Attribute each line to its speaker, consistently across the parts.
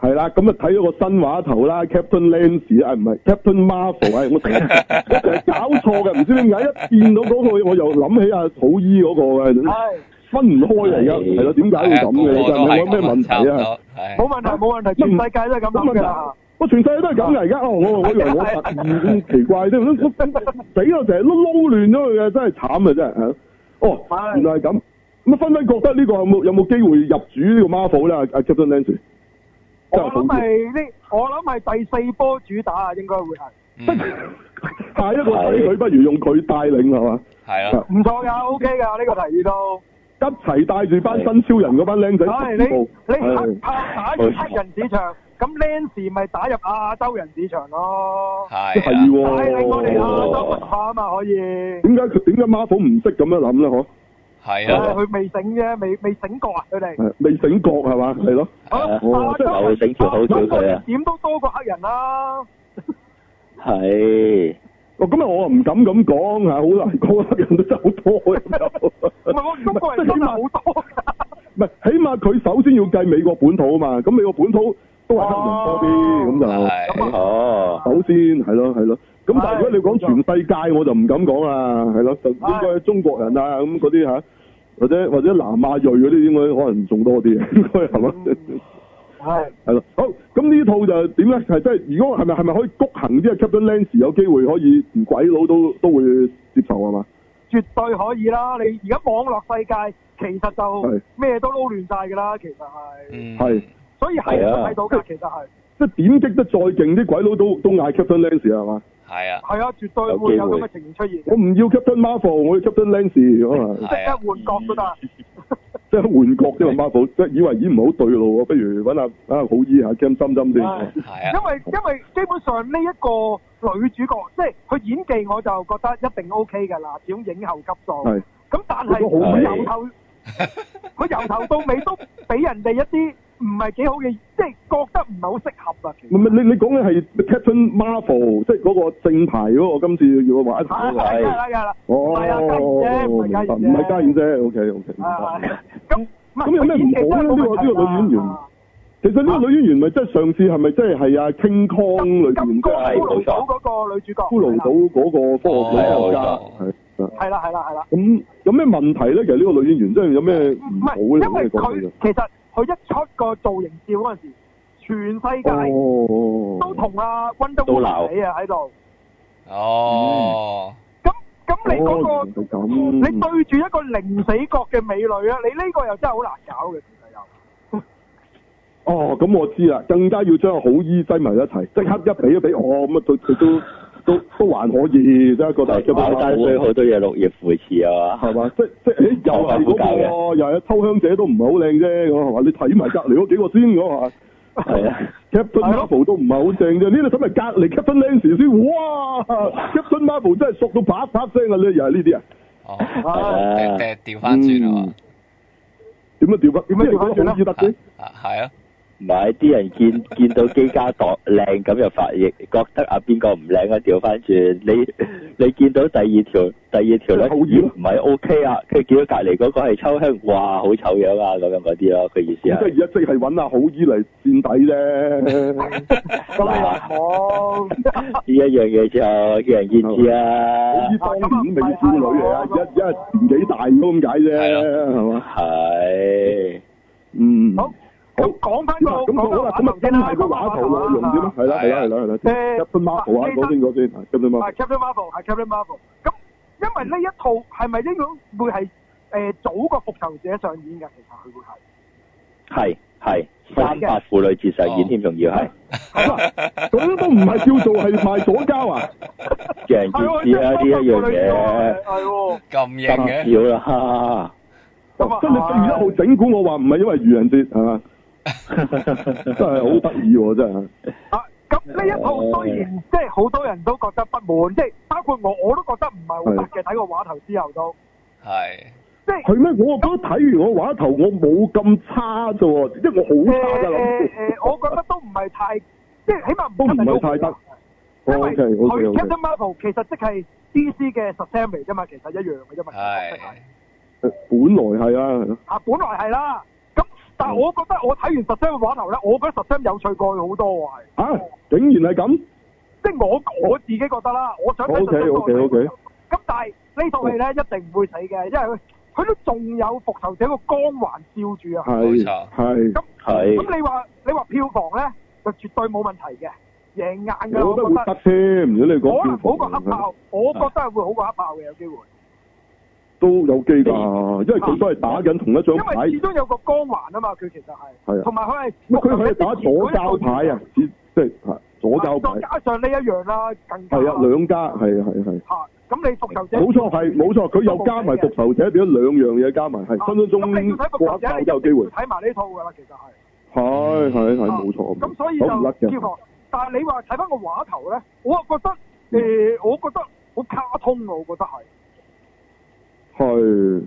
Speaker 1: 係啦，咁啊睇咗個新話頭啦，Captain Lance 啊，唔係 Captain Marvel 啊，我成日我 成日搞錯嘅，唔知點解一見到嗰、個我又諗起阿草衣嗰個嘅，
Speaker 2: 係
Speaker 1: 分唔開嚟㗎，係咯，點解會咁嘅？
Speaker 2: 啊
Speaker 1: 你真係有咩問題啊？
Speaker 2: 冇問題冇問題，全世界都係咁諗㗎 啦。
Speaker 1: 我全世界都係咁嘅，而家哦，我我以為我特異咁奇怪啫，我死啦！成日都撈亂咗佢嘅，真係慘啊！真係嚇哦，
Speaker 2: 係
Speaker 1: 原來係咁。咁啊，分分覺得呢個有冇有冇機會入主呢個 Marvel 咧？阿 Captain Lance
Speaker 2: 我
Speaker 1: 真係好
Speaker 2: 諗係呢，我諗係第四波主打啊，應該會係。
Speaker 3: Ừ.
Speaker 1: 下一個睇佢，不如用佢帶領係嘛？
Speaker 2: 唔錯㗎，OK Ừ, 㗎，呢個提議都。
Speaker 1: 一齊帶住班新超人嗰班僆仔
Speaker 2: 唉，你
Speaker 1: 步
Speaker 2: 你黑
Speaker 1: 係
Speaker 2: 炮打入黑人市場，咁 Lens 咪打入亞洲人市場咯。
Speaker 1: 係
Speaker 2: 帶領我哋亞
Speaker 1: 喎。
Speaker 2: 洲文化啊嘛，可以。
Speaker 1: 點解佢點解 Marvel 唔識咁樣諗咧？嗬，
Speaker 2: 唉佢未醒啫，未未醒覺啊！佢哋，
Speaker 1: 係未醒覺係嘛？係咯，
Speaker 2: 啊
Speaker 1: 哦
Speaker 2: 亞洲
Speaker 4: 留醒條口水佢
Speaker 2: 亞
Speaker 4: 啊
Speaker 2: 洲點都多過黑人啦。
Speaker 1: 哦咁啊，我唔敢咁講嚇，好難講啊，人都真係好多咁又。
Speaker 2: 唔係，我中國人真係好多㗎。
Speaker 1: 唔係，起碼佢首先要計美國本土啊嘛，咁美國本土都係黑人多啲，咁、啊就首先係咯係咯。咁但係如果你講全世界，我就唔敢講啦，係咯，就應該係中國人啊咁嗰啲嚇，或者或者南亞裔嗰啲應該可能仲多啲， 應該係嘛？
Speaker 2: 係
Speaker 1: 係咯，好咁呢套就點咧？係真係如果係咪係咪可以谷行啲啊？Captain Lance 有機會可以唔鬼佬都都會接受係嘛？
Speaker 2: 絕對可以啦！你而家網絡世界其實
Speaker 1: 係
Speaker 2: 就咩都撈亂晒㗎啦，其實係，
Speaker 3: Ừ. 嗯
Speaker 1: 係
Speaker 2: 所以係
Speaker 4: 係啊
Speaker 2: 睇到㗎，其實係
Speaker 1: 即係點擊得再勁啲鬼佬都都嗌 Captain Lance 啊係嘛？
Speaker 2: 係啊，絕對會有
Speaker 4: 有機會
Speaker 2: 咁嘅情形出現嘅
Speaker 1: 我，唔要 Captain Marvel，我要 Captain Lance 可能。
Speaker 2: 即刻換角都得啊。
Speaker 1: 即係換角啫嘛，Marvel 即係以為已唔係好對路喎，不如揾阿啊好醫下 Cam 針針
Speaker 2: 唉
Speaker 1: 先。
Speaker 3: 嗯啊
Speaker 2: 因為因為基本上呢一個女主角，即係佢演技，我就覺得一定 O K 㗎啦，始終影后級數。
Speaker 1: 係
Speaker 2: 咁但係
Speaker 1: 佢都
Speaker 4: 好
Speaker 2: 佢
Speaker 4: 美
Speaker 2: 由頭佢由頭到尾都俾人哋一啲唔係幾好嘅，即係覺得唔係好適合啊。其
Speaker 1: 唔
Speaker 2: 實
Speaker 1: 係你你講嘅係 Captain Marvel，即係嗰個正牌嗰個今次要玩
Speaker 2: 係
Speaker 1: 嗰個。
Speaker 2: 係啦係啦，
Speaker 1: 哦，
Speaker 2: 啊唔係啊，家姐唔係
Speaker 1: 明白唔
Speaker 2: 家姐，
Speaker 1: 係家燕啫，OK OK。
Speaker 2: 啊係咁唔係
Speaker 1: 咁有咩唔好咧呢個呢個
Speaker 2: Ờ,
Speaker 1: 女演員其實呢個女演員咪即係上次係咪即係係阿 King Kong 裏
Speaker 2: 金金
Speaker 1: 邊即
Speaker 2: 剛
Speaker 1: 係
Speaker 2: 骷
Speaker 4: 冇
Speaker 2: 髏
Speaker 4: 錯
Speaker 2: 島嗰個女主角，
Speaker 1: 骷髏島嗰個科學女科學家
Speaker 4: 哦
Speaker 1: 係係
Speaker 2: 係啦係啦係啦。
Speaker 1: 咁有咩問題咧？其實呢個女演員真係有咩
Speaker 2: 唔
Speaker 1: 唔好
Speaker 2: 係，
Speaker 1: 咧？
Speaker 2: 因為
Speaker 1: 你講
Speaker 2: 佢其實佢一出個造型照嗰陣時，全世界
Speaker 1: 哦，
Speaker 2: 都同阿温德
Speaker 4: 都
Speaker 2: 夫
Speaker 4: 鬧
Speaker 2: 比啊喺度。咁咁你嗰、
Speaker 1: 哦
Speaker 2: 個，
Speaker 1: 原來咁
Speaker 2: 你對住一個零死角嘅美女啊，你呢個又真係好難搞嘅，其實又。
Speaker 1: 哦，咁我知啦，更加要將好醫擠埋一齊，即刻一比一比，哦，咁啊，佢佢都都都還可以，真係覺得係嘛？即即誒又係嗰個喎，又係偷香者都唔係好靚啫，咁係嘛？你睇埋隔離嗰幾個先，咁係嘛？Captain
Speaker 5: 啊
Speaker 2: 係咯
Speaker 1: Marvel 都唔係好正啫，呢度睇埋隔離 Captain Lance 先，哇！Captain Marvel 真係熟到啪啪聲啊！你又係呢啲啊？
Speaker 5: À.
Speaker 1: 點樣啊調翻？點
Speaker 2: 樣調
Speaker 1: 樣
Speaker 2: 翻
Speaker 1: 調
Speaker 2: 轉
Speaker 1: 翻
Speaker 2: 啊
Speaker 1: 好醫得嘅？
Speaker 4: 唔係啲人見見到機加度靚咁又發亦覺得啊邊個唔靚啊調翻轉你你見到第二條第二條咧
Speaker 1: 好嘢
Speaker 4: 咦
Speaker 1: 咯
Speaker 4: 唔係 OK 啊，跟住見到隔離嗰個係秋香，哇好醜樣啊咁樣嗰啲咯，佢意思
Speaker 1: 即係而
Speaker 4: 係
Speaker 1: 家即係揾阿好醫嚟墊底啫。
Speaker 2: 咁你又冇。
Speaker 4: 呢一樣嘢就見仁見智啊，
Speaker 1: 好似當年美少女嚟啊，一一年紀大咗咁解啫，係嘛？
Speaker 4: 係
Speaker 1: 嗯，
Speaker 2: 啊好，咁講翻
Speaker 1: 咁
Speaker 2: 個
Speaker 1: 啊咁好
Speaker 2: 講
Speaker 1: 啦，
Speaker 2: 翻
Speaker 1: 咁啊
Speaker 2: 個畫頭
Speaker 1: 真係個畫圖
Speaker 2: 先啦，
Speaker 1: 內容點啊？係啦係啦係啦係啦，
Speaker 2: 誒
Speaker 1: 一分 Marvel 啊，講先講先，Captain
Speaker 2: 係啊 Captain Marvel，係 Captain Marvel。咁因為呢一套係咪呢個會係誒、呃早過復仇者上演㗎？其實佢會係。
Speaker 4: 係係三八婦女節上演添，仲要係
Speaker 1: Marvel，咁啊都唔係叫做係賣左膠啊？
Speaker 4: 見仁
Speaker 2: 係
Speaker 4: 見智啊呢一樣嘢，
Speaker 2: 係喎。
Speaker 4: 心照啦，
Speaker 2: 咁啊
Speaker 1: 哦即係你四月一號整蠱我話唔係因為愚人節係 嘛？真係好得意喎，真係。
Speaker 2: 啊，咁呢一
Speaker 1: 哦
Speaker 2: 套雖然即係好多人都覺得不滿，即係包括我，我都覺得唔係好得嘅。睇個畫頭之後都，即係
Speaker 1: 係咩？我覺得睇完我畫頭，我冇咁差啫喎，因為我
Speaker 2: 誒
Speaker 1: 好差㗎諗
Speaker 2: 誒誒，我覺得都唔係太，即係起碼唔
Speaker 1: 都唔係太得。
Speaker 2: 因為
Speaker 1: OK OK
Speaker 2: 佢
Speaker 1: OK。
Speaker 2: Captain Marvel 其實即係 DC 嘅 Shazam 嚟啫嘛，其實一樣嘅啫嘛。其實係
Speaker 1: 本來係啊，係咯
Speaker 2: 啊，本來係啦。咁但
Speaker 1: 嗯
Speaker 2: 係我覺得我睇完十 Sam 嘅畫頭咧，我覺得十 Sam 有趣過佢好多啊！
Speaker 1: 啊，竟然係咁，
Speaker 2: 即係我我自己覺得啦，我想睇
Speaker 1: OK，OK，OK 嗯
Speaker 2: 咁但係呢套戲咧一定唔會死嘅，因為佢佢都仲有復仇者個光環照住啊！
Speaker 1: 係
Speaker 3: 冇錯
Speaker 1: 係
Speaker 2: 咁
Speaker 4: 係
Speaker 2: 咁你話你話票房咧就絕對冇問題嘅，贏硬嘅
Speaker 1: 我
Speaker 2: 我
Speaker 1: 覺得
Speaker 2: 覺
Speaker 1: 會
Speaker 2: 得
Speaker 1: 得。添，如果你
Speaker 2: 可能
Speaker 1: 講
Speaker 2: 好
Speaker 1: 票
Speaker 2: 過黑
Speaker 1: 房啊
Speaker 2: 豹，我覺得係會好過黑豹嘅有機會，
Speaker 1: 都有機㗎，因為佢都係打緊同一張
Speaker 2: 因
Speaker 1: 牌
Speaker 2: 為，始終有個光環啊嘛，佢其實
Speaker 1: 係
Speaker 2: 係，
Speaker 1: 啊
Speaker 2: 同埋佢係
Speaker 1: 乜佢係打左交牌啊，只即係係左交牌
Speaker 2: 再，加啊上呢一樣啦，更加
Speaker 1: 係啊，兩家係係啊係。
Speaker 2: 嚇咁你復仇者
Speaker 1: 冇錯，係冇錯，佢又加埋復仇者，變咗兩樣嘢加埋，係
Speaker 2: 啊
Speaker 1: 分分
Speaker 2: 咁你要
Speaker 1: 鐘
Speaker 2: 睇復
Speaker 1: 過
Speaker 2: 仇
Speaker 1: 一
Speaker 2: 者，
Speaker 1: 爆
Speaker 2: 你
Speaker 1: 都有機會
Speaker 2: 要。睇埋呢套㗎啦，其實係。
Speaker 1: 係係係，
Speaker 2: 啊
Speaker 1: 冇錯。
Speaker 2: 咁所以
Speaker 1: 走唔甩
Speaker 2: 就
Speaker 1: 嘅
Speaker 2: 票房，但係你話睇翻個畫頭咧，我又覺得誒、我覺得好卡通啊，我覺得係。
Speaker 1: 係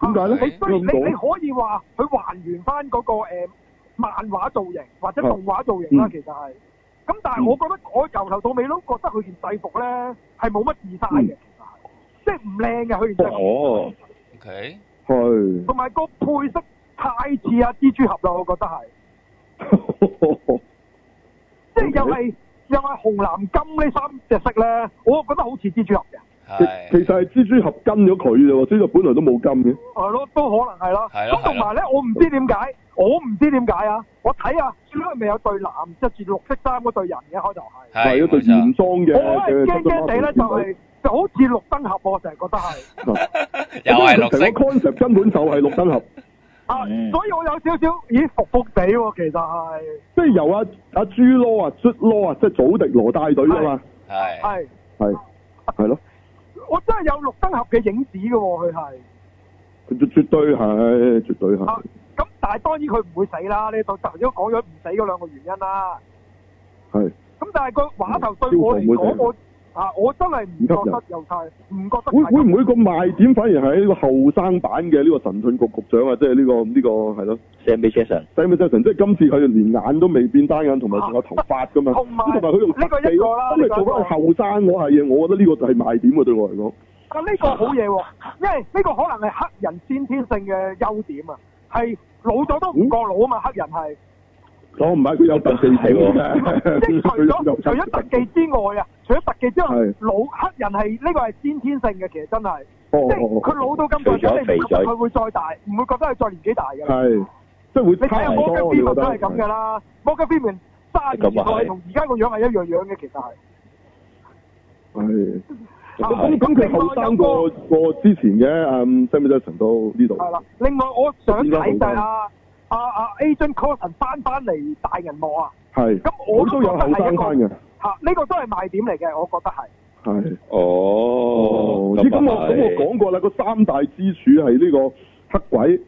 Speaker 1: 點解咧？
Speaker 2: 啊你雖
Speaker 1: 咁
Speaker 2: 然你你
Speaker 1: 講
Speaker 2: 可以話佢還原翻嗰、個、誒漫畫造型或者動畫造型啦，
Speaker 1: 嗯
Speaker 2: 其實係。咁但係我覺得我由頭到尾都覺得佢件制服咧係冇乜
Speaker 1: 嗯
Speaker 2: design 嘅，其實係即係唔靚嘅佢件制服，
Speaker 4: 哦，
Speaker 3: OK，
Speaker 1: 係
Speaker 2: 同埋個配色太似啊蜘蛛俠啦，我覺得係， 即係又
Speaker 1: 嗯
Speaker 2: 係又係紅藍金呢三隻色咧，我覺得好似蜘蛛俠嘅，
Speaker 3: 係。
Speaker 1: 其其實係蜘蛛俠跟咗佢啫喎，蜘蛛俠本來都冇跟嘅。
Speaker 2: 係咯，都可能係啦。
Speaker 3: 係咯
Speaker 2: 咁同埋咧，我唔知點解，我唔知點解啊！我睇下，最後咪有對男着住綠色衫嗰對人嘅開頭係。
Speaker 3: 係
Speaker 1: 係一對
Speaker 3: 冇錯
Speaker 1: 原裝嘅
Speaker 2: 我係
Speaker 1: 嘅
Speaker 2: 驚驚地咧，就係、就好似綠燈俠喎，我成日覺得係
Speaker 3: 又係綠
Speaker 1: 啊成個
Speaker 3: 色，
Speaker 1: concept 根本就係綠燈 俠，
Speaker 2: 啊，
Speaker 4: 嗯
Speaker 2: 所以我有少少咦服服地喎，其實係
Speaker 1: 即係由阿阿朱羅啊、朱羅啊，即係祖迪羅帶隊啊嘛，
Speaker 3: 係
Speaker 2: 係
Speaker 1: 係係咯，
Speaker 2: 我真係有綠燈俠嘅影子嘅喎，佢係
Speaker 1: 佢絕絕對係，絕對係
Speaker 2: 啊。咁但係當然佢唔會死啦，呢度頭先都講咗唔死嗰兩個原因啦。
Speaker 1: 係。
Speaker 2: 咁但係個畫頭對我嚟
Speaker 1: 消防
Speaker 2: 講，
Speaker 1: 會
Speaker 2: 我啊我真係唔覺得有太唔覺得
Speaker 1: 會
Speaker 2: 太
Speaker 1: 會唔會個賣點反而係呢個後生版嘅呢個神盾局局長啊，即係呢個呢個係咯
Speaker 4: ，Samuel Jackson，
Speaker 1: ，Samuel Jackson，即係今次佢連眼都未變單眼，同埋仲有頭髮噶嘛，
Speaker 2: 哦 同埋
Speaker 1: 咁同埋佢用
Speaker 2: 呢個一個啦
Speaker 1: 咁你
Speaker 2: 呢個
Speaker 1: 做
Speaker 2: 一個
Speaker 1: 翻後生嗰下嘢，我覺得呢個就係賣點喎，對我嚟講。
Speaker 2: 啊呢個好嘢喎，因為呢個可能係黑人先天性嘅優點啊，係老咗都唔覺老啊嘛，黑人 係。
Speaker 1: 我唔係佢有特 技睇
Speaker 2: 即
Speaker 1: 喎，
Speaker 2: 係除咗除咗特技之外啊，除咗特技之外
Speaker 1: 係，
Speaker 2: 老黑人係呢個係先天性嘅，其實真係，
Speaker 1: 哦
Speaker 2: 即係
Speaker 1: 哦
Speaker 2: 佢老到咁上下，
Speaker 4: 肥
Speaker 2: 你唔會覺得
Speaker 4: 咗肥咗
Speaker 2: 佢會再大，唔會覺得佢再年紀大嘅。
Speaker 1: 係即係會
Speaker 2: 你睇
Speaker 1: 差
Speaker 2: 下
Speaker 1: 唔
Speaker 2: Morgan
Speaker 1: 多，我
Speaker 2: Freeman
Speaker 1: 覺
Speaker 2: 都
Speaker 1: 得
Speaker 2: 係咁㗎啦，Morgan Freeman 三年前
Speaker 4: 咁啊係
Speaker 2: 同而家個樣係一樣樣嘅，其實係。
Speaker 1: 係
Speaker 2: 啊
Speaker 1: 咁咁佢後生過過之前嘅嗯 Samuel Jackson 都呢度
Speaker 2: 係啦，另外我想睇就係阿阿阿 Agent Coulson 翻翻嚟大人幕啊，
Speaker 1: 係，
Speaker 2: 咁我
Speaker 1: 佢都
Speaker 2: 都覺
Speaker 1: 有
Speaker 2: 得
Speaker 1: 後
Speaker 2: 係
Speaker 1: 生翻
Speaker 2: 一個
Speaker 1: 嘅，
Speaker 2: 嚇呢個都係賣點嚟嘅，我覺得係。
Speaker 1: 係。
Speaker 4: 哦
Speaker 1: 哦，咦，咁我咁我講過啦，個三大支柱係呢個黑鬼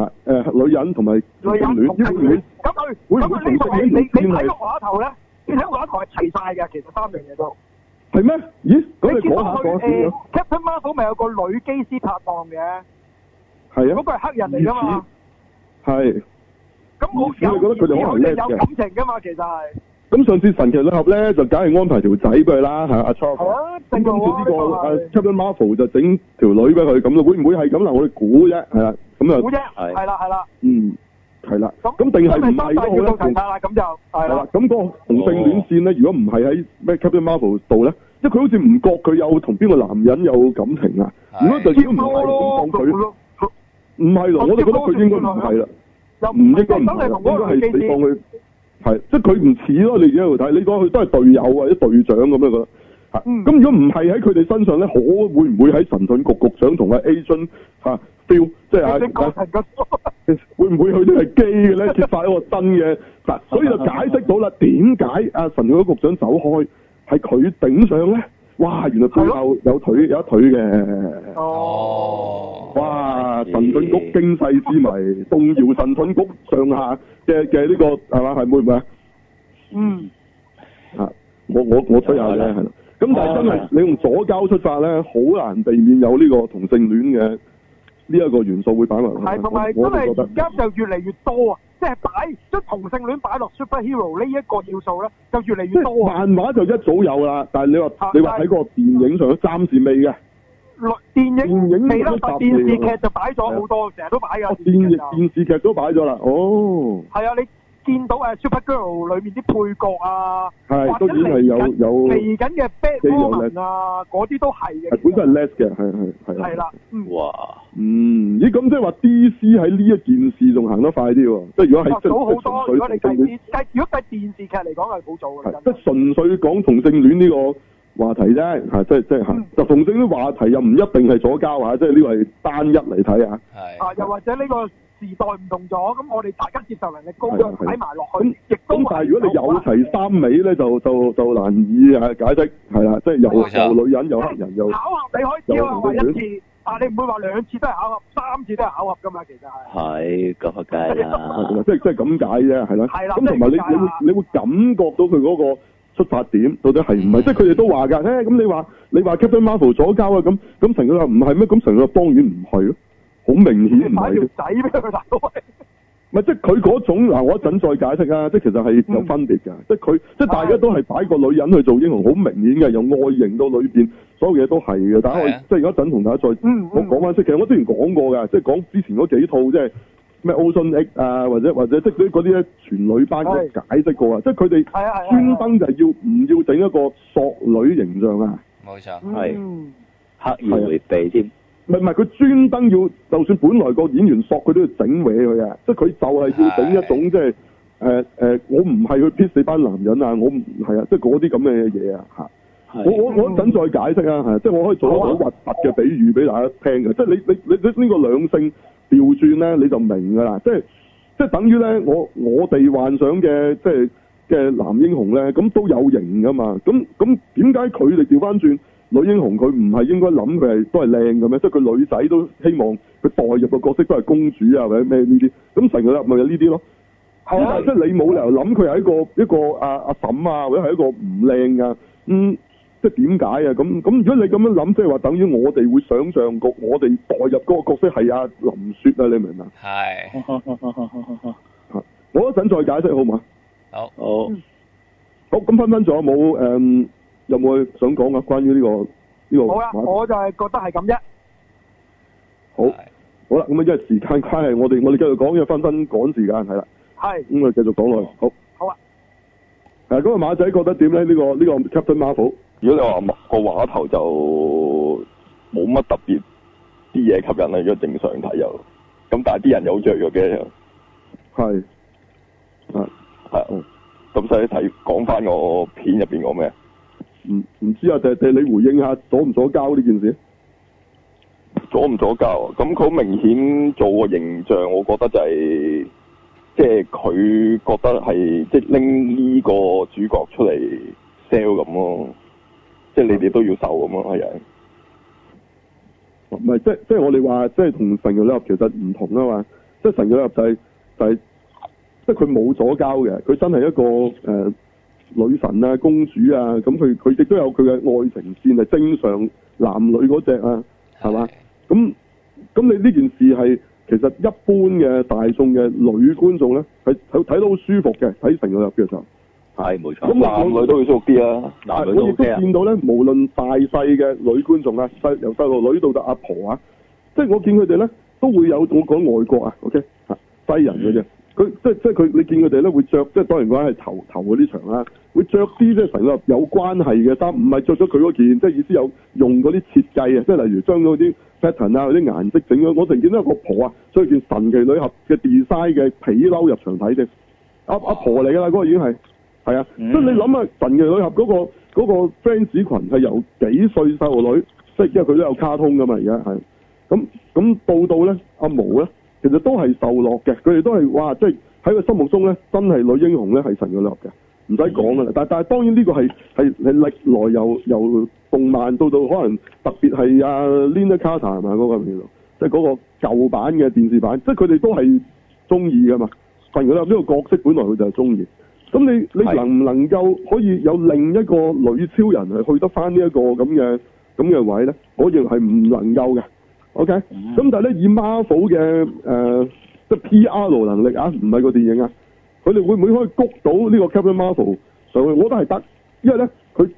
Speaker 1: 啊，誒女人同埋
Speaker 2: 女
Speaker 1: 同性
Speaker 2: 人
Speaker 1: 戀，
Speaker 2: 同
Speaker 1: 異
Speaker 2: 性
Speaker 1: 性戀
Speaker 2: 戀，嗯咁佢
Speaker 1: 會
Speaker 2: 咁啊
Speaker 1: 唔會
Speaker 2: 佢呢度
Speaker 1: 同性戀
Speaker 2: 你你
Speaker 1: 同性
Speaker 2: 你
Speaker 1: 戀
Speaker 2: 睇個
Speaker 1: 係
Speaker 2: 畫頭咧，你睇個畫頭係齊晒嘅，其實三樣嘢都。
Speaker 1: 係咩？咦，咁你
Speaker 2: 見
Speaker 1: 講
Speaker 2: 到
Speaker 1: 下
Speaker 2: 佢
Speaker 1: 講下先
Speaker 2: 誒
Speaker 1: 啦，
Speaker 2: Captain Marvel 咪有個女機師拍檔嘅，
Speaker 1: 係
Speaker 2: 嗰
Speaker 1: 啊，
Speaker 2: 個係黑人嚟噶嘛，
Speaker 1: 係。
Speaker 2: 咁我
Speaker 1: 咦
Speaker 2: 有
Speaker 1: 你覺得嗯佢哋可能
Speaker 2: 佢
Speaker 1: 叻嘅
Speaker 2: 哋有感情噶嘛，其實係
Speaker 1: 咁上次神奇女俠咧就梗係安排條仔俾佢啦，嚇阿 Charles。
Speaker 2: 係啊
Speaker 1: 咁今
Speaker 2: 正路啊
Speaker 1: 次呢個
Speaker 2: 呢
Speaker 1: 誒 Captain Marvel 就整條女俾佢咁咯，會唔會係咁嗱？我哋估啫，係啦，咁
Speaker 2: 估
Speaker 1: 啊，
Speaker 2: 啫，
Speaker 4: 係
Speaker 2: 係啦係啦，
Speaker 1: 嗯，係啦，
Speaker 2: 咁
Speaker 1: 咁定係唔係
Speaker 2: 真三大
Speaker 1: 都
Speaker 2: 要
Speaker 1: 好
Speaker 2: 到齊
Speaker 1: 咧？
Speaker 2: 晒啦，咁就係
Speaker 1: 係啦
Speaker 2: 啦，，
Speaker 1: 哦咁嗰個同性戀線咧，如果唔係喺咩 Captain Marvel 度咧，即係佢好似唔覺佢有同邊個男人有感情啊。
Speaker 3: 係
Speaker 1: 如果就如
Speaker 2: 接
Speaker 1: 果唔係
Speaker 2: 咯
Speaker 1: 咁當佢，
Speaker 2: 咯，
Speaker 1: 唔係咯，我就覺得佢應該唔係啦，
Speaker 2: 又
Speaker 1: 唔應該唔
Speaker 2: 真係同嗰個
Speaker 1: 係，
Speaker 2: 女
Speaker 1: 應該
Speaker 2: 機
Speaker 1: 係你當
Speaker 2: 師，
Speaker 1: 佢係，即係佢唔似咯。你而家喺度睇，你當佢都係隊友或者隊長咁樣覺得。係
Speaker 2: 嗯
Speaker 1: 咁如果唔係喺佢哋身上咧，可會唔會喺神盾局局長同阿 Agent 嚇 Phil 即係
Speaker 2: 你講
Speaker 1: 啊？
Speaker 2: 成個
Speaker 1: 會唔會佢都係基嘅咧？揭發一個真嘅 嗱，所以就解釋到啦，點解阿神嗰局長走開係佢頂上咧？哇！原來背後有腿有一腿嘅，
Speaker 3: 哦，
Speaker 1: 哇！神盾局經世之謎，動搖神盾局上下嘅嘅呢個係嘛係會唔會啊？
Speaker 2: 嗯。
Speaker 1: 啊！我我我推下啫，係啦。咁但係真係你用左交出發咧，好難避免有呢個同性戀嘅呢一個元素會擺埋落去。
Speaker 2: 係，同
Speaker 1: 啊
Speaker 2: 埋真
Speaker 1: 我我會覺
Speaker 2: 係
Speaker 1: 得
Speaker 2: 而家就越嚟越多啊！即係擺將同性戀擺落 superhero 呢一個要素咧，就越嚟
Speaker 1: 即
Speaker 2: 越
Speaker 1: 係
Speaker 2: 多啊！
Speaker 1: 漫畫就一早有啦，但係你話
Speaker 2: 啊
Speaker 1: 你話喺個電影上暫時未嘅，
Speaker 2: 電影
Speaker 1: 電影
Speaker 2: 未得，但電視劇就擺
Speaker 1: 係啊
Speaker 2: 咗好多，成日都擺
Speaker 1: 電
Speaker 2: 㗎。視劇
Speaker 1: 影
Speaker 2: 就
Speaker 1: 電視劇都擺咗啦，哦，
Speaker 2: 係啊，你見到誒 Super Girl 裏面啲配角啊，
Speaker 1: 係
Speaker 2: 或
Speaker 1: 都
Speaker 2: 者
Speaker 1: 已經係有
Speaker 2: 嚟緊
Speaker 1: 有
Speaker 2: 嚟緊嘅 Bad
Speaker 1: 幾有
Speaker 2: Woman 啊，嗰啲都係嘅。
Speaker 1: 係本身係 less 嘅，係係係啊
Speaker 2: 係啦，嗯，
Speaker 4: 哇！
Speaker 1: 嗯，咦咁即係話 DC 喺呢一件事仲行得快啲喎，即係如果係
Speaker 2: 啊早好多。如果你
Speaker 1: 純粹同性
Speaker 2: 計
Speaker 1: 戀
Speaker 2: 電計，如果計電視劇嚟講係好早㗎啦
Speaker 1: 係，即
Speaker 2: 真
Speaker 1: 係
Speaker 2: 係。
Speaker 1: 純粹講同性戀呢個話題啫，嚇，即係即係嚇
Speaker 2: 嗯，
Speaker 1: 就同性戀話題又唔一定係左交嚇，即係呢個係單一嚟睇嚇。
Speaker 3: 係
Speaker 2: 啊，又或者呢個時代唔同咗，咁我哋大家接受能力高咗，
Speaker 1: 係啊
Speaker 2: 擺埋落
Speaker 1: 咁
Speaker 2: 去，亦都啊
Speaker 1: 咁但係如果你有
Speaker 2: 係
Speaker 1: 齊三尾咧，就就就難以啊解釋係啦，即係
Speaker 3: 冇錯
Speaker 1: 又又女人又黑人 又
Speaker 2: 巧合，你可以只係話一次，但係你唔會話兩次都係巧合，三次都係巧合㗎嘛，其實係。
Speaker 4: 係咁啊，梗係
Speaker 1: 係
Speaker 4: 啦
Speaker 1: 啦，即係即係咁解啫，係啦。
Speaker 2: 係啦
Speaker 1: 咁同埋你
Speaker 2: 即係咁解
Speaker 1: 你會
Speaker 2: 啦
Speaker 1: 你會感覺到佢嗰個出發點到底係唔係？
Speaker 3: 嗯
Speaker 1: 即係佢哋都話㗎，誒咁你話你話 Captain Marvel 左交啊咁，咁成日話唔係咩？咁成日話當然唔係咯，好明顯唔
Speaker 2: 你擺
Speaker 1: 係
Speaker 2: 條
Speaker 1: 嘅。
Speaker 2: 仔俾佢大佬喂，
Speaker 1: 唔係即係佢嗰種嗱，我一陣再解釋啊！即係其實係有分別㗎，
Speaker 2: 嗯
Speaker 1: 即係佢即係大家都係擺個女人去做英雄，好明顯嘅，由外形到裏邊所有嘢都係嘅。但係我
Speaker 3: 係啊
Speaker 1: 即係而家一陣同大家再
Speaker 2: 嗯嗯
Speaker 1: 我講翻出，其實我之前講過㗎，即係講之前嗰幾套即係咩 Ocean X 啊，或者或者即係嗰啲咧全女班嘅
Speaker 2: 係
Speaker 1: 解釋過啊，即係佢哋
Speaker 2: 係啊係啊
Speaker 1: 專登就係要唔要整一個索女形象啊？
Speaker 3: 冇錯，
Speaker 4: 係
Speaker 2: 嗯
Speaker 4: 黑而迴避添，
Speaker 1: 唔係唔係，佢專登要，就算本來個演員索佢都要整歪佢嘅，即係佢就係要整一種即係誒誒，我唔係去 p 死班男人啊，我唔係啊，即係嗰啲咁嘅嘢啊嚇。我
Speaker 4: 係
Speaker 1: 我我一陣再解釋啊，係即係我可以做一個好核突嘅比喻俾大家聽嘅，即係你你你你呢個兩性調轉咧，你就明㗎啦，即係即係等於咧，我我哋幻想嘅即係嘅男英雄咧，咁都有型㗎嘛，咁咁點解佢哋調翻轉女英雄佢唔係應該諗佢係都係靚嘅咩？即係佢女仔都希望佢代入個角色都係公主啊或者咩呢啲，咁成日咪有呢啲咯。
Speaker 2: 係啊
Speaker 1: 但係即係你冇理由諗佢係一個一個阿阿嬸啊，或者係一個唔靚啊，嗯，即係點解啊？咁咁如果你咁樣諗，即係話等於我哋會想像個我哋代入嗰個角色係阿林雪啊，你明唔明啊？
Speaker 3: 係
Speaker 1: 嚇啊我一陣再解釋好嘛？
Speaker 3: 好
Speaker 4: 好
Speaker 1: 好，咁分分仲有冇誒有冇想講啊？關於呢個呢個
Speaker 2: 好啦，啊
Speaker 1: 話題
Speaker 2: 我就係覺得係咁啫。
Speaker 1: 好好啦，咁啊，因為時間關係，我哋我哋繼續講，因為分分趕時間係啦，
Speaker 2: 係
Speaker 1: 咁我哋繼續講落去。好，
Speaker 2: 好啊，
Speaker 1: 誒咁啊，馬仔覺得點咧？呢、呢個呢、個 Captain Marvel
Speaker 5: 如果你話個畫頭就冇乜特別啲嘢吸引啦，如果正常睇又，咁但係啲人又好雀躍嘅，
Speaker 1: 係啊，
Speaker 5: 係咁所以睇講翻個片入邊講咩？
Speaker 1: 唔唔知啊，定定你回應下左唔左交呢件事？
Speaker 5: 左唔左教？咁佢好明顯做個形象，我覺得就係、即係佢覺得係即係拎呢個主角出嚟 sell 咁咯，即係你哋都要受咁咯，係啊。
Speaker 1: 唔係即即係我哋話，即係同神嘅禮其實唔同啊嘛。即係神嘅禮就係、就係、即係佢冇左交嘅，佢真係一個誒、呃女神啊、公主啊，咁佢佢亦都有佢嘅愛情線係正常男女嗰只啊，係嘛？咁咁你呢件事係其實一般嘅大眾嘅女觀眾咧，係睇睇到好舒服嘅，睇成個入嘅時候。
Speaker 4: 係冇錯。
Speaker 1: 咁
Speaker 5: 男女都要舒服啲啊！
Speaker 4: 男女
Speaker 1: 我
Speaker 4: 都
Speaker 1: 亦都
Speaker 4: OK 啊，
Speaker 1: 見到咧，無論大細嘅女觀眾啊，細由細路女到到阿婆啊，即係我見佢哋咧都會有我講外國啊，OK 嚇西人
Speaker 4: 嗯
Speaker 1: 嘅啫，佢即係即係佢你見佢哋咧會着，即係當然講係頭頭嗰啲場啦，會着啲即係成個有關係嘅衫，唔係着咗佢嗰件，即係意思有用嗰啲設計啊，即係例如將嗰啲 pattern 啊、嗰啲顏色整咗，我成見到一個婆啊，所以件神奇女俠嘅 design 嘅皮褸入場睇啫，阿阿婆嚟㗎啦，嗰、個已經係。係啊，即
Speaker 4: 嗯
Speaker 1: 係你諗下神嘅女俠嗰、個嗰、個 fans 群係由幾歲細路女，即係因為佢都有卡通噶嘛，而家係咁咁到到咧阿毛咧，其實都係受落嘅，佢哋都係哇，即係喺佢心目中咧，真係女英雄咧係神嘅女俠嘅，唔使講噶啦。但但係當然呢個係係係歷來由由動漫到到可能特別係阿 Linda Carter 係咪嗰個叫做，即係嗰個舊版嘅電視版，即係佢哋都係中意噶嘛。神嘅女俠呢個角色本來佢就係中意。咁你你
Speaker 5: 係
Speaker 1: 能唔能夠可以有另一個女超人係去得翻呢一個咁嘅咁嘅位咧？我認為係唔能夠嘅。OK，咁、但係咧以 Marvel 嘅誒、呃即係 PR 能力啊，唔係個電影啊，佢哋會唔會可以谷到呢個 Captain Marvel 上去？我覺得係得，因為咧佢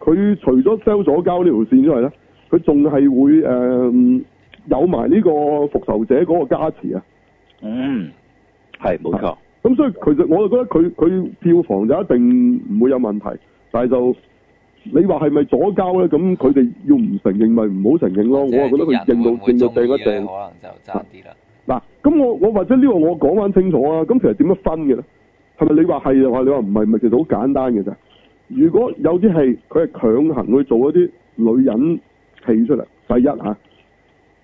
Speaker 1: 佢除咗 sell 左交呢條線之外咧，佢仲係會誒、嗯有埋呢個復仇者嗰個加持啊。
Speaker 4: 嗯，係冇錯，
Speaker 1: 咁所以其實我就覺得佢佢票房就一定唔會有問題，但係就你話係咪左交咧？咁佢哋要唔承認咪唔好承認咯。我
Speaker 3: Dạ,
Speaker 1: 就覺得佢認到認到
Speaker 3: 啊
Speaker 1: 掟一掟。
Speaker 3: 可能就爭啲啦。
Speaker 1: 嗱，咁我我或者呢個我講翻清楚啊。咁其實點樣分嘅咧？係咪你話係就話你話唔係咪？其實好簡單嘅咋。如果有啲戲佢係強行去做一啲女人戲出嚟，第一嚇、啊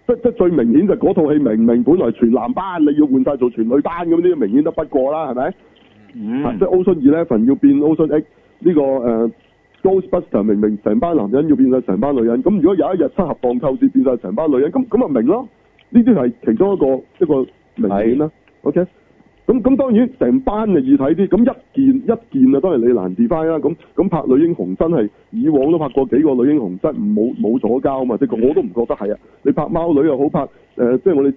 Speaker 1: 即即最明顯就嗰套戲明明本來全男班，你要換晒做全女班咁，呢啲明顯得不過啦，係咪？啊
Speaker 4: 嗯
Speaker 1: 即係 Ocean Eleven 要變 Ocean X 呢、個誒、呃 Ghostbuster 明明成班男人要變晒成班女人，咁如果有一日七合當購至變晒成班女人，咁咁咪明咯？呢啲係其中一個一個明顯啦。OK，咁咁當然成班就易睇啲，咁一件一件啊，當然你難 d 翻啦。咁咁拍女英雄真係以往都拍過幾個女英雄，真係冇冇左交啊嘛，即係我都唔覺得係啊。你拍貓女又好拍誒、呃即係我哋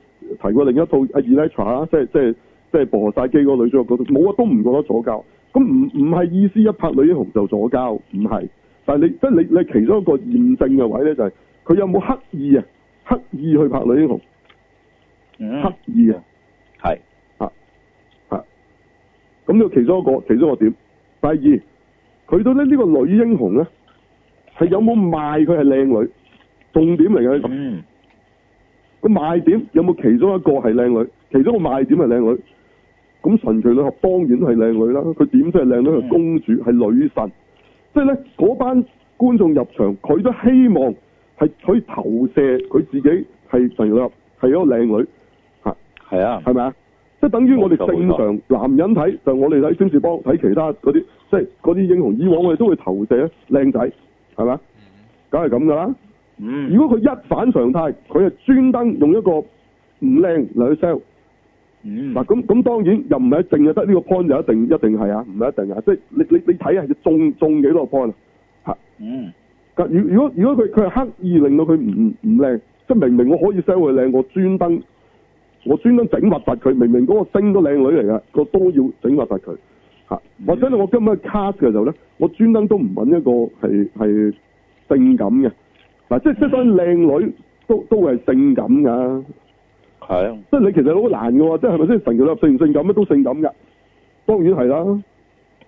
Speaker 1: 提過另一套阿 Electra 啦，即係即係即係薄荷晒機嗰個女主角嗰度，冇啊都唔覺得左交。咁唔唔係意思一拍女英雄就左交，唔係。但係你即係你你其中一個驗證嘅位咧，就係、佢有冇刻意啊？刻意去拍女英雄，
Speaker 4: 嗯
Speaker 1: 刻意啊！
Speaker 4: 係
Speaker 1: 咁呢個其中一個其中一個點。第二，佢到咧呢個女英雄咧，係有冇賣佢係靚女？重點嚟嘅呢個。
Speaker 4: 嗯
Speaker 1: 個賣點有冇其中一個係靚女？其中一個賣點係靚女。咁神奇女俠當然係靚女啦，佢點都係靚女，佢係公主，係女神。即係咧，嗰班觀眾入場，佢都希望係佢投射佢自己係神奇女俠係一個靚女，嚇
Speaker 4: 係啊，
Speaker 1: 係咪啊？即係等於我哋
Speaker 4: 冇錯
Speaker 1: 正常男人睇，就我哋睇占士邦睇其他嗰啲，即係嗰啲英雄，以往我哋都會投射靚仔，係咪啊？
Speaker 3: Ừ.
Speaker 1: 梗係咁㗎啦。
Speaker 4: 嗯
Speaker 1: 如果佢一反常態，佢係專登用一個唔靚嚟去 sell
Speaker 4: 嗯
Speaker 1: 嗱，咁咁當然又唔係淨係得呢個 point 就一定一定係啊，唔係一定啊，即係你你你睇下佢中中幾多個 point 啊？
Speaker 4: 嗯
Speaker 1: 嗱如如果如果佢佢係刻意令到佢唔唔靚，即係明明我可以 sell 佢靚，我專登我專登整核突佢，明明嗰個星都靚女嚟嘅，個都要整核突佢嚇，或者我今日 cast 嘅時候咧，我專登都唔揾一個係係性感嘅嗱，即係即係當然靚女都都會係性感㗎。
Speaker 4: 係啊，
Speaker 1: 即係你其實好難嘅喎，即係係咪先？神奇女俠性唔性感乜都性感㗎，當然係啦，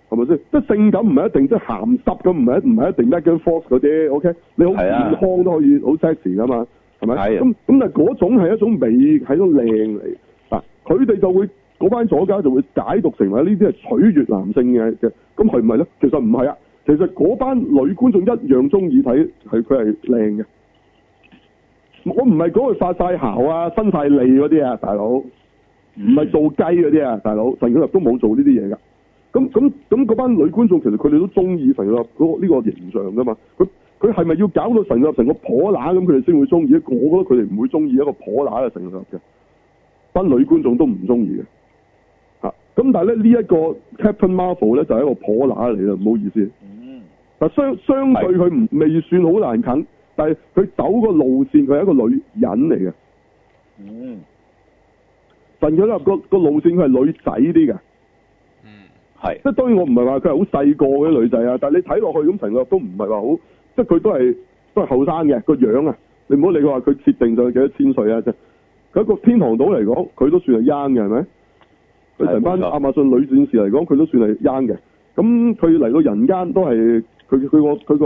Speaker 1: 係咪先？即係性感唔係一定即係鹹濕咁，唔係一唔係一定 Megan Fox 嗰啲，OK？你好
Speaker 4: 係啊
Speaker 1: 健康都可以好 sexy 㗎嘛，係咪？
Speaker 4: 係啊
Speaker 1: 咁咁但係嗰種係一種美，係一種靚嚟嗱，佢哋就會嗰班左家就會解讀成為呢啲係取悅男性嘅嘅，咁係唔係咧？其實唔係啊，其實嗰班女觀眾一樣中意睇係佢係靚嘅。我唔係講佢發晒姣啊、伸晒脷嗰啲啊，大佬，唔
Speaker 4: 唔
Speaker 1: 係做雞嗰啲啊，大佬，神奇女俠都冇做呢啲嘢㗎。咁咁咁嗰班女觀眾其實佢哋都中意神奇女俠嗰個呢個形象㗎嘛。佢佢係咪要搞到神奇女俠成個婆乸咁，佢哋先會中意咧？我覺得佢哋唔會中意一個婆乸嘅神奇女俠嘅，班女觀眾都唔中意嘅。嚇咁但係咧呢一個 Captain Marvel 咧就係一個婆乸嚟啦，唔好意思。
Speaker 4: 嗯
Speaker 1: 嗱相相對佢唔未算好難啃，但係佢走個路線，佢係一個女人嚟嘅。
Speaker 4: 嗯
Speaker 1: 神奇女俠個個路線佢係女仔啲嘅，
Speaker 3: Ừ.
Speaker 4: 係啊
Speaker 1: 即係當然我唔係話佢係好細個嗰啲女仔啊，但係你睇落去咁神奇女俠都唔係話好，即係佢都係都係後生嘅個樣啊！你唔好理佢話佢設定上幾多千歲啊，即係佢一個天堂島嚟講，佢都算係 young 嘅係咪？佢成班
Speaker 4: 係冇錯
Speaker 1: 亞馬遜女戰士嚟講，佢都算係 young 嘅。咁佢嚟到人間都係佢佢個佢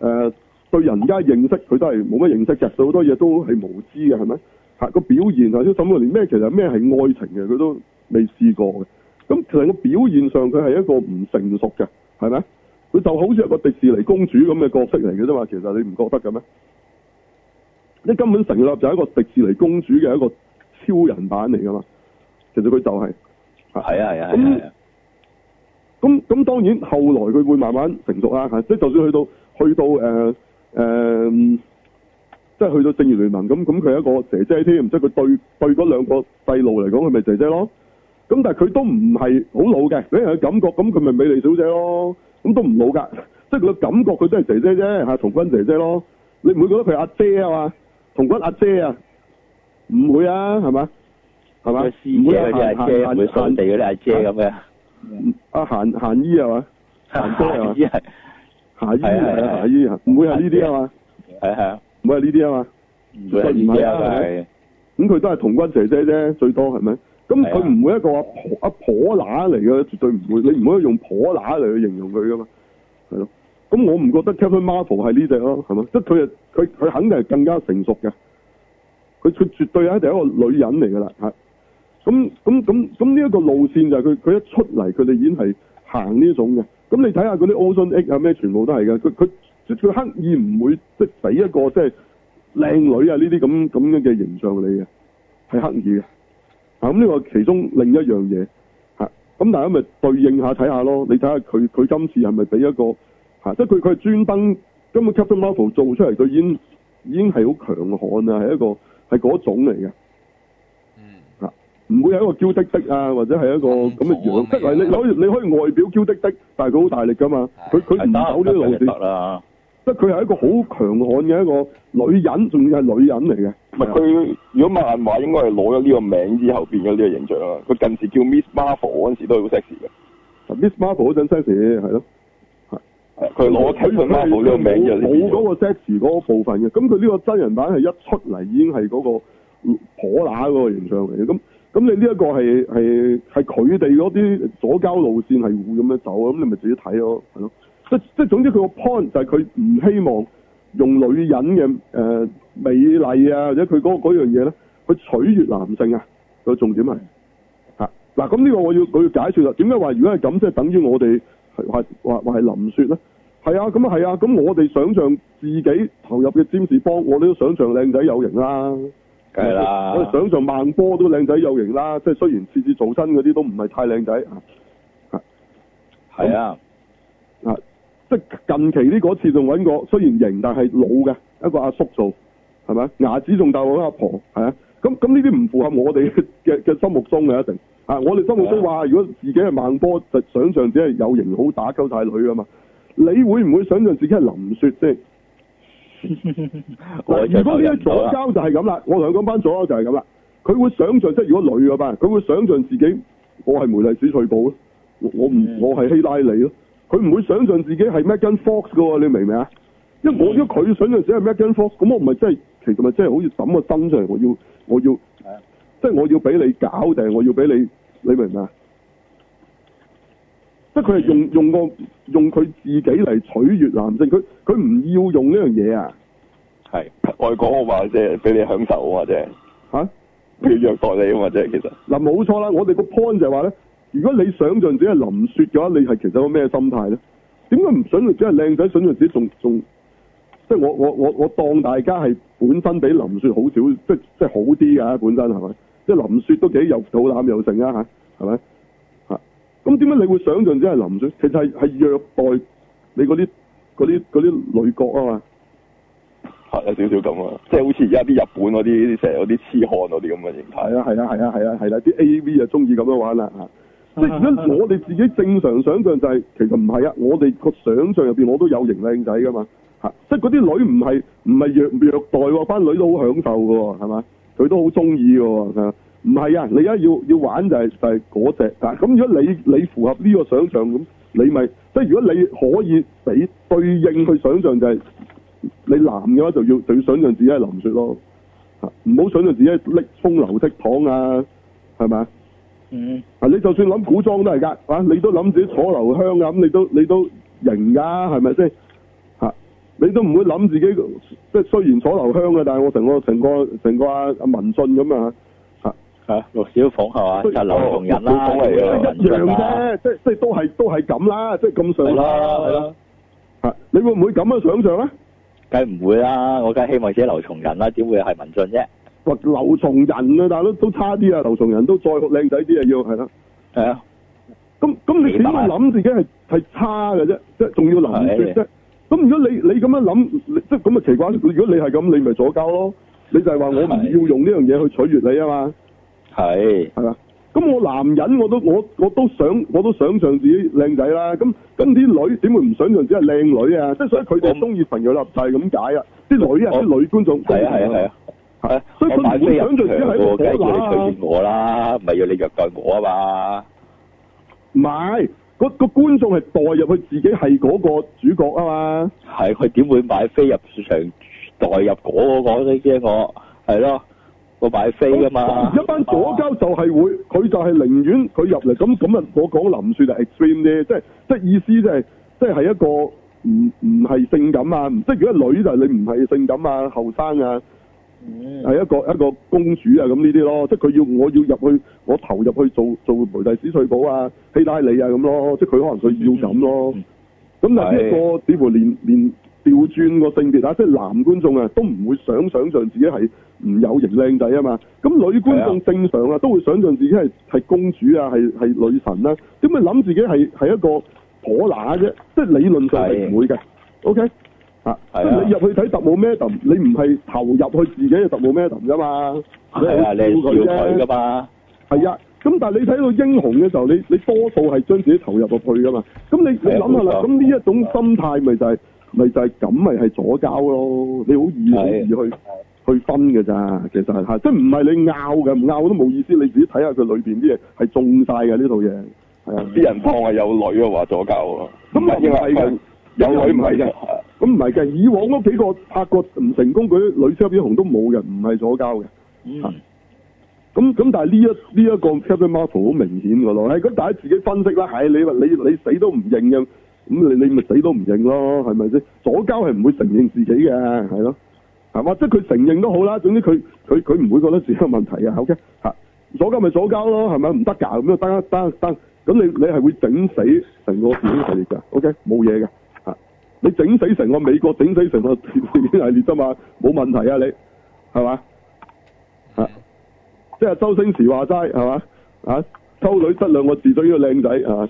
Speaker 1: 個誒對人家認識，佢都係冇乜認識嘅，對好多嘢都係無知嘅，係咪？嚇個表現頭先沈過連咩其實咩係愛情嘅，佢都未試過嘅。咁其實個表現上佢係一個唔成熟嘅，係咪？佢就好似一個迪士尼公主咁嘅角色嚟嘅啫嘛，其實你唔覺得嘅咩？你根本成立就係一個迪士尼公主嘅一個超人版嚟噶嘛，其實佢就係、
Speaker 4: 係啊係啊係啊，
Speaker 1: 咁咁當然後來佢會慢慢成熟啦嚇，即係就算去到去到誒誒、呃呃即係去到正義聯盟咁，咁佢係一個姐姐添，即係佢對對嗰兩個細路嚟講，佢咪姐姐咯。咁但係佢都唔係好老嘅，俾人嘅感覺，咁佢咪美麗小姐咯，咁都唔老㗎， 即係佢嘅感覺佢都係姐姐啫嚇，童軍姐姐咯，你唔會覺得佢阿姐啊嘛，童軍阿姐啊，唔會啊，係咪？
Speaker 5: 啊
Speaker 1: 係咪？
Speaker 4: 個師姐嗰
Speaker 1: 啊
Speaker 4: 啲阿姐，唔會掃地嗰啲阿姐咁嘅，
Speaker 1: 阿嗯啊閒閒姨係嘛？
Speaker 4: 係啊
Speaker 1: 夏姨
Speaker 4: 係
Speaker 1: 係啊，夏姨唔會係呢啲啊嘛。
Speaker 4: 係啊，
Speaker 1: 唔係呢啲啊嘛。
Speaker 4: 唔會係呢啲啊，但係
Speaker 1: 咁佢都係童軍姐姐啫，最多係咪？咁
Speaker 4: 係啊
Speaker 1: 佢唔會一個阿婆阿婆乸嚟嘅，絕對唔會。你唔可以用婆乸嚟去形容佢噶嘛，係咯。咁我唔覺得 Captain Marvel 係呢只咯，係咪？即係佢係佢佢肯定係更加成熟嘅，佢佢絕對係一定係一個女人嚟㗎啦，係。咁咁咁咁呢一個路線就係佢佢一出嚟，佢哋已經係行呢種嘅。咁你睇下嗰啲 Ocean Egg 啊咩，全部都係嘅。佢佢佢佢刻意唔會即係俾一個即係靚女啊呢啲咁咁樣嘅形象你嘅，係刻意嘅。啊咁呢個其中另一樣嘢嚇，咁但係咪對應下睇下咯？你睇下佢佢今次係咪俾一個嚇，即係佢佢係專登根本 Captain Marvel 做出嚟，佢已經已經係好強悍啊，係一個係嗰種嚟嘅。
Speaker 3: 嗯，
Speaker 1: 唔會係一個嬌滴滴啊，或者係一個咁嘅樣，即
Speaker 3: 冇啊
Speaker 1: 係你你可以你可以外表嬌滴滴，但係佢好大力噶嘛，佢佢唔走呢個路
Speaker 4: 得
Speaker 1: 線，
Speaker 4: 啦，
Speaker 1: 即係佢係一個好強悍嘅一個女人，仲要係女人嚟嘅。
Speaker 5: 唔係佢如果漫畫應該係攞咗呢個名之後變咗呢個形象啦。佢近時叫 Miss Marvel 嗰陣時都係好 sexy 嘅
Speaker 1: Miss Marvel 嗰陣 sexy 係咯，，
Speaker 5: 係佢攞 Captain Marvel 呢個名之後先
Speaker 1: 冇
Speaker 5: 變咗
Speaker 1: 嗰個 sexy 嗰個部分嘅。咁佢呢個真人版係一出嚟已經係嗰個婆乸嗰個形象嚟嘅。咁咁你呢一個係係係佢哋嗰啲左交路線係會咁樣走，咁你咪自己睇咯，係咯。即即總之佢個 point 就係佢唔希望用女人嘅誒、呃美麗啊，或者佢嗰嗰樣嘢咧，去取悦男性啊。個重點係嚇啊嗱，咁呢個我要我要解説啦。點解話如果係咁，即係等於我哋係話話話係林雪咧？係啊，咁啊係啊，咁我哋想像自己投入嘅占士邦，我哋都想像靚仔有型啦。
Speaker 4: 梗係啦
Speaker 1: 我，哋想像孟波都靚仔有型啦，即係雖然次次做親嗰啲都唔係太靚仔啊。
Speaker 4: 係啊，
Speaker 1: 啊，即係近期呢嗰次仲揾個雖然型但係老嘅一個阿叔做，係咪牙齒仲大過阿婆，係啊，咁咁呢啲唔符合我哋嘅嘅心目中嘅一定啊！我哋心目中
Speaker 4: 係
Speaker 1: 話，如果自己係孟波，就想象自己係有型好打溝晒女噶嘛。你會唔會想象自己係林雪先？如果呢啲
Speaker 4: 我就投入唔到
Speaker 5: 啊
Speaker 1: 左
Speaker 4: 啦，
Speaker 1: 交就係咁啦，我同佢講班左交就係咁啦。佢會想像即係如果女嗰班，佢會想像自己我係梅麗史翠普咯，我我唔
Speaker 4: 嗯
Speaker 1: 我係希拉里咯。佢唔會想像自己係 Megan Fox 噶喎，你明唔明啊？因為我
Speaker 4: 嗯
Speaker 1: 如果佢想像自己係 Megan Fox，咁我唔係真係其實咪真係好似抌個身出嚟，我
Speaker 4: 嗯
Speaker 1: 要我要
Speaker 4: 啊
Speaker 1: 即係我要俾你搞定，我要俾你，你明唔明啊？即係佢係
Speaker 4: 嗯
Speaker 1: 用用個用佢自己嚟取悦男性，佢佢唔要用呢樣嘢啊
Speaker 4: 係
Speaker 5: 外國我話即係俾你享受啊嘛，即係
Speaker 1: 嚇！
Speaker 5: 俾你虐待你啊嘛，即係其實
Speaker 1: 嗱，冇錯啦，我哋個 point 就係話咧，如果你想像自己係林雪嘅話，你係其實有個咩心態咧？點解唔想像自己係靚仔，想像自己仲仲即係我我我我當大家係本身比林雪好少，即係即係好啲㗎，本身係咪？即係林雪都幾有肚腩又剩啊嚇，係咪？嚇咁點解你會想像自己係林雪？其實係係虐待你嗰啲嗰啲嗰啲女角啊嘛。
Speaker 5: 係有少少咁啊，即係好似而家啲日本嗰啲成日有啲痴漢嗰啲咁嘅形態
Speaker 1: 係啊係啊係啊係啊係啦，啲 A V 啊中意咁樣玩啦嚇。即係如果我哋自己正常想像就係、其實唔係啊，我哋個想像入邊我都有型靚仔噶嘛嚇，即係嗰啲女唔係唔係虐虐待喎，班女都好享受噶喎，係嘛？佢都好中意噶喎，係嘛唔係啊，你而家要要玩就係、就係嗰只啊！咁如果你你符合呢個想像咁，你咪即係如果你可以俾對應去想像就係、你男嘅話就要就要想像自己係林雪咯，嚇啊唔好想像自己係拎風流倜儻啊，係咪啊？
Speaker 4: 嗯，
Speaker 1: 啊！你就算諗古裝都係㗎，啊！你都諗自己楚留香啊，咁你都你都型㗎，係咪先？嚇、你都唔會諗自己即係雖然楚留香啊，但係我成個成個成個阿阿文信咁啊，
Speaker 4: 嚇陸啊小鳳係嘛，就係劉松仁啦，
Speaker 1: 即
Speaker 5: 陸小鳳係啊
Speaker 1: 哦係一樣啫，即係即係都係都係咁啦，即係咁上
Speaker 4: 係
Speaker 1: 下
Speaker 4: 啦，
Speaker 1: 係
Speaker 4: 係
Speaker 1: 啦
Speaker 4: 啦，
Speaker 1: 嚇！你會唔會咁樣想像啊咧？
Speaker 4: 梗唔會啦，我梗係希望自己劉松仁啦，點會係文進啫？
Speaker 1: 哇！劉松仁啊，大佬都差啲啊，劉松仁都再靚仔啲啊，要係啦。
Speaker 4: 係啊，
Speaker 1: 咁咁你點會諗自己係係差嘅啫？即係仲要林雪啫？咁如果你你咁樣諗，你即係咁啊奇怪！如果你係咁，你咪左交咯。你就係話我唔
Speaker 4: 係
Speaker 1: 要用呢樣嘢去取悦你啊嘛，
Speaker 4: 係，
Speaker 1: 係嘛？咁我男人我都我我都想我都想象自己靚仔啦。咁咁啲女點會唔想象自己係靚女啊？即係所以佢哋
Speaker 4: 我
Speaker 1: 中意朋友立制咁解啊！啲女啊，
Speaker 4: 我
Speaker 1: 啲女觀眾
Speaker 4: 哦係啊，係啊，係啊。
Speaker 1: 係
Speaker 4: 啊
Speaker 1: 所以
Speaker 4: 我
Speaker 1: 佢
Speaker 4: 買
Speaker 1: 唔
Speaker 4: 飛
Speaker 1: 會
Speaker 4: 入
Speaker 1: 想象自己係一個
Speaker 4: 場喎，梗係
Speaker 1: 火乸
Speaker 4: 要你
Speaker 1: 啊
Speaker 4: 取悦我啦，唔係要你虐待我啊嘛。
Speaker 1: 唔係，個個觀眾係代入去自己係嗰個主角啊嘛。
Speaker 4: 係佢點會買飛入場代入嗰個角色啫，我係咯，我買飛
Speaker 5: 啊
Speaker 4: 噶嘛。
Speaker 1: 哦一班左交就係會，佢就係寧願佢入嚟咁咁啊！我講林雪係 extreme 啫，即係即係意思即係即係係一個唔唔係性感啊，即係如果女就係你唔係性感啊，後生啊，
Speaker 4: 嗯啊
Speaker 1: 係一個一個公主啊咁呢啲咯，即係佢要我要入去，我投入去做做梅麗史翠普啊、希拉里啊咁咯，即係佢可能佢要咁咯。咁但嗯係呢一個似乎連連調轉個性別啊，即係男觀眾啊都唔會想想像自己係唔有型靚仔啊嘛。咁女觀眾正常啊，都會想像自己係係公主啊，係係女神啦、點會諗自己係係一個婆乸啫？即係理論上係唔會嘅。OK。啊！即
Speaker 4: 係啊
Speaker 1: 係你入去睇特務 Madam，你唔係投入去自己嘅特務 Madam 噶嘛？
Speaker 4: 係啊，
Speaker 1: 係
Speaker 4: 你係笑佢
Speaker 1: 啫
Speaker 4: 噶嘛？
Speaker 1: 係啊，咁但係你睇到英雄嘅時候，你你多數係將自己投入入去噶嘛？咁你你
Speaker 4: 係啊
Speaker 1: 諗下啦，
Speaker 4: 冇錯
Speaker 1: 咁呢一種心態咪就係、咪就係咁咪係左交咯？你好易
Speaker 4: 係
Speaker 1: 好易去去分嘅咋，其實係即係唔係你拗嘅，唔拗都冇意思。你自己睇下佢裏邊啲嘢係中晒嘅呢套嘢，係啊。
Speaker 5: 啲人當係有女啊話左交啊，
Speaker 1: 咁又唔係㗎
Speaker 5: 應該有女唔係
Speaker 1: 又唔係㗎
Speaker 5: 嘅，
Speaker 1: 咁唔係嘅，以往嗰幾個拍過唔成功嗰啲女超級英雄都冇嘅，唔係左交嘅。
Speaker 4: 嗯，
Speaker 1: 咁咁，但係呢一呢一個 Captain Marvel 好明顯㗎咯，係咁大家自己分析啦。係你話你你死都唔認嘅，咁你你咪死都唔認咯，係咪先？左交係唔會承認自己嘅，係咯，係嘛？即係佢承認都好啦，總之佢佢佢唔會覺得自己有問題啊。OK 嚇，左交咪左交咯，係咪？唔得㗎，咁樣得得得，咁你你係會整死成個電影系列㗎。OK，冇嘢嘅嚇，你整死成個美國，整死成個電影系列啫嘛，冇問題啊你，係嘛？啊
Speaker 3: 嗯
Speaker 1: 即係周星馳話齋係嘛啊？溝女得兩個字，最緊要靚仔係嘛？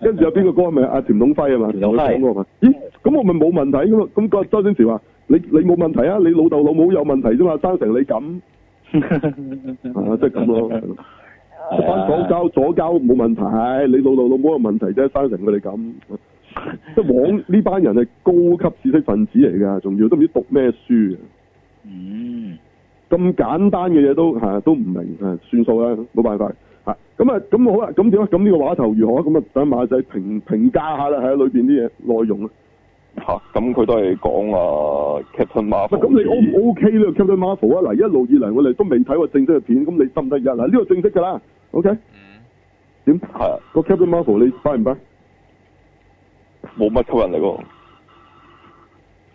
Speaker 1: 跟住有邊個歌係咪阿田董輝啊嘛？
Speaker 4: 田董輝
Speaker 1: 佢講過嘛？咦，咁我咪冇問題咁啊？咁個周星馳話：你你冇問題啊？你老豆老母有問題啫嘛，生成你咁 啊，即係咁咯。一班左
Speaker 5: 啊
Speaker 1: 交左交冇問題，你老豆老母有問題啫，生成佢哋咁。即係往呢班人係高級知識分子嚟㗎，仲要都唔知讀咩書啊
Speaker 4: 嗯，
Speaker 1: 咁簡單嘅嘢都嚇、都唔明嚇，算數啦，冇辦法嚇。咁啊，咁好啦，咁點啊？咁呢個話頭如何啊？咁啊，等馬仔評評價下啦，喺裏邊啲嘢內容啊。
Speaker 5: 嚇咁佢都係講啊 Captain
Speaker 1: 喂
Speaker 5: Marvel。
Speaker 1: 咁你 O 哦唔 OK 呢個 Captain Marvel 啊？嗱，一路以嚟我哋都未睇過正式嘅片，咁你得唔得一啊？嗱，呢個正式㗎啦，OK？
Speaker 3: 嗯，
Speaker 1: 點
Speaker 5: 係啊
Speaker 1: 個 Captain Marvel 你 buy 唔 buy？
Speaker 5: 冇乜吸引力喎？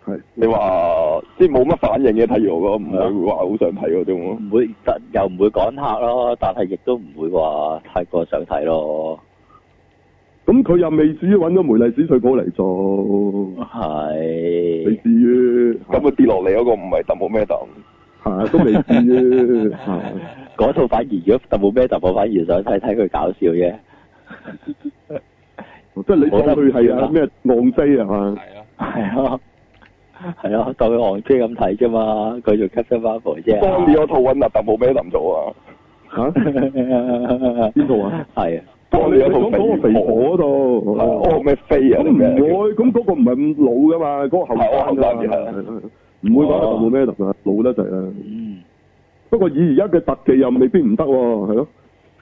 Speaker 1: 係
Speaker 5: 你話即係冇乜反應嘅睇完我覺得
Speaker 1: 啊
Speaker 5: 唔會話好想睇嗰種咯。
Speaker 4: 唔會但又唔會趕客咯，但係亦都唔會話太過想睇咯，
Speaker 1: 咁佢又未至於揾咗梅麗史翠普嚟做，未
Speaker 4: 係
Speaker 1: 至於
Speaker 5: 咁佢跌落嚟嗰個唔係特冇咩特，
Speaker 1: 嚇都未至於 嚇。
Speaker 4: 嗰套反而如果特冇咩特，我反而想睇睇佢搞笑啫，
Speaker 1: 即係你當佢係啊咩昂飛啊嘛？
Speaker 3: 係咯，
Speaker 4: 係咯，係咯，當佢昂飛咁睇啫嘛，佢做 Captain Marvel 啫，
Speaker 5: 當年嗰套揾阿特冇咩特做啊，
Speaker 1: 嚇？
Speaker 4: 邊
Speaker 1: 套啊？
Speaker 4: 係啊，
Speaker 5: 當年嗰
Speaker 1: 講講
Speaker 5: 套
Speaker 1: 個肥婆
Speaker 5: 婆
Speaker 1: 嗰度，
Speaker 5: 哦咩飛啊？
Speaker 1: 咁
Speaker 5: 定咩
Speaker 1: 唔會，咁嗰個唔係咁老噶嘛，嗰個後生㗎
Speaker 5: 係我後生
Speaker 1: 嘛，唔會講特務咩特啊，老得滯啦。
Speaker 4: 嗯
Speaker 1: 不過以而家嘅特技又未必唔得喎，係咯，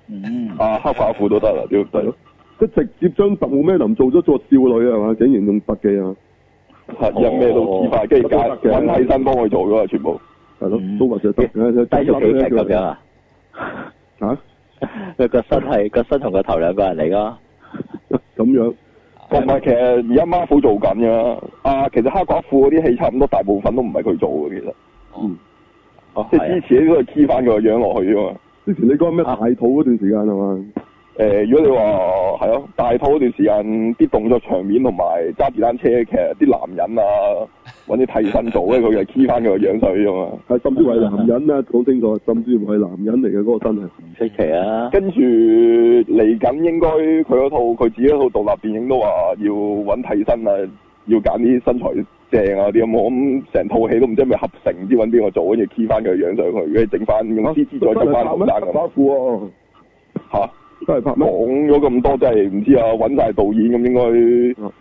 Speaker 4: 嗯，
Speaker 5: 啊黑寡婦都得啦，屌
Speaker 1: 係
Speaker 5: 得
Speaker 1: 咯，即係直接將特務咩林做咗做少女啊嘛，竟然用特技啊，
Speaker 5: 黑人咩哦都知化機界揾替身幫佢做噶嘛，全部
Speaker 1: 係咯
Speaker 4: 嗯，
Speaker 1: 都或者得嘅，
Speaker 4: 低俗喜劇咁樣
Speaker 1: 啊
Speaker 4: 啊，
Speaker 1: 嚇
Speaker 4: 佢個身係個身同個頭兩個人嚟噶，
Speaker 1: 咁樣，
Speaker 5: 同埋其實而家 Marvel 做緊㗎，啊其實黑寡婦嗰啲戲差唔多大部分都唔係啊佢做嘅，其實
Speaker 3: 哦，
Speaker 4: 哦
Speaker 5: 即係
Speaker 4: 係
Speaker 5: 之
Speaker 4: 啊，
Speaker 5: 前都係 key 翻佢個樣落去啊嘛。
Speaker 1: 之前你講咩
Speaker 5: 啊
Speaker 1: 大肚嗰段時間係嘛？
Speaker 5: 誒、如果你話係咯，大肚嗰段時間啲動作場面同埋揸住單車，其實啲男人啊揾啲替身做咧，佢就 key 翻佢個樣水啊嘛。
Speaker 1: 係甚至乎係男人啊，講清楚，甚至乎係男人嚟嘅嗰個真係。
Speaker 4: 唔出奇啊，
Speaker 5: 跟住嚟緊應該佢嗰套佢自己嗰套獨立電影都話要揾替身啊，要揀啲身材正啊啲咁，我諗成套戲都唔知係咪合成，唔知揾邊個做，跟住 key 翻佢個樣上去，跟住整翻用 C G 再
Speaker 1: 啊真
Speaker 5: 做
Speaker 1: 係
Speaker 5: 翻
Speaker 1: 拍
Speaker 5: 後
Speaker 1: 咩？
Speaker 5: 生
Speaker 1: 拍
Speaker 5: 咁
Speaker 1: 花褲喎，
Speaker 5: 嚇。
Speaker 1: 真係拍咩？
Speaker 5: 講咗咁多，真係唔知啊！揾晒導演咁應該
Speaker 1: 嗯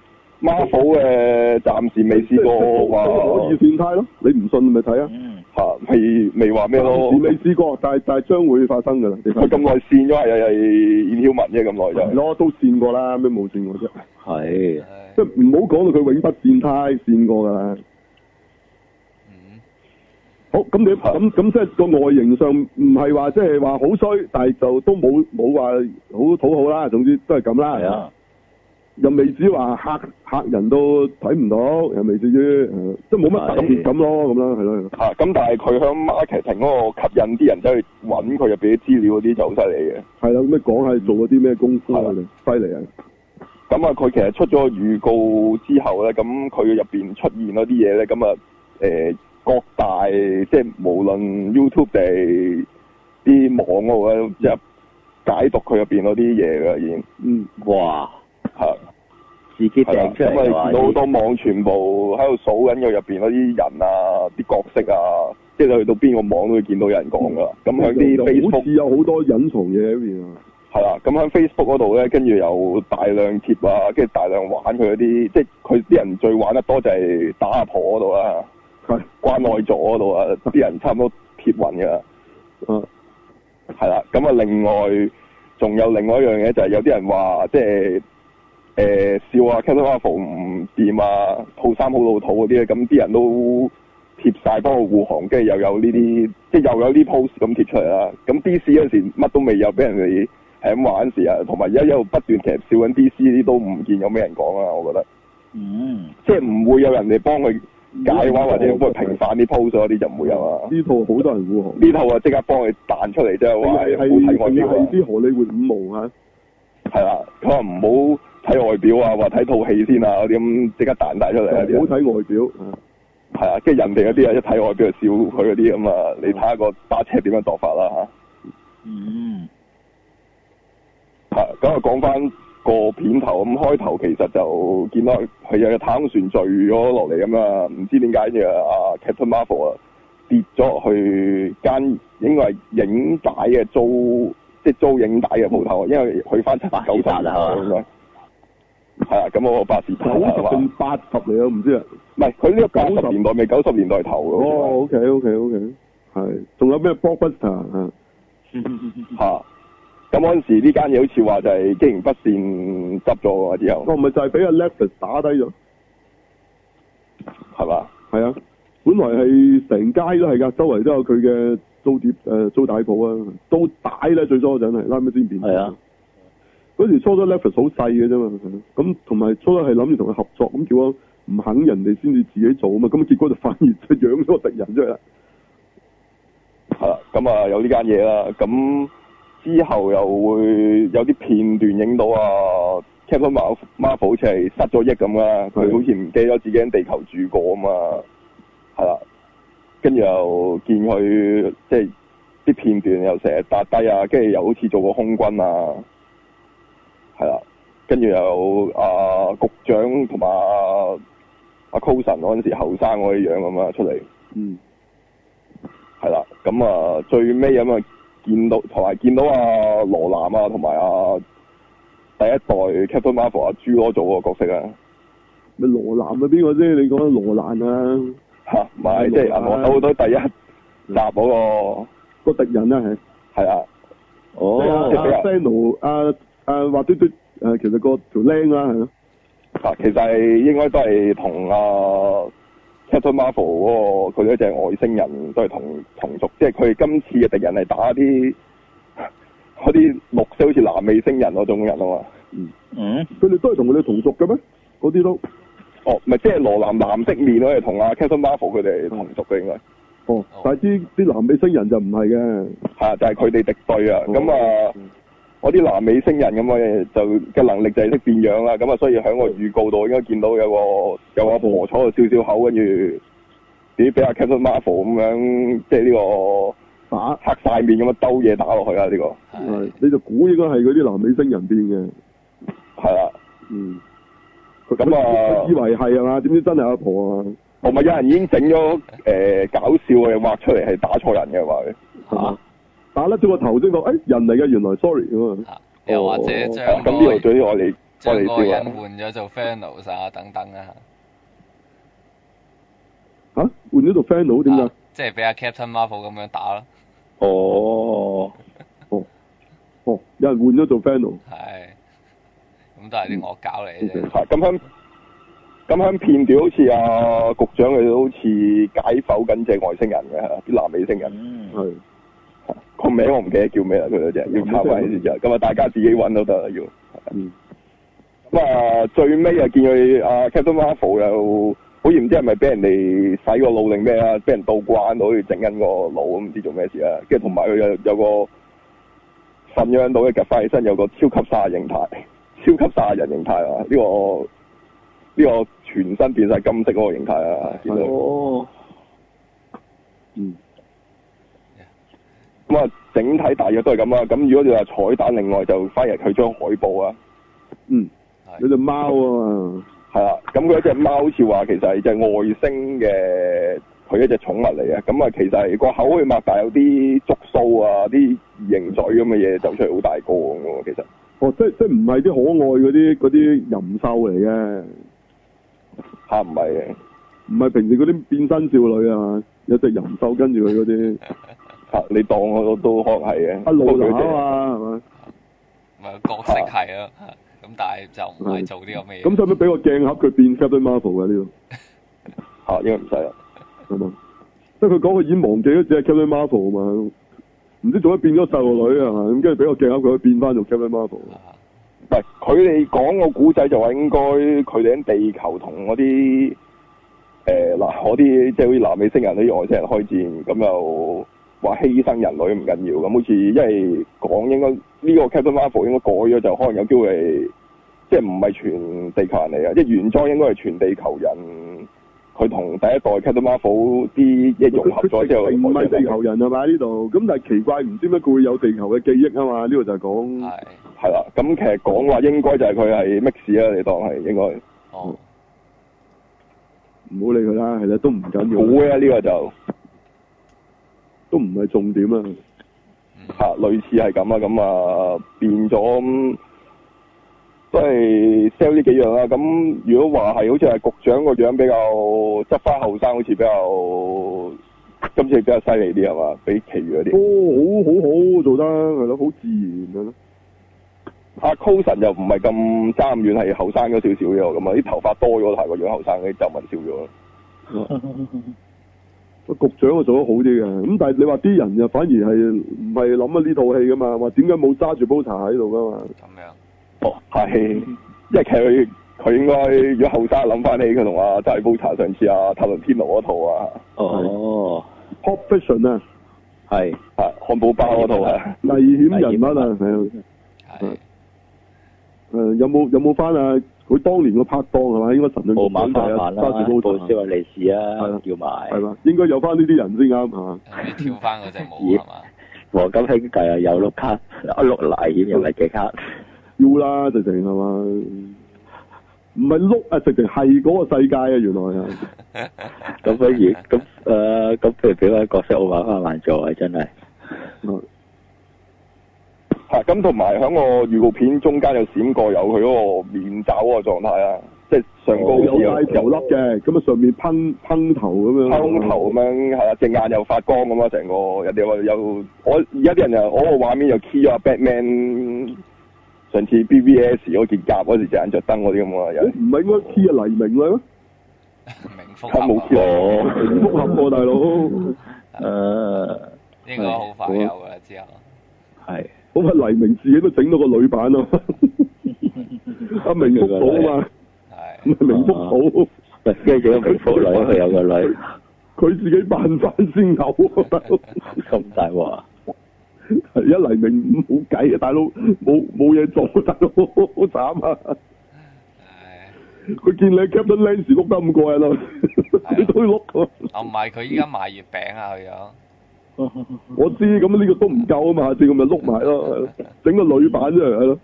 Speaker 5: Marvel 嘅暫時未試過
Speaker 1: 可以
Speaker 5: 話
Speaker 1: 變態咯，你唔信咪睇啊！
Speaker 4: 嗯，
Speaker 5: 嚇，未未話咩咯
Speaker 1: 暫時？未試過，但係但係將會發生㗎啦。你
Speaker 5: 佢咁耐線咗係係係 Inhuman 啫，咁
Speaker 1: 係
Speaker 5: 耐就
Speaker 1: 咯，都線過啦，咩冇線過啫？
Speaker 4: 係。啊
Speaker 1: 即係
Speaker 3: 係
Speaker 1: 唔好講到佢永不變態，線過㗎啦。
Speaker 3: 嗯
Speaker 1: 好，咁你咁咁即係個外形上唔係話即係話好衰，但係就都冇冇話好討好啦。總之都係咁啦。
Speaker 4: 係啊，
Speaker 1: 又未至於話嚇嚇人都睇唔到，又未至於，呃即係冇乜特別咁咯，咁啦，係咯。係咯
Speaker 5: 嚇啊咁但係佢響 marketing 嗰個吸引啲人走去揾佢入邊啲資料嗰啲就好犀利嘅。
Speaker 1: 係啦，咁你講下做過啲咩功夫啊？你犀利啊！
Speaker 5: 咁啊，佢其實出咗個預告之後咧，咁佢入邊出現嗰啲嘢咧，咁啊誒各大即係無論 YouTube 定係啲網嗰度咧，即係解讀佢入邊嗰啲嘢嘅已經
Speaker 1: 嗯，
Speaker 4: 哇，
Speaker 5: 係。
Speaker 4: 自己
Speaker 5: 係啦
Speaker 4: 掟出嚟
Speaker 5: 咁
Speaker 4: 㗎
Speaker 5: 啊，見到好多
Speaker 4: 嘛
Speaker 5: 網全部喺度數緊佢入邊嗰啲人啊、啲角色啊，即係你去到邊個網都會見到有人講噶啦。咁喺啲
Speaker 1: 啊就好
Speaker 5: Facebook
Speaker 1: 似有好多隱藏嘢喺邊 啊。
Speaker 5: 係啦，咁喺 Facebook 嗰度咧，跟住有大量貼啊，跟住大量玩佢嗰啲，即係佢啲人最玩得多就係打阿婆嗰度啊，
Speaker 1: 係
Speaker 5: 關愛座嗰度啊，啲人差唔多貼暈㗎啦。
Speaker 1: 啊，
Speaker 5: 係啦，咁啊，另外仲有另外一樣嘢就係有啲人話即係誒、笑啊 c a t a r 唔掂啊，套衫好老土嗰啲咧，咁啲人都貼晒幫我護航，跟住又有呢啲，即係又有啲 post 咁貼出嚟啦。咁 DC 嗰陣時乜都未有，俾人哋係咁玩嗰陣時啊，同埋而家一路不斷其實笑緊 DC 呢啲都唔見有咩人講啦，我覺得，
Speaker 4: 嗯，
Speaker 5: 即係唔會有人哋幫佢解話或者幫佢啊平反啲 post 嗰啲就唔會有啊。
Speaker 1: 呢套好多人護航。
Speaker 5: 呢套啊即刻幫佢彈出嚟啫，
Speaker 1: 定
Speaker 5: 話
Speaker 1: 係
Speaker 5: 係好
Speaker 1: 係
Speaker 5: 睇啊我
Speaker 1: 定
Speaker 5: 啲
Speaker 1: 係啲荷里活五毛啊？
Speaker 5: 係啦，佢話唔好睇外表啊，話睇套戲先啊，嗰啲咁即刻彈大出嚟啊
Speaker 1: 就唔
Speaker 5: 啲
Speaker 1: 好
Speaker 5: 人，
Speaker 1: 睇外表。 啊
Speaker 5: 係啊，跟住人哋嗰啲啊一睇外表就笑佢嗰啲咁啊，你睇下個揸車點樣度法啦嚇。
Speaker 4: 嗯，
Speaker 5: 係咁啊，講翻個片頭咁開頭，其實就見到佢有個太空船墜咗落嚟咁啊，唔知點解嘅啊 Captain Marvel 啊跌咗落去間應該係影帶嘅租即係租影帶嘅鋪頭，因為去翻七
Speaker 4: 百
Speaker 5: 九十
Speaker 4: 事達
Speaker 5: 年代
Speaker 4: 啊 係
Speaker 5: 應該
Speaker 4: 嘛
Speaker 5: 係啊，咁我百事達
Speaker 1: 九
Speaker 5: 啊係
Speaker 1: 十定
Speaker 5: 嘛
Speaker 1: 八十嚟啊？唔知啊。
Speaker 5: 唔係佢呢個九
Speaker 1: 90
Speaker 5: 十年代未九十年代頭嘅喎。
Speaker 1: 哦，OK，OK，OK，係。仲有咩 blockbuster 啊？
Speaker 5: 嚇咁嗰陣時呢間嘢好似話就係經營不善執咗喎之後，
Speaker 1: 我咪就哦係俾阿 Lexus 打低咗。
Speaker 5: 係嘛？
Speaker 1: 係啊，本來係成街都係㗎，周圍都有佢嘅租碟誒、呃租帶鋪啊，租帶咧最初嗰陣係拉尾先變。
Speaker 4: 係啊。
Speaker 1: 嗰時初咗 Levels 好細嘅啫嘛，咁同埋初咗係諗住同佢合作，咁結果唔肯人哋先至自己做啊嘛，咁結果就反而就養咗個敵人出嚟啦。
Speaker 5: 係啦，咁啊有呢間嘢啦，咁之後又會有啲片段影到啊，Captain Mar- Marvel 好似係失咗憶咁啦，佢
Speaker 1: 係
Speaker 5: 好似唔記得自己喺地球住過啊嘛，係啦，跟住又見佢即係啲片段又成日搭低啊，跟住又好似做過空軍啊，係啦，跟住又啊局長同埋啊阿 Coulson 嗰陣時後生嗰啲樣咁啊出嚟。
Speaker 1: 嗯，
Speaker 5: 係啦，咁啊最尾咁啊見到同埋見到阿羅南啊，同埋阿第一代 Captain Marvel 阿朱羅做個角色啊，
Speaker 1: 咪羅蘭係邊個啫？你講緊羅蘭啊，
Speaker 5: 嚇唔係即係銀河守到第一集嗰個
Speaker 1: 個敵人啊係。
Speaker 5: 係啊，
Speaker 4: 哦
Speaker 1: 即哦係啊
Speaker 5: 即係
Speaker 4: 啊
Speaker 5: 比較
Speaker 1: 阿 s a n o 阿阿滑嘟嘟誒，其實個條僆啊啦係咯。
Speaker 5: 嚇其實係應該都係同阿 Captain Marvel 嗰、個佢嗰隻外星人都係同同族，即係佢今次嘅敵人係打啲 嗰啲綠色好似南美星人嗰種人啊嘛。
Speaker 4: 嗯，
Speaker 1: 佢哋都係同佢哋同族嘅咩？嗰啲都
Speaker 5: 哦，唔係，即係羅南藍色面咯，係同阿 Captain Marvel 佢哋同族嘅應該，
Speaker 1: 哦，但係啲啲南美星人就唔係嘅，
Speaker 5: 係啊，就係佢哋敵對啊。
Speaker 1: 哦
Speaker 5: 咁啊，我啲南美星人咁啊，就嘅能力就係識變樣啦。咁啊，所以喺個預告度應該見到有個有個阿婆坐咗少少口，跟住咦俾阿 Captain Marvel 咁樣，即係呢個
Speaker 1: 打
Speaker 5: 黑晒面咁樣兜嘢打落去啊啦。呢個
Speaker 1: 係你就估應該係嗰啲南美星人變嘅，
Speaker 5: 係啊啦，
Speaker 1: 嗯。佢
Speaker 5: 咁啊
Speaker 1: 佢以為係啊嘛，點知真係阿婆啊？
Speaker 5: 同埋有人已經整咗誒搞笑嘅畫出嚟，係打錯人嘅話佢。
Speaker 1: 嚇！打甩咗個頭先講，誒人嚟嘅原來，sorry 咁啊，
Speaker 3: 嚇又或者將
Speaker 5: 哦咁呢
Speaker 3: 個
Speaker 5: 度最我哋我
Speaker 3: 將嗰個
Speaker 5: 哋笑啊
Speaker 3: 人。換咗做 Fanos 啊等等啦
Speaker 1: 嚇換咗做 fan 佬
Speaker 3: 嚇，
Speaker 1: 點解
Speaker 3: 啊？即係俾阿 Captain Marvel 咁樣打咯，
Speaker 4: 哦，
Speaker 1: 哦，有人換咗做 fan 佬，
Speaker 3: 係咁都係啲惡搞嚟嘅啫。
Speaker 5: 係咁喺咁喺片段好似阿局長佢都好似解剖緊隻外星人嘅，啲南美星人
Speaker 4: 嗯
Speaker 1: 係
Speaker 5: 個名我唔記得叫咩啦，佢嗰隻要查翻先知啊。咁啊，大家自己揾都得啦，要。
Speaker 1: 嗯
Speaker 5: 咁啊，最尾啊，見佢啊 Captain Marvel 又好似唔知係咪俾人哋洗個腦定咩啊，俾人倒關好似整緊個腦咁，唔知做咩事啊。跟住同埋佢有有個瞓咗喺度嘅夾翻起身，有個超級殺人形態， 超級殺人形態啊！呢、個呢、個全身變晒金色嗰個形態啊，見到
Speaker 4: 哦，
Speaker 1: 嗯
Speaker 5: 咁啊，整體大約都係咁啦。咁如果你話彩蛋，另外就反而佢張海報啊。
Speaker 1: 嗯，
Speaker 3: 係
Speaker 1: 有隻貓啊嘛，
Speaker 5: 係啦，咁佢一隻貓好似話其實係隻外星嘅，佢一隻寵物嚟嘅。咁啊，其實係個口可以擘大有啲觸須啊，啲異形嘴咁嘅嘢走出嚟好大個咁嘅喎。其實
Speaker 1: 哦，即即唔係啲可愛嗰啲嗰啲淫獸嚟嘅，
Speaker 5: 嚇唔係嘅，
Speaker 1: 唔係平時嗰啲變身少女啊嘛，有隻淫獸跟住佢嗰啲
Speaker 5: 嚇你當我都可能係嘅。
Speaker 1: 阿露娜
Speaker 5: 不過佢隻
Speaker 1: 啊嘛，係嘛？
Speaker 3: 咪角色係咯，咁但係就唔係做呢個咩嘢。
Speaker 1: 咁使唔使俾個鏡盒佢變 Captain Marvel 嘅呢
Speaker 5: 嚇應該唔使啦。
Speaker 1: 度係嘛？即係佢講佢已經忘記咗只係 Captain Marvel 啊嘛，唔知做乜變咗細路女啊嘛，咁跟住俾個鏡盒佢變翻做 Captain Marvel。
Speaker 3: 啊
Speaker 5: 唔係佢哋講個古仔就話應該佢哋喺地球同嗰啲誒嗱嗰啲即係好似南美星人嗰啲外星人開戰，咁又話犧牲人類唔緊要，咁好似因為講應該呢、個 Captain Marvel 應該改咗，就可能有機會係即係唔係全地球人嚟嘅，即係原裝應該係全地球人。佢同第一代 Captain Marvel 啲嘢融合咗之後，
Speaker 1: 唔係地
Speaker 5: 係
Speaker 1: 球人係咪呢度？咁但係奇怪，唔知點解佢會有地球嘅記憶啊嘛？呢度就係講
Speaker 3: 係
Speaker 5: 啦。咁其實講話應該就係佢係 mix 啦，你當係應該
Speaker 3: 哦，
Speaker 1: 唔好理佢啦，係啦，都唔緊
Speaker 5: 估
Speaker 1: 要，
Speaker 5: 嘅呢個就。
Speaker 1: 都唔係重點啊。
Speaker 3: 嗯
Speaker 5: 嚇、類似係咁啊，咁啊變咗咁都係 sell 呢幾樣啦。咁如果話係好似係局長個樣比較執翻後生，好似比較今次比較犀利啲係嘛？比其餘嗰
Speaker 1: 哦，
Speaker 5: 啲。
Speaker 1: 好好好做得係咯，好自然啊係咯。
Speaker 5: 阿 c o s o n 又唔係咁爭咁遠，係後生咗少少嘅喎咁啊，啲頭髮多咗，但係個樣後生啲，皺紋少咗咯。
Speaker 1: 局長就做得好啲嘅，咁但係你話啲人啊又反而係唔係諗啊呢套戲噶嘛？話點解冇揸住煲茶喺度噶嘛？
Speaker 3: 咁樣
Speaker 5: 哦，係，因為其實佢佢應該如果後生諗翻起佢同阿齋煲茶上次啊塔倫天奴嗰套啊，
Speaker 4: 哦，
Speaker 1: Pop Fiction 啊，
Speaker 4: 係
Speaker 5: 啊漢堡包嗰套啊。
Speaker 1: 危險人物啊，係啊，
Speaker 3: 係
Speaker 1: 誒呃有冇有冇翻啊？佢當年個拍檔係咪？應該神盾
Speaker 4: 冇晚
Speaker 1: 係
Speaker 4: 翻
Speaker 1: 啊，
Speaker 4: 晚啦，
Speaker 1: 揸住煲
Speaker 4: 報
Speaker 1: 茶
Speaker 4: 銷利是
Speaker 1: 係
Speaker 4: 啊
Speaker 1: 啦，
Speaker 4: 叫埋
Speaker 1: 係嘛？應該有翻呢啲人先啱啊係嘛？
Speaker 3: 後尾跳翻嗰隻舞係嘛？
Speaker 4: 黃金兄弟啊，有碌卡，啊碌危險又唔係嘅 卡，
Speaker 1: 要啦，直情係嘛？唔係碌啊，直情係嗰個世界啊，原來係
Speaker 4: 咁不如咁誒，咁不如俾翻角色奧馬翻慢做啊，真係
Speaker 1: 啊
Speaker 5: 係啊咁，同埋喺個預告片中間有閃過有佢嗰個面罩嗰個狀態啦，啊即係上高啊
Speaker 1: 哦有戴頭笠嘅，咁啊上面噴噴頭咁樣，
Speaker 5: 拋頭咁樣，係啦，隻眼又發光咁啊，成個人哋話有我而家啲人又我個畫面又 key 咗阿 Batman 上次 BBS 嗰件夾嗰時隻眼着燈嗰啲咁啊，有
Speaker 1: 唔係應該 T 啊黎明啦咩？
Speaker 3: 明福
Speaker 5: 冇
Speaker 3: 合
Speaker 5: key
Speaker 3: 啊
Speaker 1: 復合
Speaker 5: 我
Speaker 4: 哦
Speaker 1: 喎， 大佬，
Speaker 4: 誒
Speaker 3: 應該好快有噶啦，之後
Speaker 4: 呃係
Speaker 1: 好咪黎明自己都整到個女版啊！阿明福寶啊嘛，唔
Speaker 3: 係
Speaker 1: 係明福寶，
Speaker 4: 喂，跟住個明福女，佢有個 女
Speaker 1: 佢自己扮翻先有啊！大佬
Speaker 4: 咁大鑊 啊，
Speaker 1: 係 一黎明冇計啊，大佬冇冇嘢做，大佬好慘啊！
Speaker 3: 唉，
Speaker 1: 佢見你 Captain Lens 碌得咁過癮啊，佢都碌喎
Speaker 3: 啊唔係佢依家賣月餅啊，佢樣
Speaker 1: 我知咁呢個都唔夠啊嘛，下次咁咪碌埋咯，係咯整個女版出嚟係咯。係咯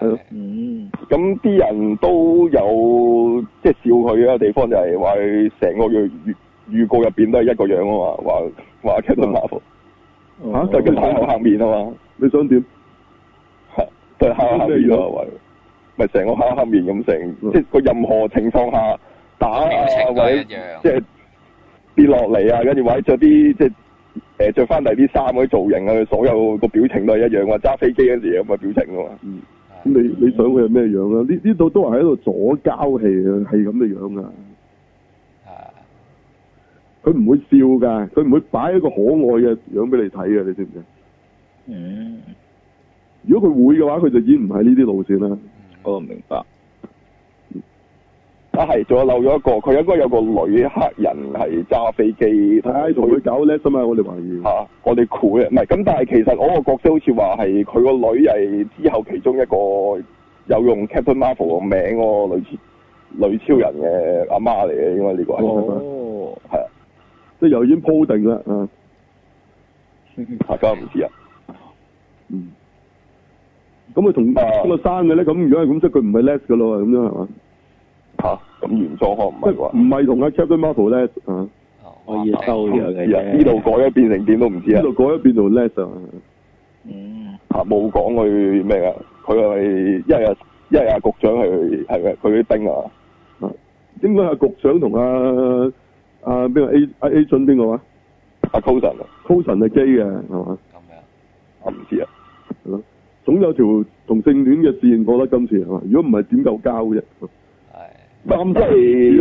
Speaker 3: 係
Speaker 4: 嗯，
Speaker 5: 咁啲人都有即係笑佢嘅地方就係話佢成個預預預告入邊都係一個樣啊嘛，話話 Captain
Speaker 1: 哦
Speaker 5: Marvel
Speaker 4: 啊
Speaker 1: 嚇
Speaker 4: 哦
Speaker 5: 就跟太后黑面啊嘛。
Speaker 1: 你想點？
Speaker 5: 對黑黑面咯，喂，咪成個黑黑面咁成，
Speaker 1: 嗯
Speaker 5: 即係個任何情況下打啊
Speaker 3: 表情都
Speaker 5: 或
Speaker 3: 係
Speaker 5: 者
Speaker 3: 一樣
Speaker 5: 即係跌落嚟啊，跟住或者着啲即係誒着翻第啲衫嗰啲造型啊，佢所有個表情都係一樣啊，揸飛機嗰時咁嘅表情啊嘛，
Speaker 3: 係
Speaker 1: 咁你你想佢係咩樣啦？呢呢度都係喺度左交戲啊，係咁嘅樣啊。佢唔會笑㗎，佢唔會擺一個可愛嘅樣俾你睇啊嘅，你知唔知？
Speaker 4: 嗯，
Speaker 1: 如果佢會嘅話，佢就已經唔係呢啲路線啦。
Speaker 4: 我哦明白。
Speaker 5: 啊係，仲有漏咗一個，佢應該有個女黑人係揸飛機，
Speaker 1: 唉，同佢搞叻啫嘛，我哋懷疑。
Speaker 5: 嚇、啊我哋估嘅，唔係咁，但係其實我個角色好似話係佢個女係之後其中一個有用 Captain Marvel 個名嗰個女超女超人嘅阿媽嚟嘅，應該呢個係。
Speaker 4: 哦，
Speaker 5: 係啊，
Speaker 1: 即係又已經鋪定啦，啊，
Speaker 5: 大家唔知啊。
Speaker 1: 嗯。咁佢同
Speaker 5: 啊
Speaker 1: 邊個生嘅咧？咁如果係咁，即係佢唔係 Les 嘅咯喎，咁樣係嘛？
Speaker 5: 嚇、咁原裝可能唔
Speaker 1: 即
Speaker 5: 係
Speaker 1: 係唔
Speaker 5: 啩？
Speaker 1: 係同阿 Captain Marvel Les 啊？
Speaker 4: 我以收養嘅啫。
Speaker 5: 啊呢度改咗變成點都唔知
Speaker 1: 呢
Speaker 5: 啊
Speaker 1: 度！改咗變做 Les 啊？
Speaker 4: 嗯，
Speaker 5: 嚇冇講佢咩啊？佢係一係一係阿局長係係咪佢啲兵啊？
Speaker 1: 啊，應該係局長同阿阿邊個 A 阿 A 俊邊個話
Speaker 5: 阿 Coulson 啊，
Speaker 1: ？Coulson 係基嘅係嘛？
Speaker 5: 我唔知啊。
Speaker 1: 係咯，總有條同性戀嘅線，我覺得今次係嘛？如果唔係點夠交啫？三啊
Speaker 5: 即係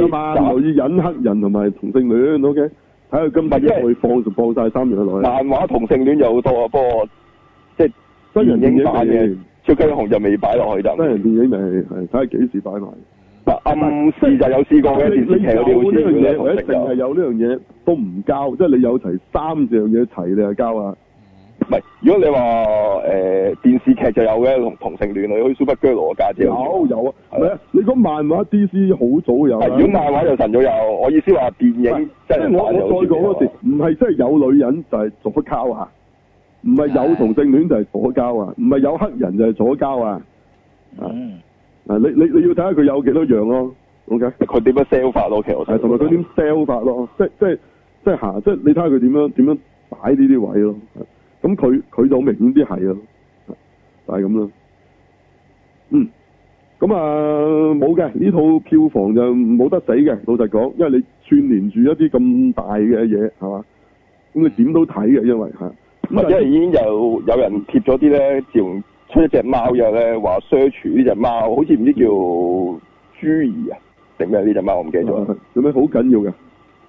Speaker 1: 嘛，留意隱黑人同埋同性戀，OK？睇佢今次一去放就放晒三樣落去。
Speaker 5: 漫畫同性戀有好多啊，不過即係
Speaker 1: 真人電
Speaker 5: 電
Speaker 1: 影
Speaker 5: 影版嘅
Speaker 1: 未
Speaker 5: 超級英雄就未擺落去就唔
Speaker 1: 真人電影咪係睇下幾時擺埋。
Speaker 5: 嗱暗示就有試過嘅
Speaker 1: 嗯你
Speaker 5: 電視
Speaker 1: 你
Speaker 5: 劇
Speaker 1: 有
Speaker 5: 嗰啲好似
Speaker 1: 呢樣嘢，
Speaker 5: 同
Speaker 1: 或者
Speaker 5: 性
Speaker 1: 淨係
Speaker 5: 就
Speaker 1: 有呢樣嘢都唔交，即係你有齊三樣嘢齊，你就交啊。
Speaker 5: 唔係。如果你話誒電視劇就有嘅同同性戀，好似 Super Girl 嘅價值
Speaker 1: 有有啊，
Speaker 5: 係啊
Speaker 1: 唔係啊，你講漫畫 DC 好早有
Speaker 5: 但
Speaker 1: 啦。
Speaker 5: 如果漫畫就神咗有，我意思話電影
Speaker 1: 即
Speaker 5: 真
Speaker 1: 係
Speaker 5: 人
Speaker 1: 我
Speaker 5: 版就
Speaker 1: 我再
Speaker 5: 好似
Speaker 1: 講嗰時，唔係真係有女人就係左交啊，唔係有同性戀就係左交啊，唔係有黑人就係左交啊。
Speaker 4: 嗯，
Speaker 1: 啊，你你你要睇下佢有幾多樣咯，OK？啊
Speaker 5: 佢點樣 sell 法咯，其實我
Speaker 1: 係同埋佢點 sell 法咯，即即即係行，即係你睇下佢點樣點樣擺呢啲位咯。咁佢佢就好明顯啲係啊，就係咁啦。嗯，咁啊冇嘅，呢套票房就冇得死嘅，老實講，因為你串連住一啲咁大嘅嘢係嘛，咁你點都睇嘅，因為嚇。咁啊
Speaker 5: 因為已經有有人貼咗啲咧，自從出一隻貓之後咧，話 search 呢只貓，好似唔知叫朱兒啊，定咩呢只貓我唔記
Speaker 1: 但
Speaker 5: 得咗。
Speaker 1: 係有啊咩好緊要嘅？
Speaker 5: 誒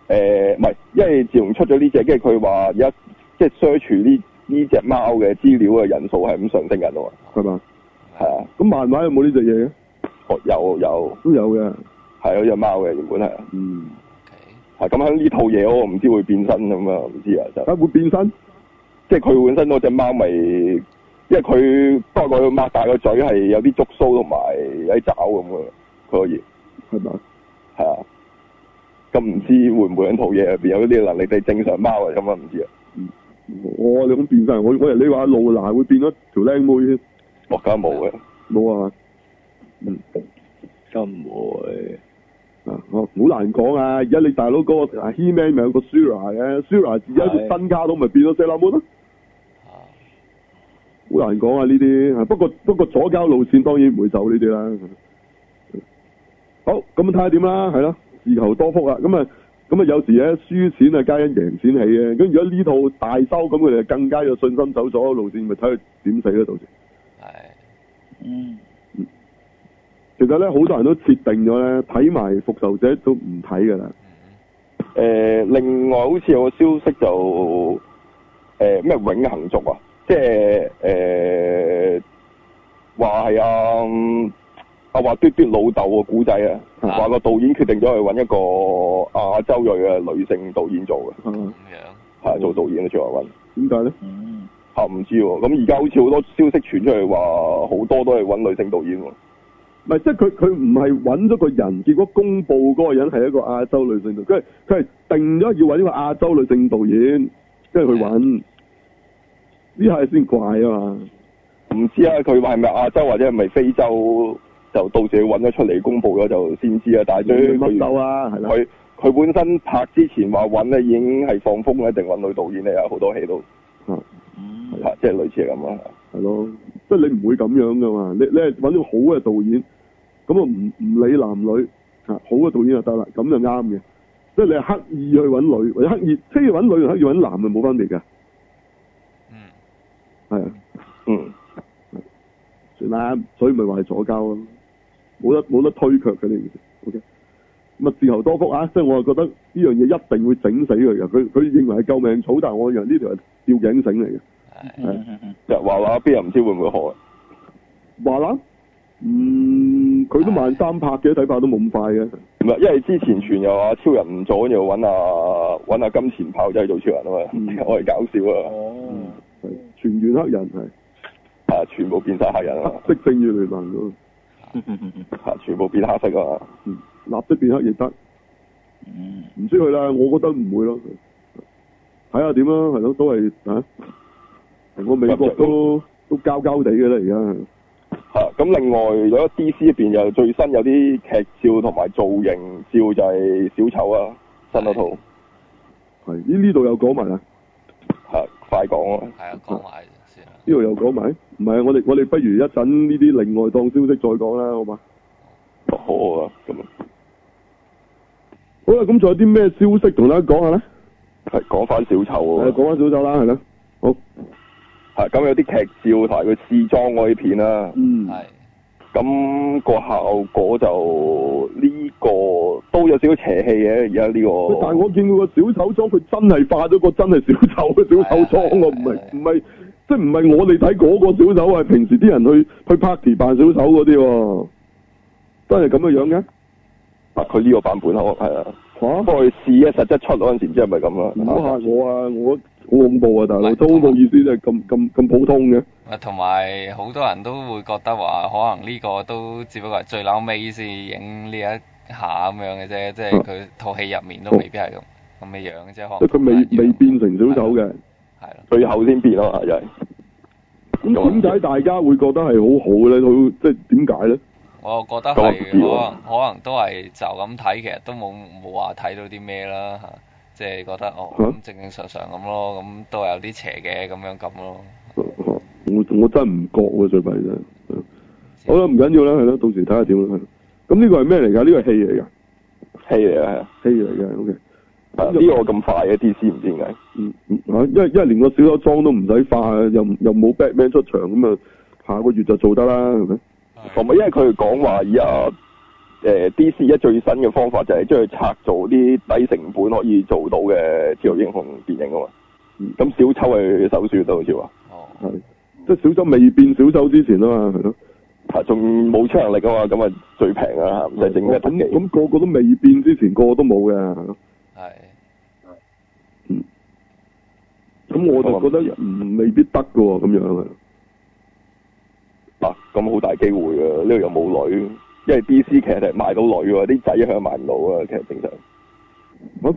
Speaker 5: 呃唔係，因為自從出咗呢只，跟住佢話而家即係 search 呢呢只貓嘅資料嘅人數係咁上升緊啊嘛，
Speaker 1: 係嘛？
Speaker 5: 係啊，
Speaker 1: 咁漫畫有冇呢隻嘢嘅？
Speaker 5: 哦有有
Speaker 1: 都有嘅。
Speaker 5: 係有只貓嘅原本係啊，啊
Speaker 1: 嗯，
Speaker 5: 係咁喺呢套嘢我唔知會變身咁啊，唔知啊就
Speaker 1: 啊會變身？
Speaker 5: 即係佢本身嗰只貓咪，因為佢不過佢擘大個嘴係有啲觸鬚同埋有啲爪咁嘅，佢可以
Speaker 1: 係嘛？
Speaker 5: 係啊，咁唔知會唔會喺套嘢入邊有呢啲能力？你正常貓啊咁啊唔知啊，
Speaker 1: 我你咁變晒，我我人你話露娜會變咗條靚妹添，
Speaker 5: 我梗係冇嘅。
Speaker 1: 冇啊，
Speaker 4: 咁唔會。
Speaker 1: 啊，好好難講啊！而家你大佬嗰個啊 He-Man 咪有個 Sura 嘅，Sura 而家
Speaker 4: 係
Speaker 1: 條新卡都咪變咗 Sailor Moon 咯，好難講啊呢啲。啊不過不過左交路線當然唔會走呢啲啦。好，咁睇下點啦，係咯，自求多福啊。咁啊咁啊，有時咧輸錢啊加緊贏錢起嘅。咁如果呢套大收，咁佢哋就更加有信心走左路線，咪睇佢點死咯到時。
Speaker 4: 嗯，
Speaker 1: 其實咧，好多人都設定咗咧，睇埋復仇者都唔睇㗎啦。
Speaker 5: 誒、呃另外好似有個消息就誒咩、永恆族啊，即係呃誒話係啊啊話嘟嘟老豆個古仔啊，
Speaker 1: 啊
Speaker 5: 話個導演決定咗去揾一個亞洲裔嘅女性導演做嘅，
Speaker 1: 啊，
Speaker 5: 係、做導演嘅啊最後揾
Speaker 1: 點解咧？
Speaker 4: 嗯，
Speaker 5: 嚇唔知喎，咁而家好似好多消息傳出去話好多都係揾女性導演喎，
Speaker 1: 唔係，即係佢佢唔係揾咗個人，結果公佈嗰個人係一個亞洲女性導，佢係佢係定咗要揾一個亞洲女性導演，跟住去揾。呢下先怪啊嘛！
Speaker 5: 唔知啊佢話係咪亞洲或者係咪非洲，就到時揾咗出嚟公佈咗就先知啊，但係最
Speaker 1: 乜手啊？係啦，
Speaker 5: 佢佢本身拍之前話揾咧已經係放風咧，定揾女導演咧，有好多戲都
Speaker 1: 啊
Speaker 4: 嗯，
Speaker 5: 拍，即係類似係咁啦。啊
Speaker 1: 係咯，即係你唔會咁樣噶嘛！你你係揾到好嘅導演，咁啊唔唔理男女嚇，好嘅導演就得啦，咁就啱嘅。即係你係刻意去揾女，或者刻意即係揾女同刻意揾男係冇分別㗎，係啊。
Speaker 5: 嗯，
Speaker 1: 即員啦，所以咪話係左膠咯，冇得冇得推卻佢呢件事。OK，咁啊自求多福啊，即係我係覺得呢樣嘢一定會整死佢嘅。佢佢認為係救命草，但係我認為呢條係吊頸繩嚟嘅。
Speaker 4: 嗯
Speaker 5: 就話話邊又唔知會唔會學啊？
Speaker 1: 話啦，嗯，佢都慢三拍嘅，睇法都冇咁快嘅。
Speaker 5: 唔係，因為之前傳又話超人唔做，跟住揾啊揾啊金錢炮仔做超人啊嘛，
Speaker 1: 嗯
Speaker 5: 我係搞笑啊，
Speaker 6: 哦，
Speaker 1: 係全員黑人係
Speaker 5: 啊全部變晒黑人啊
Speaker 1: 黑色正義聯盟嗰個
Speaker 4: 嗯
Speaker 5: 嘛，啊全部變黑色啊嘛，
Speaker 1: 嗯，立即變黑亦得。
Speaker 6: 嗯，
Speaker 1: 唔知佢啦，我覺得唔會咯。睇下點啦，係咯，都係啊。成個美國都都膠膠地嘅啦，而家
Speaker 5: 嚇咁另外有一 DC 入邊又最新有啲劇照同埋造型照就係小丑啊，新嗰套
Speaker 1: 係呢呢度又講埋啦，啊
Speaker 5: 嚇快講啊，
Speaker 3: 係啊，講埋先啦。
Speaker 1: 呢度又講埋，唔係啊我哋我哋不如一陣呢啲另外當消息再講啦，好嘛？
Speaker 5: 好啊咁啊
Speaker 1: 好啦，咁仲有啲咩消息同大家講下咧？
Speaker 5: 係講翻小
Speaker 1: 誒，
Speaker 5: 丑喎，
Speaker 1: 講翻小丑啦，係啦，好，
Speaker 5: 嚇咁有啲劇照同埋佢試裝嗰啲片啦。
Speaker 1: 嗯，
Speaker 3: 係
Speaker 5: 咁、個效果就呢、個都有少少邪氣嘅，而家呢
Speaker 1: 喂但係
Speaker 5: 個
Speaker 1: 我見佢個小丑裝，佢真係化咗個真係小丑嘅小丑裝喎，我唔係
Speaker 3: 係啊係啊
Speaker 1: 唔係，即係唔係我哋睇嗰個小丑，係平時啲人去去 party 扮小丑嗰啲喎，真係咁嘅樣嘅
Speaker 5: 啊佢呢個版本可係啊，不
Speaker 1: 嚇！
Speaker 5: 過佢試嘅實質出嗰陣時唔知係咪
Speaker 1: 唔
Speaker 5: 咁啦。
Speaker 1: 好嚇我啊！我好恐怖啊，大佬，
Speaker 3: 喂
Speaker 1: 都冇意思，就係咁咁咁普通嘅，
Speaker 3: 啊同埋好多人都會覺得話，可能呢個都只不過係最撈尾先影呢一下咁樣嘅啫，即係佢套戲入面都未必係咁咁嘅樣，即係可能
Speaker 1: 即係啊佢未未變成小丑嘅。
Speaker 3: 係咯，
Speaker 5: 最後先變啊嘛，又係
Speaker 1: 咁點解大家會覺得係好好咧？佢即係點解咧？
Speaker 3: 我覺得
Speaker 5: 咁
Speaker 3: 係
Speaker 5: 我唔知
Speaker 3: 可
Speaker 5: 喎
Speaker 3: 能可能都係就咁睇，其實都冇冇話睇到啲咩啦嚇，即係覺得哦
Speaker 1: 嚇
Speaker 3: 咁正正常常咁咯，咁都有啲邪嘅咁樣咁咯。
Speaker 1: 我我真係唔覺喎，最弊真係。好啦，唔緊要啦，係啦，到時睇下點啦。係啦咁呢個係咩嚟㗎？呢個係戲嚟㗎，
Speaker 5: 戲嚟啊，係啊
Speaker 1: 戲嚟嘅。O K，
Speaker 5: 啊呢個咁快嘅 DC 唔知點解。
Speaker 1: 嗯嗯啊因為因為連個小丑裝都唔使化，又唔又冇 Batman 出場，咁啊下個月就做得啦，係咪？
Speaker 5: 同埋因為佢講話而家誒 DC 而家最新嘅方法就係將佢拆做啲低成本可以做到嘅超級英雄電影啊嘛
Speaker 1: 嗯。
Speaker 5: 咁小丑係首選啊，好似話
Speaker 3: 哦，
Speaker 1: 係，即係小丑未變小丑之前啊嘛，係咯。
Speaker 5: 啊仲冇超能力啊嘛，咁啊最平啊，唔使整咩特
Speaker 1: 哦咁
Speaker 5: 技。
Speaker 1: 嗯咁個個都未變之前，個個都冇嘅。係咯嗯
Speaker 3: 係
Speaker 1: 咁我就覺得唔未必得㗎喎，咁樣啊。
Speaker 5: 啊，咁好大機會啊！呢度又冇女，因為 DC 其實係賣到女喎，啲仔向賣唔到啊，其實正常。
Speaker 1: 咁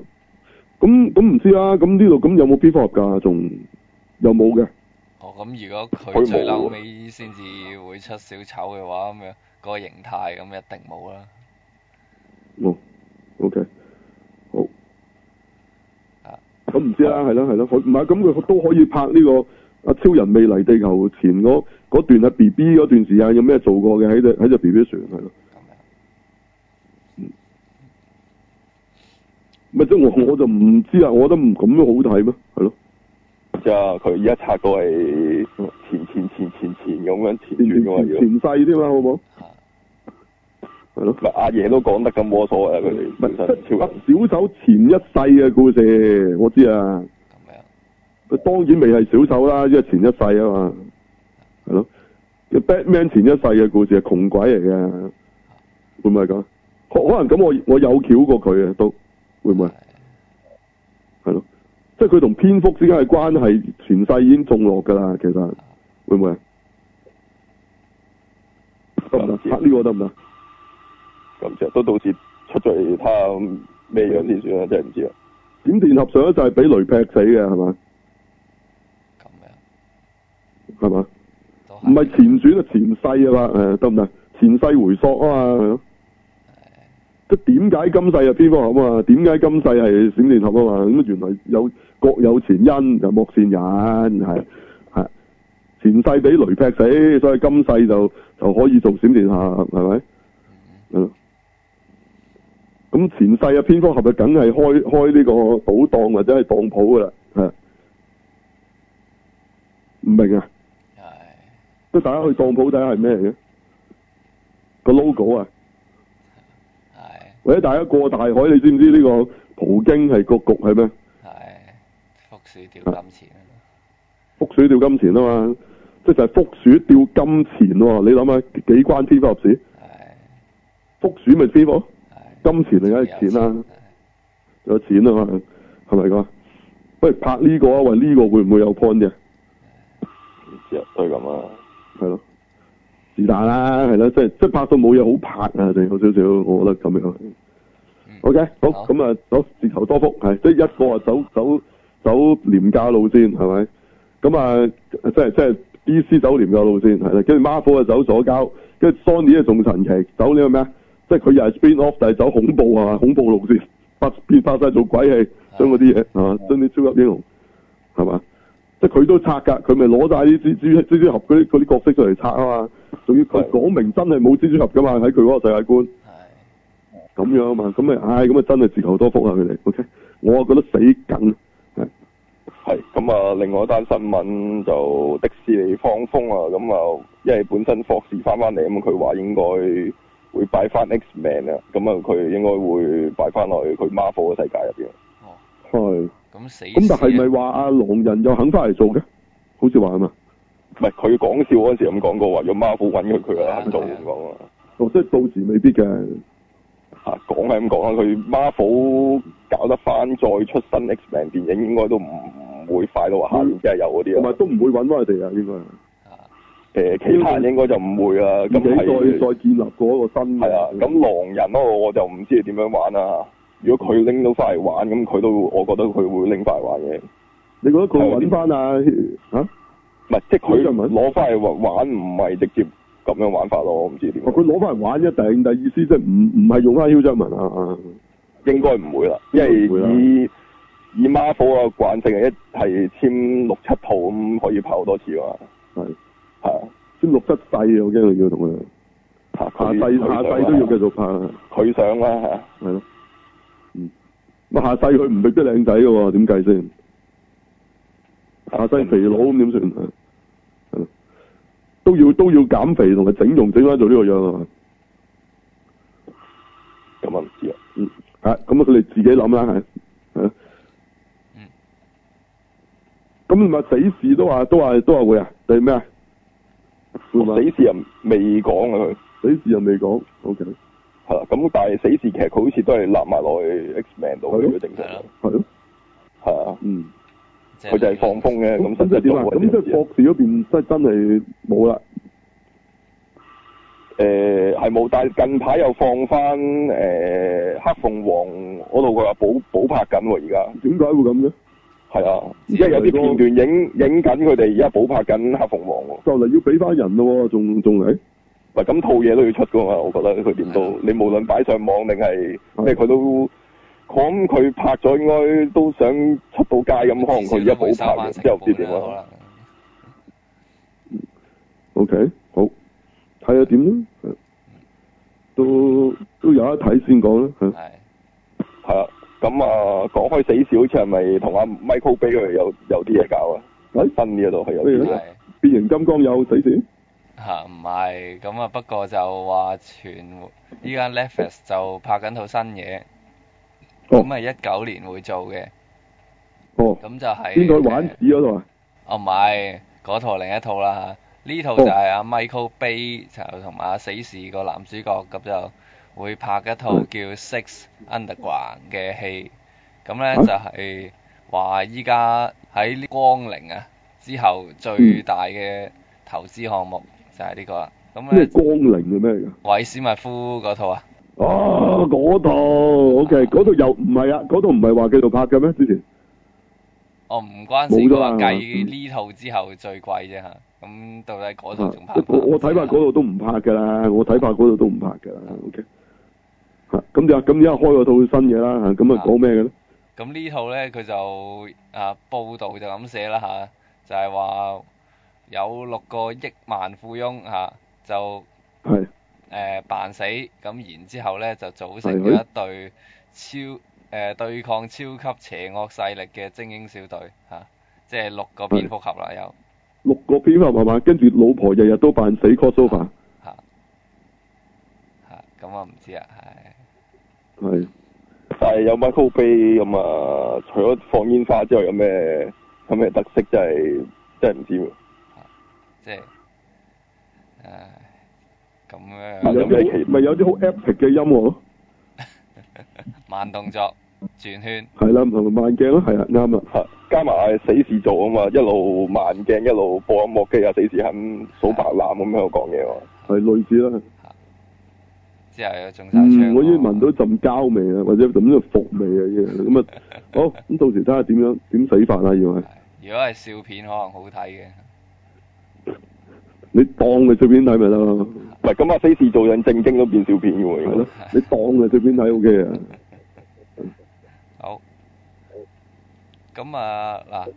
Speaker 1: 咁咁唔知啊。咁呢度咁有冇蝙蝠俠㗎？仲有冇嘅？
Speaker 3: 哦咁如果
Speaker 5: 佢
Speaker 1: 啊
Speaker 3: 佢
Speaker 5: 冇
Speaker 3: 最嬲尾先至會出小丑嘅話，咁樣嗰個形態咁一定冇啦。
Speaker 1: 哦，OK，好
Speaker 3: 啊。
Speaker 1: 咁唔知啦，係咯係咯，佢唔係咁佢都可以拍呢、個阿超人未嚟地球前嗰嗰段啊 B B 嗰段時間有咩做過嘅喺只喺只 B B 船係咯，
Speaker 3: 咁樣
Speaker 1: 咪即係我我就唔知啊，我覺得唔咁樣好睇咩？係咯，
Speaker 5: 即係佢而家拆到係前前前前前咁樣前
Speaker 1: 前前
Speaker 5: 轉噶嘛
Speaker 1: 前
Speaker 5: 要，
Speaker 1: 前世添嘛，好唔
Speaker 3: 嚇。
Speaker 1: 好？係咯，
Speaker 5: 咪阿爺都講得咁冇所謂啊！佢
Speaker 1: 咪
Speaker 5: 哋本身
Speaker 1: 即
Speaker 5: 超
Speaker 1: 係小
Speaker 5: 人
Speaker 1: 丑前一世嘅故事，我知啊，
Speaker 3: 咁樣
Speaker 1: 佢當然未係小丑啦，因為前一世啊嘛，係咯，Batman 前一世嘅故事係窮鬼嚟嘅，會唔會係咁？啊可可能咁我我有橋過佢嘅都會唔會係咯？即係佢同蝙蝠之間嘅關係，前世已經種落㗎啦，其實會唔會啊？得唔得？拍呢個得唔得？
Speaker 5: 咁就都到時出咗嚟睇下咩樣先算啦，真係唔知啊！
Speaker 1: 閃電俠上一就係俾雷劈死嘅係嘛？
Speaker 3: 咁樣
Speaker 1: 係嘛？
Speaker 3: 都
Speaker 1: 唔係前傳啊，前世啊嘛，誒得唔得？前世回溯啊嘛，係咯。即係點解今世係蝙蝠俠啊嘛？點解今世係閃電俠啊嘛？咁原來有各有前因，就莫善人係係前世俾雷劈死，所以今世就就可以做閃電俠，係咪？
Speaker 3: 嗯
Speaker 1: 係咯。咁前世啊，蝙蝠俠就梗係開開呢個賭檔或者係當鋪噶啦，係唔明啊？
Speaker 3: 係
Speaker 1: 即啊，大家去當鋪睇下係咩嚟嘅個 logo 啊，
Speaker 3: 係
Speaker 1: 或者大家過大海，你知唔知呢個葡京係個局係咩？
Speaker 3: 係福鼠掉金錢啊！
Speaker 1: 福鼠掉金錢啊嘛，即係就係福鼠掉金錢喎。你諗下幾關天科合事？
Speaker 3: 係
Speaker 1: 福鼠咪天科，
Speaker 3: 係
Speaker 1: 金錢嚟梗係錢啦，仲有錢啊嘛，係咪咁啊？喂，拍呢、個啊，喂呢、個會唔會有 point 嘅？
Speaker 5: 唔知啊，都係咁啊。
Speaker 1: 係咯，是但啦，係咯，即係即係拍到冇嘢好拍啊，仲有少少，我覺得咁樣。
Speaker 3: 嗯
Speaker 1: O K，好
Speaker 3: 好
Speaker 1: 咁啊，好自求多福，係即係一個啊走走走廉價路線係咪？咁啊，即係即係 D C 走廉價路線係啦，跟住 Marvel 啊走左交，跟住 Sony 啊仲神奇，走呢個咩啊？即係佢又係 spin off，但係走恐怖係嘛？恐怖路線，發變化晒做鬼戲，將嗰啲嘢係
Speaker 3: 嗯
Speaker 1: 嘛，將啲超級英雄係嘛？即係佢都拆㗎，佢咪攞晒啲蜘蛛蜘蛛俠嗰啲嗰啲角色出嚟拆啊嘛，仲要佢
Speaker 5: 係
Speaker 1: 講明真係冇蜘蛛俠㗎嘛，喺佢嗰個世界觀。
Speaker 3: 係
Speaker 1: 咁樣啊嘛，咁咪唉，咁啊真係自求多福啊佢哋，OK，我啊覺得死緊，係
Speaker 5: 係咁啊，另外一單新聞就迪士尼放風啊，咁啊，因為本身霍士翻翻嚟，咁佢話應該會擺翻 X-Man 啊，咁啊，佢應該會擺翻落去佢 Marvel 嘅世界入邊。
Speaker 3: 哦，
Speaker 1: 係，
Speaker 3: 咁死啊
Speaker 1: 咁但係咪
Speaker 3: 話
Speaker 1: 話阿狼人又肯翻嚟做嘅？好似話係嘛？
Speaker 5: 唔係佢講笑嗰陣時咁講過話，如果 Marvel 揾佢，佢又肯做咁講啊。
Speaker 1: 哦，即係到時未必嘅，
Speaker 5: 嚇講係咁講啦，佢 Marvel 搞得翻再出新 X-Men 電影，應該都唔會快到話下年真係有
Speaker 1: 同
Speaker 5: 嗰啲
Speaker 1: 埋
Speaker 5: 啊。
Speaker 1: 都唔會揾翻佢哋啊，應該係
Speaker 5: 誒，其他人應該就唔會啊。
Speaker 1: 自
Speaker 5: 咁
Speaker 1: 己
Speaker 5: 係
Speaker 1: 再再建立過一個新嘅
Speaker 5: 係啊，咁狼人咯，我就唔知點樣玩啦。如果佢拎到翻嚟玩，咁佢都我覺得佢會拎翻嚟玩嘅。
Speaker 1: 你覺得佢揾翻啊嚇？
Speaker 5: 唔係，即係
Speaker 1: 佢就唔
Speaker 5: 佢
Speaker 1: 係
Speaker 5: 攞翻嚟玩，唔係直接咁樣玩法咯。我唔知點樣。
Speaker 1: 哦佢攞翻嚟玩一定，但係意思即係唔唔係用翻 Hugh Jackman 啊啊，
Speaker 5: 應該唔會啦，因為
Speaker 1: 應該唔會啦
Speaker 5: 以以 Marvel 嘅慣性係啊一係簽六七套咁可以拍好多次嘛。
Speaker 1: 係
Speaker 5: 係啊
Speaker 1: 先錄得細啊，我驚佢要同佢
Speaker 5: 嚇
Speaker 1: 下
Speaker 5: 佢
Speaker 1: 世
Speaker 5: 佢
Speaker 1: 下
Speaker 5: 想
Speaker 1: 世
Speaker 5: 啦
Speaker 1: 都要繼續拍啊啦。
Speaker 5: 佢想啦嚇。
Speaker 1: 系咯，嗯，咁下世佢唔未必靚仔嘅喎，點計先？下世肥佬咁點算？係咯，都要都要減肥同埋整容，整翻做呢個樣啊！
Speaker 5: 咁啊唔知啊，
Speaker 1: 嗯，係咁啊，佢哋自己諗啦，係係咯
Speaker 3: 嗯。
Speaker 1: 咁咪死侍都話都話都話會啊？定咩啊？會嘛？
Speaker 5: 哦死侍人未講啊
Speaker 1: 死
Speaker 5: 佢。
Speaker 1: 侍又未講，OK，
Speaker 5: 係啦，咁但係死侍劇佢好似都係立埋落去 X-Men 度
Speaker 1: 係
Speaker 5: 去
Speaker 1: 咯
Speaker 5: 嘅正常
Speaker 3: 係咯，啊
Speaker 1: 係咯，
Speaker 5: 係啊，
Speaker 1: 嗯。
Speaker 5: 佢就係放風嘅，
Speaker 1: 咁
Speaker 5: 咁實
Speaker 1: 即係
Speaker 5: 質
Speaker 1: 點啊？
Speaker 5: 做
Speaker 1: 咁
Speaker 5: 嘅
Speaker 1: 即係博士嗰邊真真係冇啦。
Speaker 5: 誒係冇，但係近排又放翻誒黑鳳凰嗰度，佢話補補拍緊喎，而家
Speaker 1: 點解會咁嘅？
Speaker 5: 係啊，而家有啲片段影影緊佢哋而家補拍緊黑鳳凰喎，
Speaker 1: 就嚟要俾翻人咯喎，仲仲嚟？
Speaker 5: 喂咁套嘢都要出㗎嘛，我覺得佢點都
Speaker 3: 係啊
Speaker 5: 你無論擺上網定係咩
Speaker 1: 係啊
Speaker 5: 佢都。我諗佢拍咗應該都想出到街咁，可能佢而家補拍完之後唔知點啊。
Speaker 3: 啦，
Speaker 1: O、k 好，睇下點啦，係都都有得睇先講啦，
Speaker 3: 可
Speaker 1: 係
Speaker 3: 能係
Speaker 5: 係啊，咁啊講開死侍，好似係咪同阿 Michael Bay 佢哋有有啲嘢搞啊？
Speaker 1: 喂
Speaker 5: 新呢度係有
Speaker 1: 咩咧
Speaker 5: 啲
Speaker 3: 係。
Speaker 5: 嘢，
Speaker 1: 哎變形金剛有死線，
Speaker 3: 嚇唔係，咁啊不過就話全依家 Netflix 就拍緊套新嘢，
Speaker 1: 哦
Speaker 3: 咁啊一九年會做嘅，
Speaker 1: 哦，
Speaker 3: 咁就係
Speaker 1: 邊個玩紙嗰度啊？
Speaker 3: 哦唔係，嗰套另一套啦嚇，
Speaker 1: 哦
Speaker 3: 呢套就係阿 Michael Bay 就同埋阿死侍個男主角咁就會拍一套
Speaker 1: 嗯
Speaker 3: 叫 Six Underground 嘅戲，咁咧
Speaker 1: 啊
Speaker 3: 就係話依家喺呢光靈啊之後
Speaker 1: 嗯
Speaker 3: 最大嘅投資項目就係呢個啦，咁啊
Speaker 1: 咩
Speaker 3: 咧。
Speaker 1: 光靈嘅咩嚟㗎？
Speaker 3: 韋斯密夫嗰套啊，
Speaker 1: 哦，嗰度，OK，嗰度又唔係啊，嗰度唔係話繼續拍嘅咩？之前
Speaker 3: 哦唔關事，
Speaker 1: 冇咗
Speaker 3: 佢
Speaker 1: 啦
Speaker 3: 話計
Speaker 1: 嗯
Speaker 3: 呢套之後最貴啫嚇。咁到底嗰套仲拍
Speaker 1: 啊
Speaker 3: 唔拍？
Speaker 1: 我我睇法嗰度都唔拍㗎啦，我睇法嗰度都唔拍㗎啦，OK，嚇咁就咁而家開嗰套新嘢啦，嚇咁啊
Speaker 3: 啊
Speaker 1: 講咩嘅咧？
Speaker 3: 咁呢套呢，佢就啊報道就咁寫啦嚇、就係、話有六個億萬富翁嚇、就
Speaker 1: 係
Speaker 3: 誒、呃扮死，咁然之後呢，就組成
Speaker 1: 係
Speaker 3: 咗
Speaker 1: 佢
Speaker 3: 一隊超誒、呃、對抗超級邪惡勢力嘅精英小隊嚇、即係六個蝙蝠俠啦又
Speaker 1: 六個蝙蝠俠係嘛，跟住老婆日日都扮死 crossover，
Speaker 3: 吓吓咁我唔知啊，
Speaker 1: 係
Speaker 5: 但係有 Michael Bay 咁啊，除咗放煙花之外，有咩有咩特色真係真係唔知喎。
Speaker 3: 係即係唉咁
Speaker 5: 啊
Speaker 3: 樣
Speaker 1: 有
Speaker 5: 咩
Speaker 1: 啲
Speaker 5: 奇
Speaker 1: 好咪有啲好 epic 嘅音樂咯，
Speaker 3: 慢動作轉圈，
Speaker 1: 係啦，唔同慢鏡咯，係啦，啱啦，
Speaker 5: 嚇加埋死侍做啊嘛，一路慢鏡一路播音樂機啊，死侍肯數白欖咁喺度講嘢喎。
Speaker 1: 係類似啦。
Speaker 3: 之後又中晒槍
Speaker 1: 嗯，
Speaker 3: 喎。
Speaker 1: 我已經聞到陣膠味啊，或者咁嘅伏味啊，已經 咁啊，好咁到時睇下點樣點死法啊啦，要係
Speaker 3: 如果係笑片，可能好睇嘅。
Speaker 1: 你當佢隨便睇咪得咯，
Speaker 5: 唔係咁啊，死侍做人正經都變笑片嘅喎，
Speaker 1: 係
Speaker 5: 應
Speaker 1: 咯
Speaker 5: 該，
Speaker 1: 你當佢隨便睇 O K 啊，
Speaker 3: 好。咁啊嗱，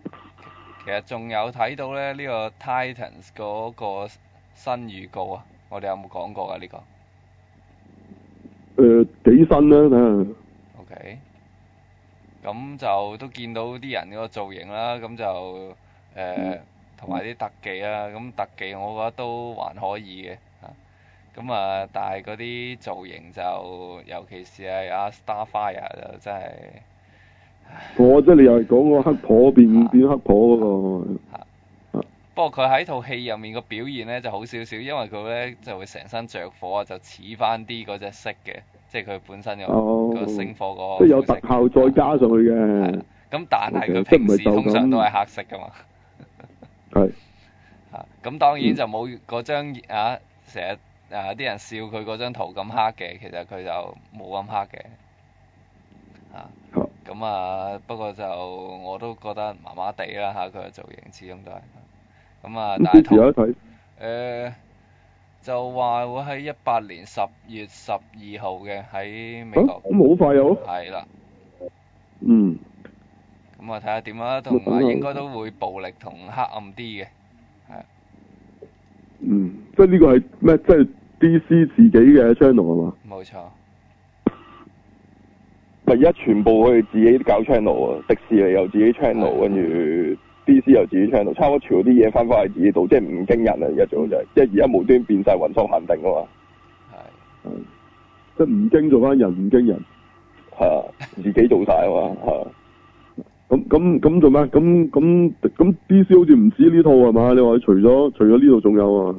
Speaker 3: 其實仲有睇到咧呢、個 Titans 嗰個新預告啊，我哋有冇講過啊？呢、個
Speaker 1: 誒幾新啊啦，睇下
Speaker 3: OK。咁就都見到啲人嗰個造型啦，咁就誒同埋啲特技啦，咁特技我覺得都還可以嘅嚇。咁啊，但係嗰啲造型就，尤其是係阿 Starfire 就真係
Speaker 1: 我哦即係你又係講個黑婆
Speaker 3: 啊
Speaker 1: 變變黑婆嗰個，
Speaker 3: 不過佢喺套戲入面個表現咧就好少少，因為佢咧就會成身着火啊，就似翻啲嗰隻色嘅，即係佢本身有
Speaker 1: 哦
Speaker 3: 個星火個
Speaker 1: 即係有特
Speaker 3: 膚色
Speaker 1: 效再加上去嘅，
Speaker 3: 咁但係
Speaker 1: OK，即係
Speaker 3: 佢
Speaker 1: 唔
Speaker 3: 平
Speaker 1: 係
Speaker 3: 時
Speaker 1: 就
Speaker 3: 通常
Speaker 1: 咁
Speaker 3: 都係黑色噶嘛，
Speaker 1: 係
Speaker 3: 嚇啊咁當
Speaker 1: 嗯
Speaker 3: 然就冇嗰張啊成日啊啲人笑佢嗰張圖咁黑嘅，其實佢就冇咁黑嘅，嚇
Speaker 1: 嚇
Speaker 3: 咁啊不過就我都覺得麻麻地啦嚇，佢嘅造型始終都係啊咁啊，
Speaker 1: 咁
Speaker 3: 但係
Speaker 1: 幾時
Speaker 3: 同
Speaker 1: 有得睇？
Speaker 3: 誒、就話會喺一八年十月十二號嘅喺美
Speaker 1: 啊
Speaker 3: 國，
Speaker 1: 咁好快有，
Speaker 3: 係啦、
Speaker 1: 嗯，
Speaker 3: 咁啊睇下點啦，同
Speaker 1: 咁
Speaker 3: 埋
Speaker 1: 啊
Speaker 3: 應該都會暴力同黑暗啲嘅，
Speaker 1: 嗯，即係呢個係咩？即係 D C 自己嘅 channel 啊係嘛？
Speaker 3: 冇錯，
Speaker 5: 咪而家全部佢哋自己搞 channel 啊，迪士尼又自己 channel，跟住 DC 又自己 channel，差唔多全部啲嘢翻返去自己度，即係唔驚人啊！而家做到就係，即係而家無端變晒雲收限定啊嘛，
Speaker 3: 係
Speaker 1: 即係唔經做翻人唔經人。
Speaker 5: 係啊，自己做晒啊嘛，係啊
Speaker 1: 咁咁咁做咩？咁咁咁 DC 好似唔止呢套係嘛？你話除咗除咗呢度仲有啊？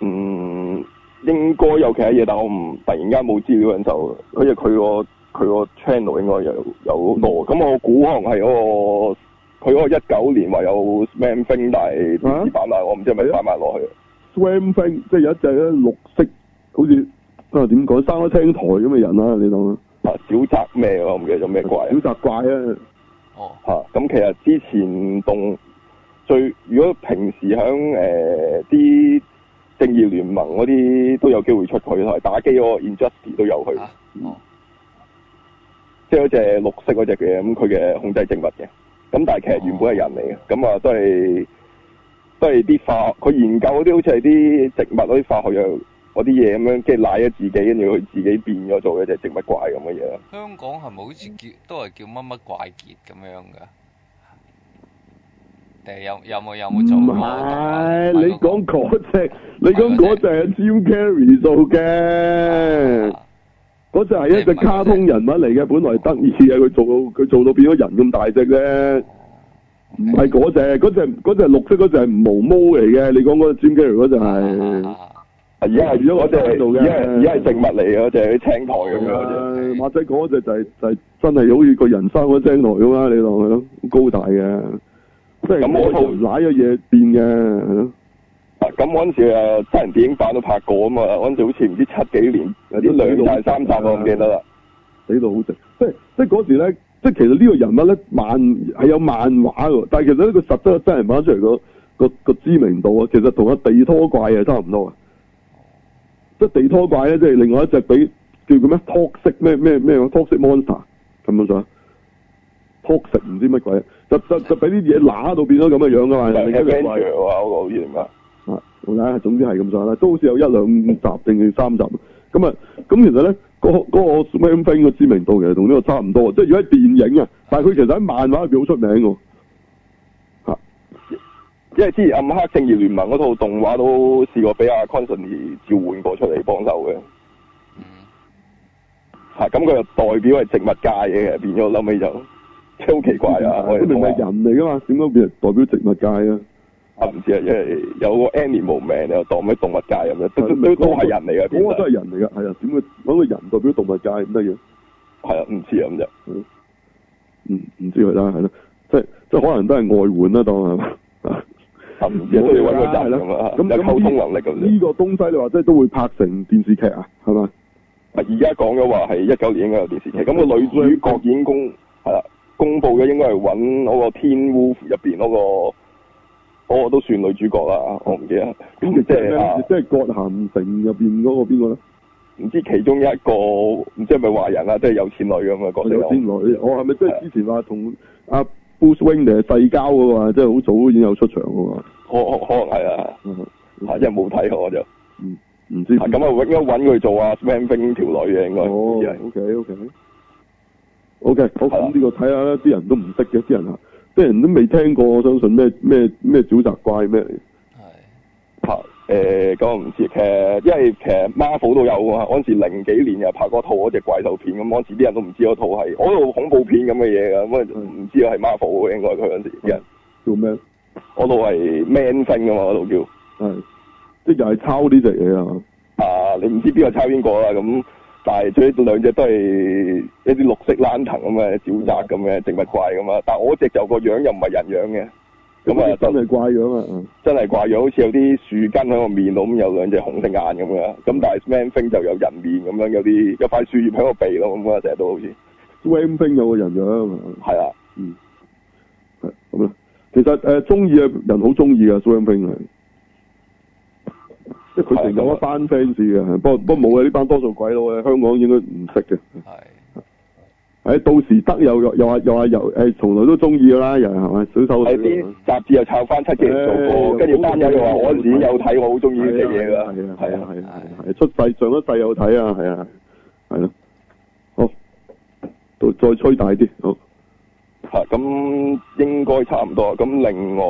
Speaker 5: 嗯，應該有其他嘢，但我唔突然間冇資料嗰陣就，好似佢個佢個 channel 應該有有好多，咁我估可能係嗰、個佢嗰個一九年話有 Man Thing，但係電視版但係我唔知係咪擺埋落去，
Speaker 1: Swam Thing 即係有一隻咧綠色，好似啊點講生咗青苔咁嘅人啦，你諗啊？
Speaker 5: 啊小澤咩我唔記得咗咩怪啊
Speaker 1: 小習怪啊，
Speaker 3: 哦，
Speaker 5: 嚇，咁其實之前動最如果平時響誒啲正義聯盟嗰啲都有機會出佢，同埋打機嗰個 Injustice 都有佢，
Speaker 3: 嚇、哦，
Speaker 5: 即係嗰隻綠色嗰只嘅，咁佢嘅控制植物嘅。咁但係其實原本係人嚟嘅，咁啊都係都係啲化，佢研究嗰啲好似係啲植物嗰啲化學藥嗰啲嘢咁樣，跟住賴咗自己，跟住佢自己變咗做一隻植物怪咁嘅嘢咯。
Speaker 3: 香港係咪好似叫都係叫乜乜怪傑咁樣㗎？定係有有冇有冇做
Speaker 1: 唔
Speaker 3: 過？
Speaker 5: 啊
Speaker 1: 係
Speaker 3: 同埋
Speaker 1: 你
Speaker 3: 嗰個
Speaker 1: 講嗰隻，你講嗰隻係 Jim Carrey 做嘅，
Speaker 3: 啊
Speaker 1: 嗰隻係一隻卡通人物嚟嘅，本來係得意嘅，佢做到佢做到變咗人咁大隻啫。唔係嗰隻，嗰隻嗰隻綠色嗰隻係毛毛嚟嘅，你講嗰隻 Jim Carrey 嗰隻係。
Speaker 3: 啊
Speaker 5: 而家係
Speaker 1: 哦如果
Speaker 5: 嗰
Speaker 1: 我
Speaker 5: 只
Speaker 1: 聽到嘅嗯啊
Speaker 5: 係，而家係而家係植物嚟嘅，嗰隻啲青苔咁樣嗰隻。
Speaker 1: 誒馬仔講嗰隻就係、就係、真係好似個人生嗰聲台咁啦，啊你當佢咯，高大嘅，即係
Speaker 5: 咁我套
Speaker 1: 攋咗嘢變嘅，係咯，
Speaker 5: 啊，咁嗰陣時啊，真人電影版都拍過啊嘛，嗰陣時好似唔知七幾年，有啲兩集三集我唔記得啦。
Speaker 1: 死到好直。即係即係嗰時咧，即係其實呢個人物咧漫係有漫畫喎，但係其實呢個實質嘅真人版出嚟個個個知名度啊，其實同阿地拖怪啊差唔多啊。即係地拖怪咧，即係另外一隻俾叫佢咩 toxic 咩咩咩 toxic monster 咁樣上。toxic 唔知乜鬼，啊就就就俾啲嘢揦到變咗咁嘅樣噶嘛，人哋嗰隻
Speaker 5: Avenger
Speaker 1: 怪。
Speaker 5: 啊，我好似唔啊，
Speaker 1: 啊，好啦，總之係咁上下啦，都好似有一兩集定係三集，咁啊，咁其實咧，嗰、嗰個 Swamp Thing 嘅知名度其實同呢個差唔多，即係如果喺電影啊，但係佢其實喺漫畫入邊好出名喎，嚇、
Speaker 5: 因為之前暗黑正義聯盟嗰套動畫都試過俾阿 Constantine 召喚過出嚟幫手嘅。係咁佢又代表係植物界嘅，變咗後 尾就即係好奇怪啊！我哋
Speaker 1: 佢明明係人嚟噶嘛，點解變代表植物界啊？
Speaker 5: 啊唔知啊，因為有個 animal 名又當咩動物界咁樣，都都都係人嚟嘅。
Speaker 1: 嗰個哦都係人嚟噶，係啊，點會揾個人代表動物界咁得嘅？
Speaker 5: 係啊，唔知啊咁就。
Speaker 1: 嗯，唔知佢啦，係咯，即係即係可能都係外援啦，當係
Speaker 5: 啊唔知啊，都要揾個人咁啊，有溝通能力咁
Speaker 1: 呢個東西你話即係都會拍成電視劇啊，係嘛？
Speaker 5: 而家講嘅話係一九年應該有電視劇，咁、個
Speaker 1: 哦
Speaker 5: 女主角已經公係啦，公佈嘅應該係揾嗰個天 Wolf 入邊嗰個，嗰個都算女主角啦，我唔記得。啊
Speaker 1: 咁即係即係葛咸城入邊嗰個邊個咧？
Speaker 5: 唔知其中一個唔知係咪華人啊啦，即係有錢女咁嘅角色。
Speaker 1: 有錢女，我係咪即係之前話同阿 Bruce Wayne 定係世交嗰個，即係好早已經有出場嗰個？
Speaker 5: 可可能係啊，係因為冇睇我就。
Speaker 1: 嗯唔知
Speaker 5: 咁啊，應該揾佢做啊 Sven Fing 條女嘅應該。
Speaker 1: 哦，OK OK OK，好
Speaker 5: 啊
Speaker 1: 咁呢個睇下啦，啲人都唔識嘅，啲人啊，啲人都未聽過，我相信咩咩咩沼澤怪咩嚟？
Speaker 3: 係
Speaker 5: 拍誒咁唔知嘅，因為其實 Marvel 都有啊，嗰陣時零幾年又拍嗰套嗰隻怪獸片咁，嗰陣時啲人都唔知嗰套係嗰套恐怖片咁嘅嘢㗎，咁啊唔知係 Marvel 應該佢嗰陣時啲
Speaker 1: 嗯
Speaker 5: 人
Speaker 1: 做咩？
Speaker 5: 嗰套係 Man Thing 啊嘛，嗰套
Speaker 1: 叫係。即又係抄呢隻嘢啊！
Speaker 5: 啊，你唔知邊個抄邊個啦咁，但係最兩隻都係一啲綠色冷藤咁嘅沼澤咁嘅植物怪咁啊！但係我隻就個樣又唔係人樣嘅，咁啊
Speaker 1: 真係怪樣啊！
Speaker 5: 真係怪樣，好似有啲樹根喺個面度咁，有兩隻紅色眼咁嘅，咁但係 Man Thing 就有人面咁樣，有啲有塊樹葉喺個鼻度咁啊，成日都好似
Speaker 1: Man Thing 有個人樣啊！
Speaker 5: 係啊，
Speaker 1: 嗯，係咁啦。其實誒中意嘅人好中意啊 Man Thing 係。即係佢哋有一班 fans 嘅，不過不過冇啊！呢班多數鬼佬嘅，香港應該唔識嘅。誒，
Speaker 3: 係。
Speaker 1: 到時得又又又話又話又誒，從來都中意㗎啦，又係咪？小手。啊
Speaker 5: 係啲雜誌又抄翻七幾年做過，跟住班友又話我自己有睇，我好中意呢隻嘢㗎。
Speaker 1: 係啊係啊係啊係出世上一世有睇啊，係啊係咯。好，到再吹大啲好。
Speaker 5: 係啊咁應該差唔多。咁另外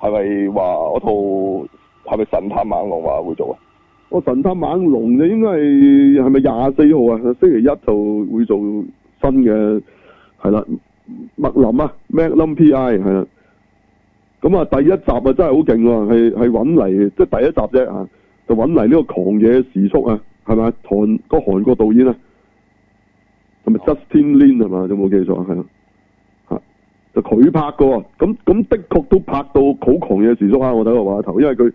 Speaker 5: 係咪話嗰套？係咪神探猛龍話會做啊？
Speaker 1: 我、哦、神探猛龍就應該係係咪廿四號啊？星期一就會做新嘅係啦，麥林啊，Magnum P.I. 係啦。咁啊，第一集啊真係好勁喎，係係揾嚟即係第一集啫啊，就揾嚟呢個狂野時速啊，係咪韓個韓國導演啊，係咪 Justin Lin 係嘛？有冇記錯啊？係咯，嚇。就佢拍嘅喎，咁咁的確都拍到好狂野時速啊！我睇個話頭，因為佢。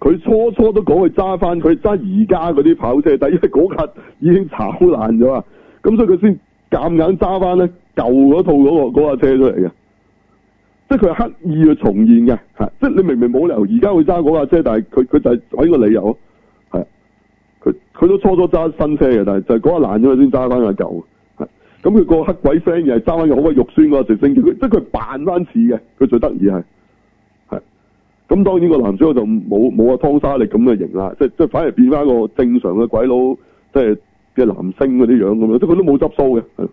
Speaker 1: 佢初初都講佢揸翻佢揸而家嗰啲跑車，但因為嗰架已經炒爛咗啊，咁所以佢先夾硬揸翻咧舊嗰套嗰、嗰個嗰架車出嚟嘅，即係佢係刻意去重現嘅，係即係你明明冇理由而家會揸嗰架車，但係佢佢就係揾個理由，係佢佢都初初揸新車嘅，但係就係嗰架爛咗佢先揸翻架舊，係咁佢個黑鬼 friend 又係揸翻個好鬼肉酸嗰個直升機，佢即係佢扮翻似嘅，佢最得意係。咁當然個男主角就冇冇阿湯沙力咁嘅型啦，即即反而變翻個正常嘅鬼佬，即係嘅男星嗰啲樣咁樣，即佢都冇執鬚嘅，係。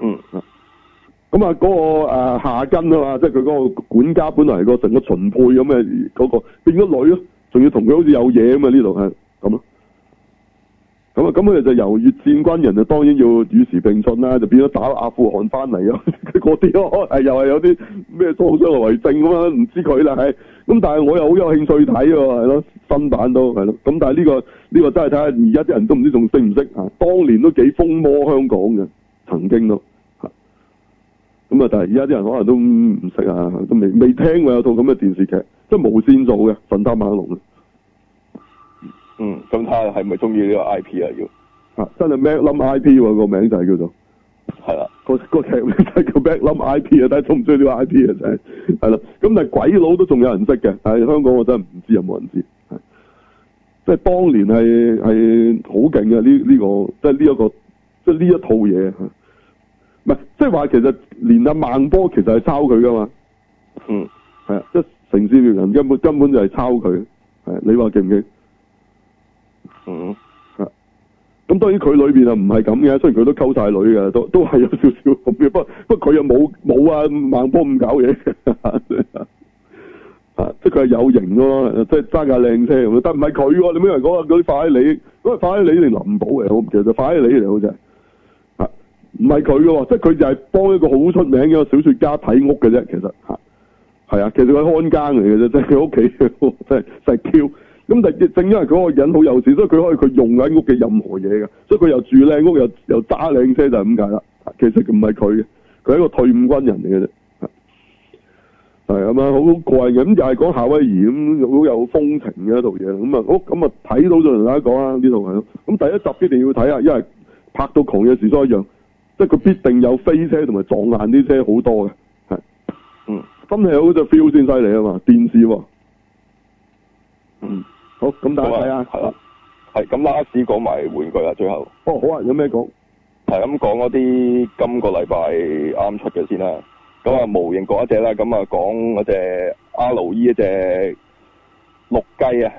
Speaker 5: 嗯。
Speaker 1: 咁啊，嗰個誒夏根啊嘛，即係佢嗰個管家，本來係個成個秦配咁嘅嗰個，變咗女咯，仲要同佢好似有嘢咁啊呢度係咁咯。咁啊，咁佢哋就由越戰軍人就當然要與時並進啦，就變咗打阿富汗翻嚟啊！ 嗰啲咯，哎係又係有啲咩喪傷為證咁啊，唔知佢啦，係咁。但係我又好有興趣睇喎，係咯，新版都係咯。咁但係呢個呢個真係睇下而家啲人都唔知仲識唔識啊！當年都幾風魔香港嘅，曾經都嚇。咁啊，但係而家啲人可能都唔識啊，都未未聽過有套咁嘅電視劇，即係無線做嘅《神探猛啊龍》。
Speaker 5: 嗯，咁睇下係咪中意呢個 I P 啊？要
Speaker 1: 啊，真係 Magnum I P 喎，個名就係叫做
Speaker 5: 係啦，
Speaker 1: 個個 劇名就係叫 Magnum I P 啊，但係中唔中意呢個 I P 啊？真係係啦，咁但係鬼佬都仲有人識嘅，係香港我真係唔知有冇人知，係即係當年係係好勁嘅呢呢個，即係呢一個，即係呢一套嘢，啊唔係即係話其實連阿孟波其實係抄佢噶嘛，
Speaker 5: 嗯，
Speaker 1: 係啊，即係城市獵人根本根本就係抄佢，係啊你話勁唔勁？
Speaker 5: 嗯，
Speaker 1: 啊，咁當然佢裏邊啊唔係咁嘅，雖然佢都溝晒女嘅，都都係有少少咁嘅，不過不過佢又冇冇啊孟波咁搞嘢， 啊，即係佢係有型咯，即係揸架靚車咁，但唔係佢喎，你咩人講啊？嗰啲法拉利，嗰個法拉利定林寶嚟，我唔記得，法拉利嚟好似係，啊，唔係佢嘅喎，即係佢就係幫一個好出名嘅小說家睇屋嘅啫，其實嚇，係啊，其實佢看更嚟嘅啫， 即係佢屋企，即係石 Q，咁但係正因為佢個人好有錢，所以佢可以佢用緊屋嘅任何嘢嘅，所以佢又住靚屋又又揸靚車就係咁解啦，其實唔係佢嘅，佢係一個退伍軍人嚟嘅啫。係咁啊，好貴嘅，咁又係講夏威夷咁，好有風情嘅一套嘢，咁啊，好咁啊睇到就同大家講啊，呢套係咯，咁第一集必定要睇啊，因為拍到狂野時速一樣，即係佢必定有飛車同埋撞爛啲車好多嘅，係，嗯，真係有嗰隻 feel 先犀利啊嘛，電視喎，嗯，好，啊咁大家睇下，
Speaker 5: 啊係啦，係咁 last 講埋玩具啦，最後，
Speaker 1: 哦，好啊，有咩講？
Speaker 5: 係咁講嗰啲今個禮拜啱出嘅先啦。咁啊，模型嗰一隻啦，咁啊講嗰隻 R.E 嗰隻陸雞啊，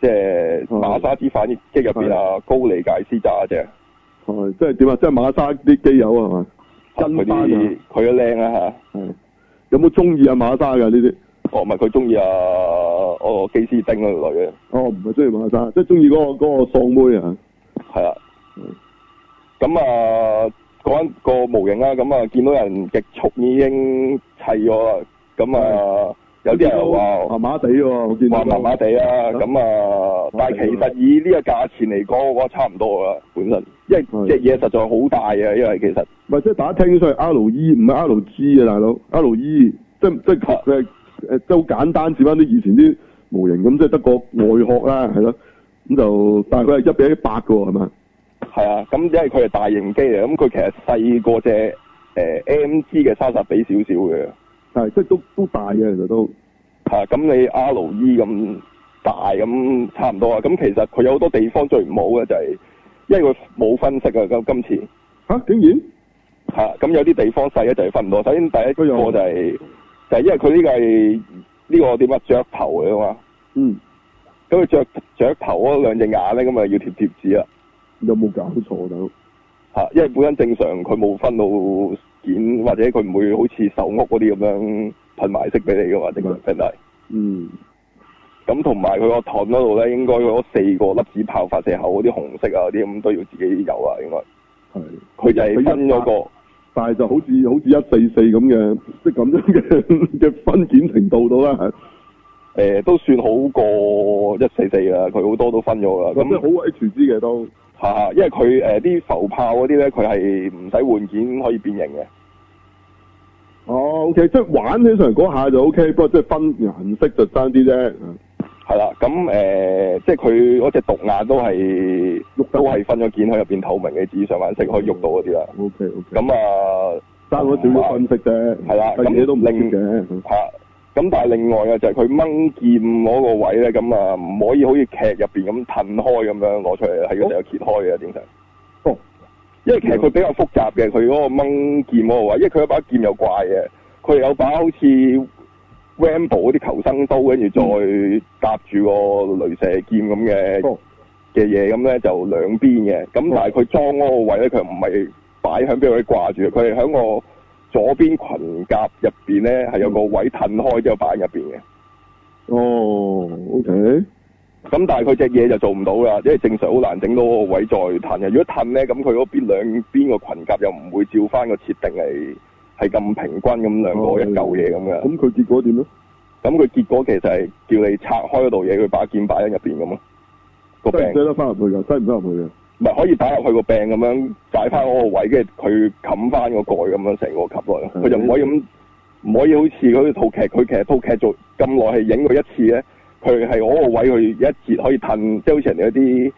Speaker 5: 即係馬莎之反應機入邊
Speaker 1: 嗯
Speaker 5: 啊，高利解斯揸嗰隻。
Speaker 1: 係，即係點啊？即係馬莎啲機友啊係嘛？啊
Speaker 5: 跟翻佢佢都靚啊嚇。係。
Speaker 1: 有冇中意啊馬莎㗎呢啲？
Speaker 5: 哦，唔係佢中意啊，哦基斯丁嗰個女啊。
Speaker 1: 哦，唔係中意馬莎，即係中意嗰個嗰個喪妹啊。
Speaker 5: 係啊。咁啊。講個模型啦，咁啊見到人極速已經砌咗啦，咁啊有啲人話
Speaker 1: 啊麻麻地喎，我見
Speaker 5: 話麻麻地啊，咁啊，但係其實以呢個價錢嚟講，我覺得差唔多啦，本身，因為隻嘢實在好大啊，因為其實
Speaker 1: 唔係即係大家聽出嚟 R E 唔係 R G 啊，大佬 R E 即即
Speaker 5: 啊
Speaker 1: 係誒誒即好簡單，似翻啲以前啲模型咁，即係得個外殼啦，係咯，咁就但係佢係一比一百嘅喎，係咪？
Speaker 5: 係啊，咁因為佢係大型機嚟，咁佢其實細過隻誒 MG 嘅莎莎比少少嘅，
Speaker 1: 係即係都都大嘅其實都
Speaker 5: 嚇。咁、啊、你 R.E 咁大咁差唔多啊。咁其實佢有好多地方最唔好嘅就係、是，因為佢冇分析啊。咁今次
Speaker 1: 嚇、啊、竟然
Speaker 5: 嚇咁、啊、有啲地方細咧就係分唔到。首先第一個就係、是、就係因為佢呢個係呢、這個點啊雀頭嚟啊嘛。
Speaker 1: 嗯。
Speaker 5: 咁佢雀雀頭嗰兩隻眼咧，咁啊要貼貼紙啦。
Speaker 1: 有冇搞錯大佬？
Speaker 5: 嚇，因為本身正常佢冇分到件，或者佢唔會好似手屋嗰啲咁樣噴埋色俾你嘅嘛，正常真係。
Speaker 1: 嗯。
Speaker 5: 咁同埋佢個盾嗰度咧，應該嗰四個粒子炮發射口嗰啲紅色啊，嗰啲咁都要自己有啊，應該。
Speaker 1: 係。
Speaker 5: 佢就係分咗個，
Speaker 1: 但係就好似好似一四四咁嘅，即係咁樣嘅 嘅分件程度到啦。
Speaker 5: 誒、欸，都算好過一四四啦，佢好多都分咗啦。咁
Speaker 1: 好過 H G 嘅都。
Speaker 5: 嚇，因為佢誒啲浮炮嗰啲咧，佢係唔使換件可以變形嘅。
Speaker 1: 哦，OK，即係玩起上嚟嗰下就 OK，不過即係分顏色就爭啲啫。
Speaker 5: 係啦，咁誒、呃，即係佢嗰隻獨眼都係都係分咗件喺入邊透明嘅紙上顏色可以喐到嗰啲啦。
Speaker 1: OK OK。
Speaker 5: 咁啊，
Speaker 1: 哦爭咗少少分析啫。
Speaker 5: 係啦，咁
Speaker 1: 嘢都唔
Speaker 5: 另
Speaker 1: 嘅。
Speaker 5: 嚇，嗯咁但係另外啊嘅就係佢掹劍嗰個位咧，咁啊唔可以好似劇入邊咁褪開咁樣攞出嚟，係要成日揭開嘅正常。
Speaker 1: 哦，
Speaker 5: 因為其實佢比較複雜嘅，佢嗰個掹劍嗰個位，因為佢有把劍又怪嘅，佢有把好似 Rambo 嗰啲求生刀，跟住再搭住個雷射劍咁嘅
Speaker 1: 哦
Speaker 5: 嘅嘢，咁咧就兩邊嘅。咁但係佢裝嗰個位咧，佢唔係擺響邊位掛住，佢係響個。左邊裙甲入邊咧係有個位褪開之後擺入邊嘅。
Speaker 1: 哦，OK。
Speaker 5: 咁但係佢隻嘢就做唔到啦，因為正常好難整到個位再褪嘅。如果褪咧，咁佢嗰邊兩邊個裙甲又唔會照翻個設定係係咁平均咁兩
Speaker 1: 哦
Speaker 5: 個一嚿嘢咁嘅。
Speaker 1: 咁佢、哦、結果點咧？
Speaker 5: 咁佢結果其實係叫你拆開嗰度嘢，佢把劍擺喺入邊咁咯。
Speaker 1: 個柄擠得翻入去㗎，擠唔得入去嘅。
Speaker 5: 唔係可以擺入去個柄咁樣，擺翻嗰個位，跟住佢冚翻個蓋咁樣，成個吸落去。佢就唔可以咁，唔可以好似嗰套劇，佢其實套劇做咁耐係影過一次咧，佢係嗰個位佢一截可以褪，即係好似人哋嗰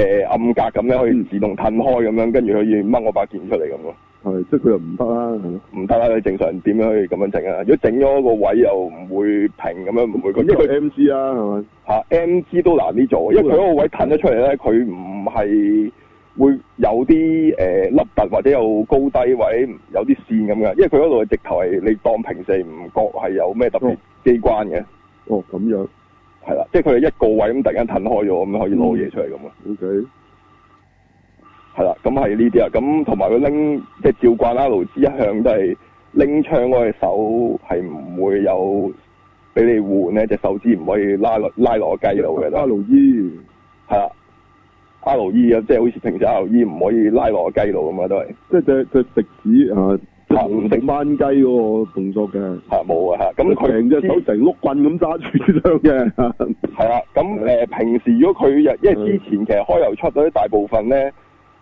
Speaker 5: 啲誒暗格咁咧，可以自動褪開咁樣，跟住可以掹我把劍出嚟咁咯。
Speaker 1: 係，即係佢又唔得啦，
Speaker 5: 唔得啦！你正常點樣去咁樣整啊？如果整咗個位又唔會平咁樣，唔會佢
Speaker 1: 因為佢 M G 啊，係咪？
Speaker 5: 嚇 M G 都難啲做，因為佢嗰個位褪咗出嚟咧，佢唔係會有啲誒凹凸或者有高低位有啲線咁嘅，因為佢嗰度直頭係你當平時唔覺係有咩特別機關嘅。
Speaker 1: 哦，咁樣。
Speaker 5: 係啦，即係佢係一個位咁突然間褪開咗，咁可以攞嘢出嚟咁啊。
Speaker 1: O K。
Speaker 5: 係啦，咁係呢啲啊，咁同埋佢拎即係照慣啦，勞資一向都係拎槍嗰隻手係唔會有比俾你換咧，隻手指唔可以拉落拉落個雞 度嘅啦
Speaker 1: R。E
Speaker 5: 係啦，R E 啊，即係好似平時 R E 唔可以拉落個雞度咁啊，都係
Speaker 1: 即係隻隻食指啊，即係
Speaker 5: 啊唔
Speaker 1: 唔
Speaker 5: 食
Speaker 1: 食掹雞嗰個動作嘅。
Speaker 5: 嚇冇啊嚇。咁佢
Speaker 1: 成隻
Speaker 5: 知
Speaker 1: 手成碌棍咁揸住支槍嘅，
Speaker 5: 係啦，咁誒、呃平時如果佢日，因為之前其實開油出嗰啲大部分咧，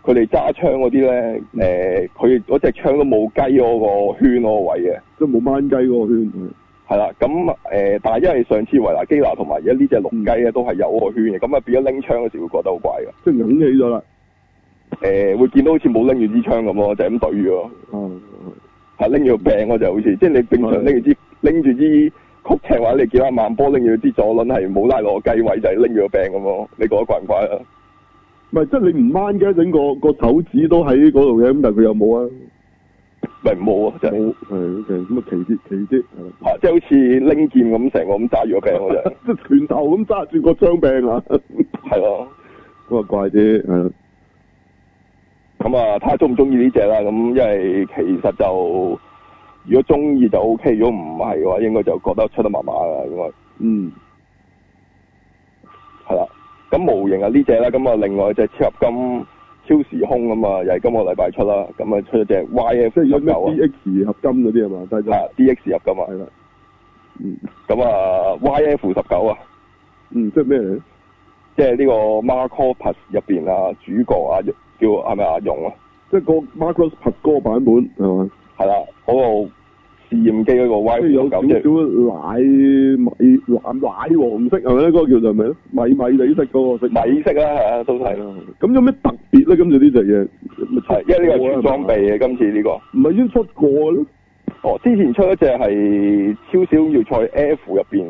Speaker 5: 佢哋揸槍嗰啲咧，誒佢嗰隻槍都冇雞嗰個圈嗰個位嘅，
Speaker 1: 都冇掹雞嗰個圈。
Speaker 5: 係啦，咁誒、呃但係因為上次維拿基拿同埋而家呢隻龍雞咧都係有嗰個圈嘅，咁啊變咗拎槍嗰時會覺得好怪嘅，
Speaker 1: 即係硬起咗啦。
Speaker 5: 誒、會見到好似冇拎住支槍咁咯，就係咁對住咯，
Speaker 1: 啊，
Speaker 5: 係拎住個柄嗰就好似，即係你平常拎住支拎住支曲尺或者你見下慢波拎住支左輪係冇拉落個雞位，就係拎住個柄咁咯，你覺得怪唔怪啊？
Speaker 1: 唔係即係你唔掹雞，整個個手指都喺嗰度嘅，咁但係佢又冇啊，
Speaker 5: 咪冇啊，真係
Speaker 1: 冇係 OK，咁啊奇啲奇啲，係啦
Speaker 5: 啊，即係好似拎劍咁成個咁揸住個柄嗰陣，
Speaker 1: 即係拳頭咁揸住個槍柄啊，
Speaker 5: 係咯。
Speaker 1: 咁啊怪啲係啦，
Speaker 5: 咁啊，睇下中唔中意呢只啦。咁因為其實就如果中意就 O K，如果唔係嘅話，應該就覺得出得麻麻啦，應該
Speaker 1: 嗯
Speaker 5: 係啦。咁模型啊呢只啦，咁啊另外隻超合金超時空咁啊，又係今個禮拜出啦。咁啊出咗隻 Y F
Speaker 1: 即係
Speaker 5: 十
Speaker 1: 有咩
Speaker 5: 九
Speaker 1: DX 合金嗰啲係嘛，低
Speaker 5: 啊
Speaker 1: 咗
Speaker 5: ，D X 入咁啊
Speaker 1: 係，啦，嗯
Speaker 5: 咁啊 Y F 十九啊。
Speaker 1: 嗯即係咩嚟？
Speaker 5: 即係呢個 Marco Plus 入邊啊，主角啊，叫係咪阿勇啊？
Speaker 1: 即係個 Marcus 拍哥版本係嘛？
Speaker 5: 係啦，嗰、個試驗機嗰個 Y
Speaker 1: 即係
Speaker 5: 五
Speaker 1: 有
Speaker 5: 九，即係
Speaker 1: 少少奶米奶奶黃色係咪咧？嗰、個叫做咩咧？米米地色嗰個色。
Speaker 5: 米色啦，係啊，都係，
Speaker 1: 咁有咩特別咧？跟住呢隻
Speaker 5: 係
Speaker 1: 嘢，
Speaker 5: 因為呢個係全裝備嘅今次呢、個。
Speaker 1: 唔啊係已經出過咧？
Speaker 5: 哦，之前出一隻係超小要塞 F 入邊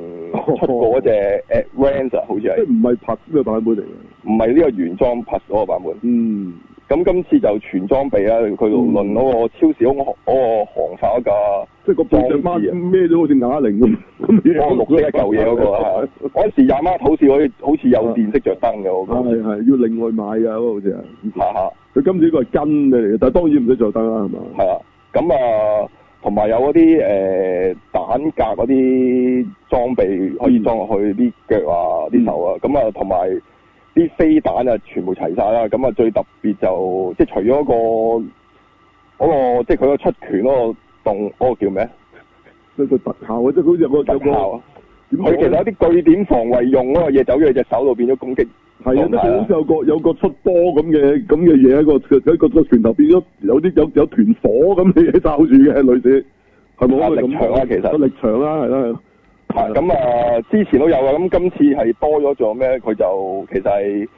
Speaker 5: 出過嗰隻 a d v a n c e 好似
Speaker 1: 即係
Speaker 5: 係，
Speaker 1: 唔係拍呢個版本嚟嘅？
Speaker 5: 唔係呢個原裝 Plus 嗰個版本。
Speaker 1: 嗯，
Speaker 5: 咁今次就全裝備啦，佢論嗰個超小嗰個航法嗰架，
Speaker 1: 即係個背脊
Speaker 5: 裝置
Speaker 1: 孖
Speaker 5: 啊
Speaker 1: 孭咗好似啞鈴咁咁嘢。
Speaker 5: 嗰個綠色一嚿 嘢嗰個啊
Speaker 1: 係
Speaker 5: 嗰陣時廿孖好似可以好似有電式着燈嘅嗰個，
Speaker 1: 係係要另外買㗎嗰個好似啊係。
Speaker 5: 嚇嚇。
Speaker 1: 佢今次呢個係根嚟嘅，但係當然唔使再燈啦，係嘛？
Speaker 5: 啊係啊，咁啊，同埋有嗰啲誒蛋格嗰啲裝備可以裝落去啲腳
Speaker 1: 嗯
Speaker 5: 啊、啲手啊，咁啊同埋啲飛彈啊，全部齊晒啦。咁啊最特別就即係除咗個嗰、個即係佢個出拳嗰個動嗰、個叫咩？
Speaker 1: 即係個特效啊！即係佢好似有個有
Speaker 5: 特
Speaker 1: 個
Speaker 5: 效啊！
Speaker 1: 點講
Speaker 5: 佢
Speaker 1: 呢
Speaker 5: 其實有啲據點防衞用嗰個嘢走咗去隻手度變咗攻擊。
Speaker 1: 係啊，即係佢好似
Speaker 5: 啊！
Speaker 1: 有個有個出波咁嘅咁嘅嘢喺個喺個個拳頭變咗有啲有有團火咁嘅嘢罩住嘅類似，係咪
Speaker 5: 啊
Speaker 1: 可以
Speaker 5: 力
Speaker 1: 咁
Speaker 5: 場
Speaker 1: 講
Speaker 5: 啊其實
Speaker 1: 個力場啦，係啦係啦，
Speaker 5: 係咁啊，之前都有啊，咁今次係多咗做咩？佢就其實係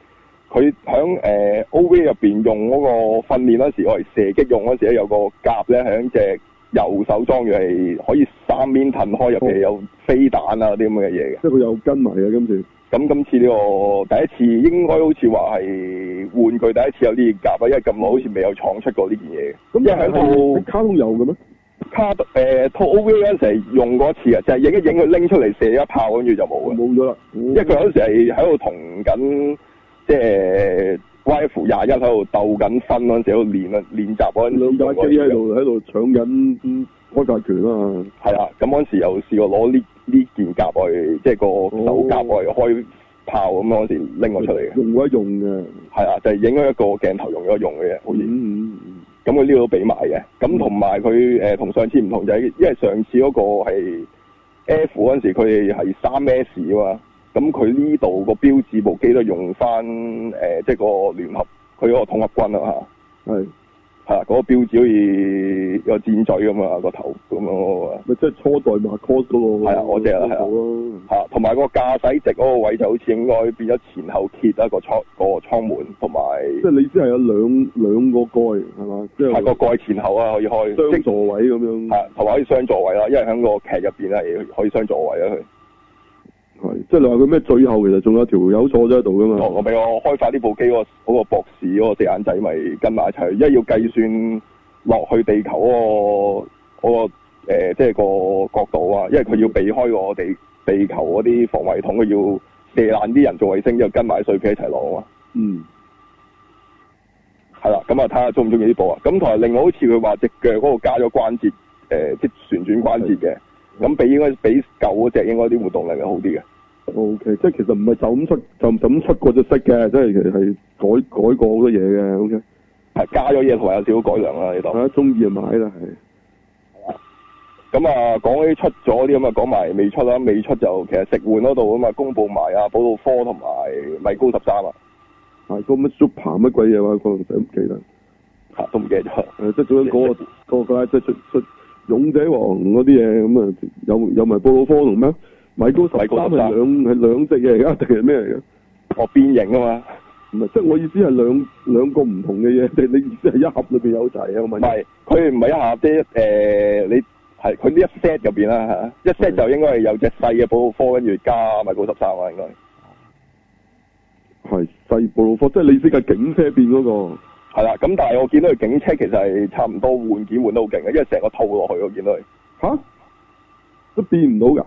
Speaker 5: 佢響誒 O.V. 入邊用嗰個訓練嗰時，我係射擊用嗰時咧，有個夾咧響隻右手裝住係可以三面褪開，入邊有飛彈啊啲咁嘅嘢嘅。
Speaker 1: 即係佢又跟埋嘅今次，
Speaker 5: 咁今次呢個第一次應該好似話係玩具第一次有呢件夾啊，因為咁耐好似未有廠出過呢件嘢嘅。
Speaker 1: 咁
Speaker 5: 因為喺度
Speaker 1: 係卡通有嘅咩？
Speaker 5: 卡呃誒套 O.V. 嗰陣時係用過一次嘅，就係影一影佢拎出嚟射一炮，跟住就冇嘅。
Speaker 1: 冇咗啦，哦
Speaker 5: 因為佢嗰時係喺度同緊即係 YF 廿一喺度鬥緊分嗰陣時，喺度練啊練習嗰陣時
Speaker 1: 兩架機喺度喺度搶緊嗯開發權啊嘛，
Speaker 5: 係啦，咁嗰陣時又試過攞呢呢件夾去，即係個手夾去開炮咁嗰陣時拎咗出嚟嘅，
Speaker 1: 用鬼用嘅，
Speaker 5: 係啦，就係影咗一個鏡頭用咗用嘅嘢，好似
Speaker 1: 嗯嗯嗯
Speaker 5: 咁佢呢度都俾埋嘅，咁同埋佢誒同上次唔同就係、因為上次嗰個係 F 嗰陣時佢係三 S 啊嘛，咁佢呢度個標誌部機都用翻誒、即係個聯合佢嗰個統合軍啊
Speaker 1: 係
Speaker 5: 嚇，係啦，嗰、個標誌好似有箭嘴咁啊個頭咁樣嗰個啊
Speaker 1: 咪即係初代 Macross 嗰個
Speaker 5: 係啊我知啊係啊
Speaker 1: 嗰個咯
Speaker 5: 嚇，同埋個駕駛席嗰個位就好似應該變咗前後揭啦個艙個艙門同埋
Speaker 1: 即係你只係有兩兩個蓋係嘛，即
Speaker 5: 係個
Speaker 1: 係
Speaker 5: 蓋前後啊可以開，
Speaker 1: 雙
Speaker 5: 即
Speaker 1: 座位咁樣，
Speaker 5: 係同埋可以雙座位啦，啊因為喺個劇入邊咧可以雙座位啊啦佢。
Speaker 1: 係，即係你話佢咩最後其實仲有條友坐咗喺度噶嘛？
Speaker 5: 我俾我開發呢部機嗰個嗰個博士嗰個四眼仔咪跟埋一齊，因為要計算落去地球嗰、個嗰、個、呃、即係個角度啊，因為佢要避開個地地球嗰啲防衞筒，佢要射爛啲人造衛星，之後跟埋啲碎片一齊落啊嘛。
Speaker 1: 嗯，
Speaker 5: 係啦，咁啊睇下中唔中意呢部啊？咁同埋另外好似佢話只腳嗰度加咗關節，誒、即係旋轉關節嘅，咁比應該比舊嗰只應該啲活動力係好啲嘅。
Speaker 1: O、k 即係其實唔係就咁出就就咁出過就識嘅，即係其實係改改過好多嘢嘅。O K，
Speaker 5: 係加咗嘢同埋有少少改良啦，呢
Speaker 1: 大
Speaker 5: 度。
Speaker 1: 家中意就買啦，係。
Speaker 5: 咁啊，講起出咗啲咁啊，講埋未出啦，未出就其實食換嗰度咁啊，公佈埋啊，寶路科同埋米高十三啊，
Speaker 1: 係嗰個乜 super 乜鬼嘢話，嗰個唔使唔記得。
Speaker 5: 嚇都唔記得咗。
Speaker 1: 誒，呃即係總之嗰個嗰個啦，即係出出勇者王嗰啲嘢咁啊，有有埋布魯科同咩？米高十三
Speaker 5: 米高
Speaker 1: 係
Speaker 5: 十三
Speaker 1: 兩係兩隻嘢嚟㗎，定係咩嚟㗎？
Speaker 5: 我變形啊嘛，
Speaker 1: 唔係，即係我意思係兩兩個唔同嘅嘢， 你你意思係一盒裏邊有齊啊？我
Speaker 5: 唔
Speaker 1: 問
Speaker 5: 係佢唔係一下啲誒，你係佢呢一 set 入邊啦嚇，一 set 就應該係有隻細嘅寶路科，跟住加米高十三啊，應該
Speaker 1: 係細布魯科，即係你識架警車變嗰、個。
Speaker 5: 係啦。咁但係我見到佢警車其實係差唔多換件換得好勁嘅，因為成個套落去我見到佢。
Speaker 1: 吓？都變唔到㗎？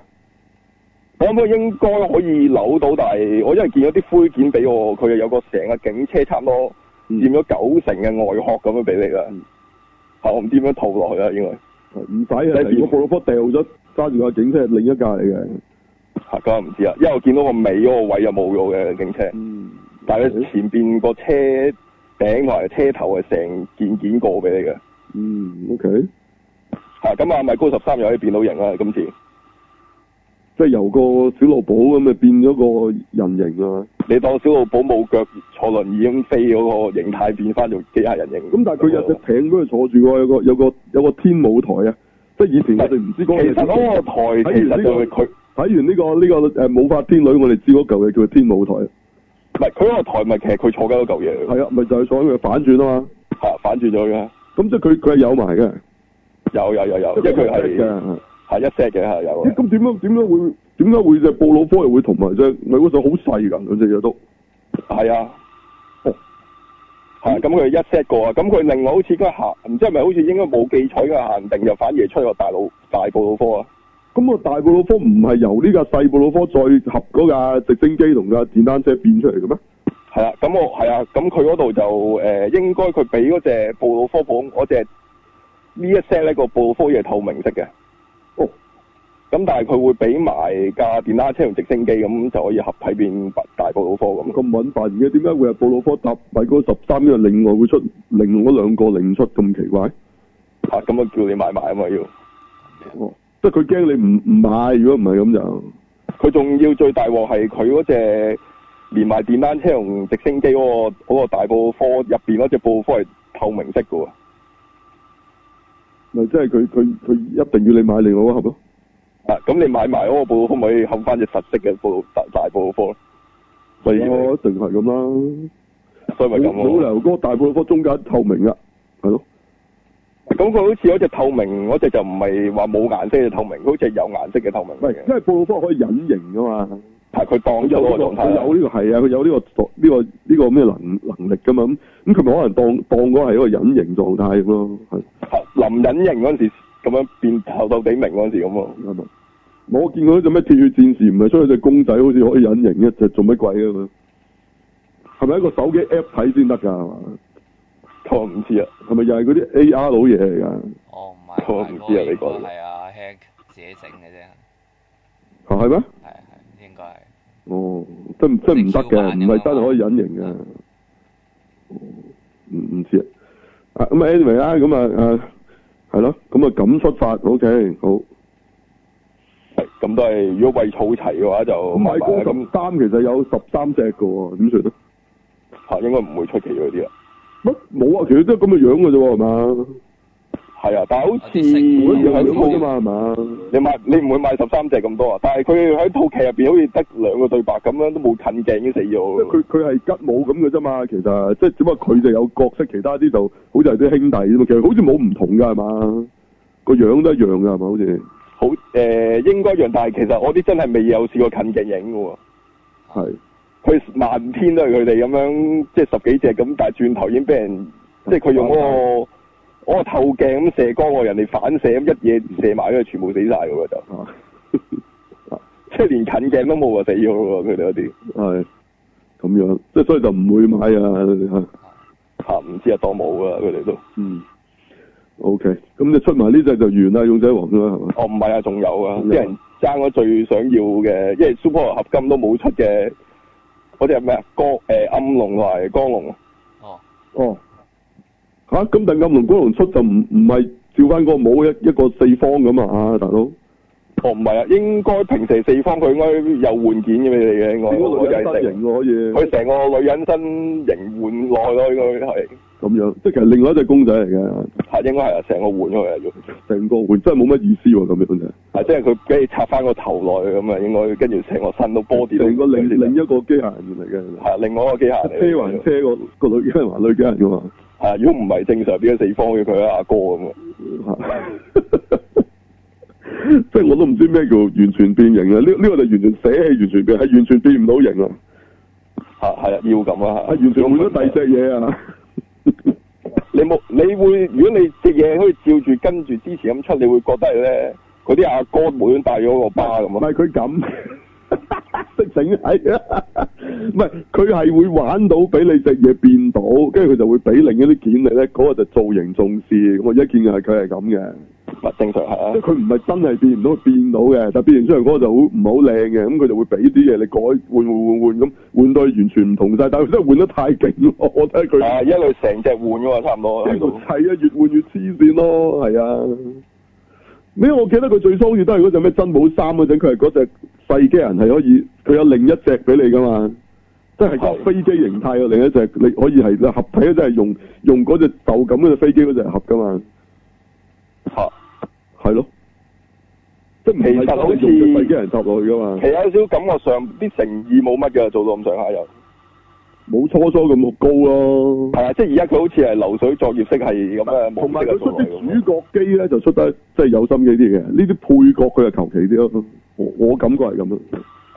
Speaker 5: 我諗佢應該可以扭到，但係我因為見咗啲灰件俾我，佢有個成個警車差唔多
Speaker 1: 嗯
Speaker 5: 佔咗九成嘅外殼咁樣俾你啦。嚇、我唔知點樣套落去啦，應該
Speaker 1: 係唔使啊！
Speaker 5: 你變
Speaker 1: 如果布魯科掉咗，揸住架警車係另一架嚟嘅。
Speaker 5: 嚇咁啊唔知啊，因為我見到個尾嗰個位就冇咗嘅警車，
Speaker 1: 嗯，
Speaker 5: 但係佢前邊個車頂同埋車頭係成件件過俾你嘅。
Speaker 1: 嗯，OK，
Speaker 5: 嚇咁啊，米高十三又可以變到型啦，今次
Speaker 1: 即係由個小老寶咁啊變咗個人形啊嘛。
Speaker 5: 你當小老寶冇腳坐輪椅咁飛嗰個形態變翻做機械人形。啊
Speaker 1: 咁但係佢有隻艇嗰度坐住喎，有個有個有個天舞台啊！即係以前我哋唔知嗰
Speaker 5: 其實
Speaker 1: 個
Speaker 5: 嗰個台其實就係佢。
Speaker 1: 睇完呢個呢個誒舞法天女，我哋知嗰嚿嘢叫做天舞台。
Speaker 5: 唔係佢嗰個台咪其實佢坐緊嗰嚿嘢嚟嘅，
Speaker 1: 係啊，咪就係坐喺佢反轉啊嘛。
Speaker 5: 嚇反轉咗嘅，
Speaker 1: 咁即係佢佢係有埋嘅，
Speaker 5: 有有有有，因為佢係哦
Speaker 1: 嘅。
Speaker 5: 係一 set 嘅係有
Speaker 1: 咦
Speaker 5: 嘅，
Speaker 1: 咁點樣點樣會點解會隻布魯科又會同埋隻女嗰隻好細㗎兩隻嘢都？
Speaker 5: 係啊
Speaker 1: 哦。
Speaker 5: 係咁佢一 set 過啊，咁佢另外好似應該限，唔知係咪好似應該冇記錯，應該限定就反而出個大佬大布魯科啊，
Speaker 1: 咁個大布魯科唔係由呢架細布魯科再合嗰架直升機同架電單車變出嚟嘅咩？
Speaker 5: 係啊，咁我係啊，咁佢嗰度就誒、呃、應該佢俾嗰隻布魯科普嗰隻呢一 set 呢個布魯科嘢係透明色嘅，
Speaker 1: 哦，
Speaker 5: 咁但係佢會俾埋架電單車同直升機咁就可以合體變大布魯科咁。
Speaker 1: 咁揾笨嘅，點解會係布魯科搭米高十三嘅另外會出另外嗰兩個另出咁奇怪？
Speaker 5: 嚇咁啊叫你買埋啊嘛要，
Speaker 1: 哦，即係佢驚你唔唔買，如果唔係咁就
Speaker 5: 佢仲要最大鑊係佢嗰只連埋電單車同直升機嗰、個嗰個大布科入邊嗰只布科係透明色嘅喎，
Speaker 1: 咪即係佢佢佢一定要你買另外嗰盒咯。
Speaker 5: 啊咁你買埋嗰個布科咪可以冚翻隻實色嘅布大大布科咯，所以
Speaker 1: 哦，一定係咁啦。
Speaker 5: 所以咪咁啊
Speaker 1: 老
Speaker 5: 咯。
Speaker 1: 劉哥大布魯科中間透明㗎，係咯。
Speaker 5: 咁佢好似嗰只透明嗰只就唔係話冇顏色嘅透明，佢好似係有顏色嘅透明
Speaker 1: 唔
Speaker 5: 嚟
Speaker 1: 係，因
Speaker 5: 嘅，
Speaker 1: 為布魯科可以隱形㗎嘛。
Speaker 5: 係佢當
Speaker 1: 佢
Speaker 5: 咗
Speaker 1: 有呢個
Speaker 5: 嗰個狀態
Speaker 1: 佢
Speaker 5: 啦。
Speaker 1: 有呢個係啊，佢有呢個呢個呢個咩能能力㗎嘛？咁咁佢咪可能當當嗰個係一個隱形狀態咁咯，係
Speaker 5: 係臨隱形嗰陣時咁樣變透透地明嗰陣時咁咯。
Speaker 1: 啱啊！我見過嗰只咩鐵血戰士唔係出咗只公仔，好似可以隱形嘅，就做乜鬼啊㗎嘛？係咪一個手機 app 睇先得㗎？係嘛
Speaker 5: 我唔知啊，
Speaker 1: 係咪又係嗰啲 AR 佬嘢嚟㗎？
Speaker 3: 我唔係，
Speaker 5: 我唔知啊你
Speaker 3: 嗰
Speaker 5: 講
Speaker 3: 個係啊 Hank 自己整嘅啫，
Speaker 1: 嚇啊係咩？
Speaker 3: 係係應該係。
Speaker 1: 哦，真真唔得嘅，唔係真係可以隱形嘅。
Speaker 3: 嗯
Speaker 1: 哦唔唔知啊。啊咁啊，anyway 啦，咁啊啊係咯，咁啊咁出發，OK，好。
Speaker 5: 係咁都係如果為儲齊嘅話就
Speaker 1: 買
Speaker 5: 買埋
Speaker 1: 高
Speaker 5: 啦咁
Speaker 1: 十。三其實有十三隻嘅喎，點算啊？
Speaker 5: 嚇，應該唔會出奇嗰啲啊。
Speaker 1: 乜冇啊？其實都係咁嘅樣嘅啫喎，係嘛？
Speaker 5: 係啊，但係好似
Speaker 1: 嗰
Speaker 3: 有
Speaker 1: 一樣樣
Speaker 3: 啲色
Speaker 1: 嘅啫
Speaker 5: 喺套
Speaker 1: 嘛，係嘛？
Speaker 5: 你買你唔會買十三隻咁多啊？但係佢喺套劇入邊好似得兩個對白咁樣，都冇近鏡已經死
Speaker 1: 即係
Speaker 5: 咗。
Speaker 1: 佢佢係吉姆咁嘅啫嘛，其實即係只不過佢就有角色，其他啲就好似係啲兄弟啫嘛。其實好似冇唔同㗎係嘛？個樣都一樣㗎係嘛？ 好似
Speaker 5: 好誒、應該一樣，但係其實我啲真係未有試過近鏡影嘅喎。
Speaker 1: 係。
Speaker 5: 佢漫天都係佢哋咁樣，即係十幾隻咁，但係轉頭已經俾人，即係佢用嗰、個。嗰個透鏡咁射光喎，人哋反射咁一嘢射埋，佢全部死晒嘅喎就，
Speaker 1: 啊
Speaker 5: 即係連近鏡都冇啊，死咗喎佢哋嗰啲
Speaker 1: 係咁樣，即係所以就唔會買啊，你哋嚇
Speaker 5: 嚇，唔知啊當冇啊佢哋都。
Speaker 1: 嗯， O K，咁你出埋呢只就完啦，勇仔王啦，係嘛？
Speaker 5: 哦，唔係啊，仲有啊，
Speaker 1: 仲有
Speaker 5: 啲人爭我最想要嘅，因為 Super 合金都冇出嘅，嗰只係咩啊？光誒、暗龍同埋光龍啊，
Speaker 3: 哦，
Speaker 1: 哦，吓咁但暗龍光龍出就唔唔係照翻個帽一一個四方咁啊，大佬。
Speaker 5: 哦唔係啊，應該平時四方佢應該有換件嘅俾你嘅，應該
Speaker 1: 個女
Speaker 5: 我就
Speaker 1: 人身
Speaker 5: 係成
Speaker 1: 形喎可以
Speaker 5: 佢成個女人身形換落去咯，應該係
Speaker 1: 咁樣，即係其實另外一隻公仔嚟嘅，
Speaker 5: 係應該係啊，成個換咗佢啊要。
Speaker 1: 成個換真係冇乜意思喎，咁樣就
Speaker 5: 啊，即係佢俾你插翻個頭落去咁啊，應該跟住成個身都 body
Speaker 1: 成個另另
Speaker 5: 一
Speaker 1: 一個機械人嚟嘅，
Speaker 5: 係另外一個機械嚟嘅
Speaker 1: 車還車個個女機械人還女機械人㗎嘛，
Speaker 5: 係啊，如果唔係正常變咗四方嘅佢係阿哥咁啊，
Speaker 1: 嚇 即係我都唔知咩叫完全變形啊！呢呢個就完全捨棄完全變，係完全變唔到形啊！
Speaker 5: 係係啊，要咁啊，
Speaker 1: 係完全換咗第二隻嘢啊！
Speaker 5: 你冇，你會如果你隻嘢可以照住跟住之前咁出，你會覺得咧嗰啲阿哥無端帶咗個巴
Speaker 1: 唔
Speaker 5: 咁啊，
Speaker 1: 係佢咁 識整係啊，唔係佢係會玩到俾你隻嘢變到，跟住佢就會俾另一啲件你咧，嗰、個就造型重視。我而家見嘅係佢係咁嘅，
Speaker 5: 唔係正常係
Speaker 1: 即係
Speaker 5: 啊，
Speaker 1: 佢唔係真係變唔到，佢變到嘅，但係變完出嚟嗰個就好唔好靚嘅，咁佢就會俾啲嘢你改換換換換咁，換到佢完全唔同晒。但係佢真係換得太勁咯，我睇
Speaker 5: 係啊，
Speaker 1: 佢
Speaker 5: 一路成隻換噶嘛，差唔多
Speaker 1: 喺
Speaker 5: 喺
Speaker 1: 度
Speaker 5: 度
Speaker 1: 砌啊，越換越黐線咯，係啊。咩？我記得佢最初好似都係嗰只咩珍寶三嗰陣，佢係嗰隻細機人係可以，佢有另一隻俾你噶嘛，即係個
Speaker 5: 係
Speaker 1: 飛機形態嘅另一隻，你可以係合體嗰隻係用用嗰隻就咁嗰隻飛機嗰隻合噶嘛，
Speaker 5: 嚇，
Speaker 1: 係咯，即係唔
Speaker 5: 其實
Speaker 1: 係
Speaker 5: 好似
Speaker 1: 用隻細機人插落去噶嘛
Speaker 5: 其，實有少少感覺上啲誠意冇乜嘅，做到咁上下又
Speaker 1: 冇初初咁高咯。
Speaker 5: 係啊，即係而家佢好似係流水作業式係咁嘅模
Speaker 1: 同埋
Speaker 5: 式
Speaker 1: 佢
Speaker 5: 嘅
Speaker 1: 出
Speaker 5: 做
Speaker 1: 啲
Speaker 5: 嚟咁啊
Speaker 1: 主角機咧就出得即係有心機啲嘅，呢啲配角佢就求其啲咯，我我感覺係咁咯。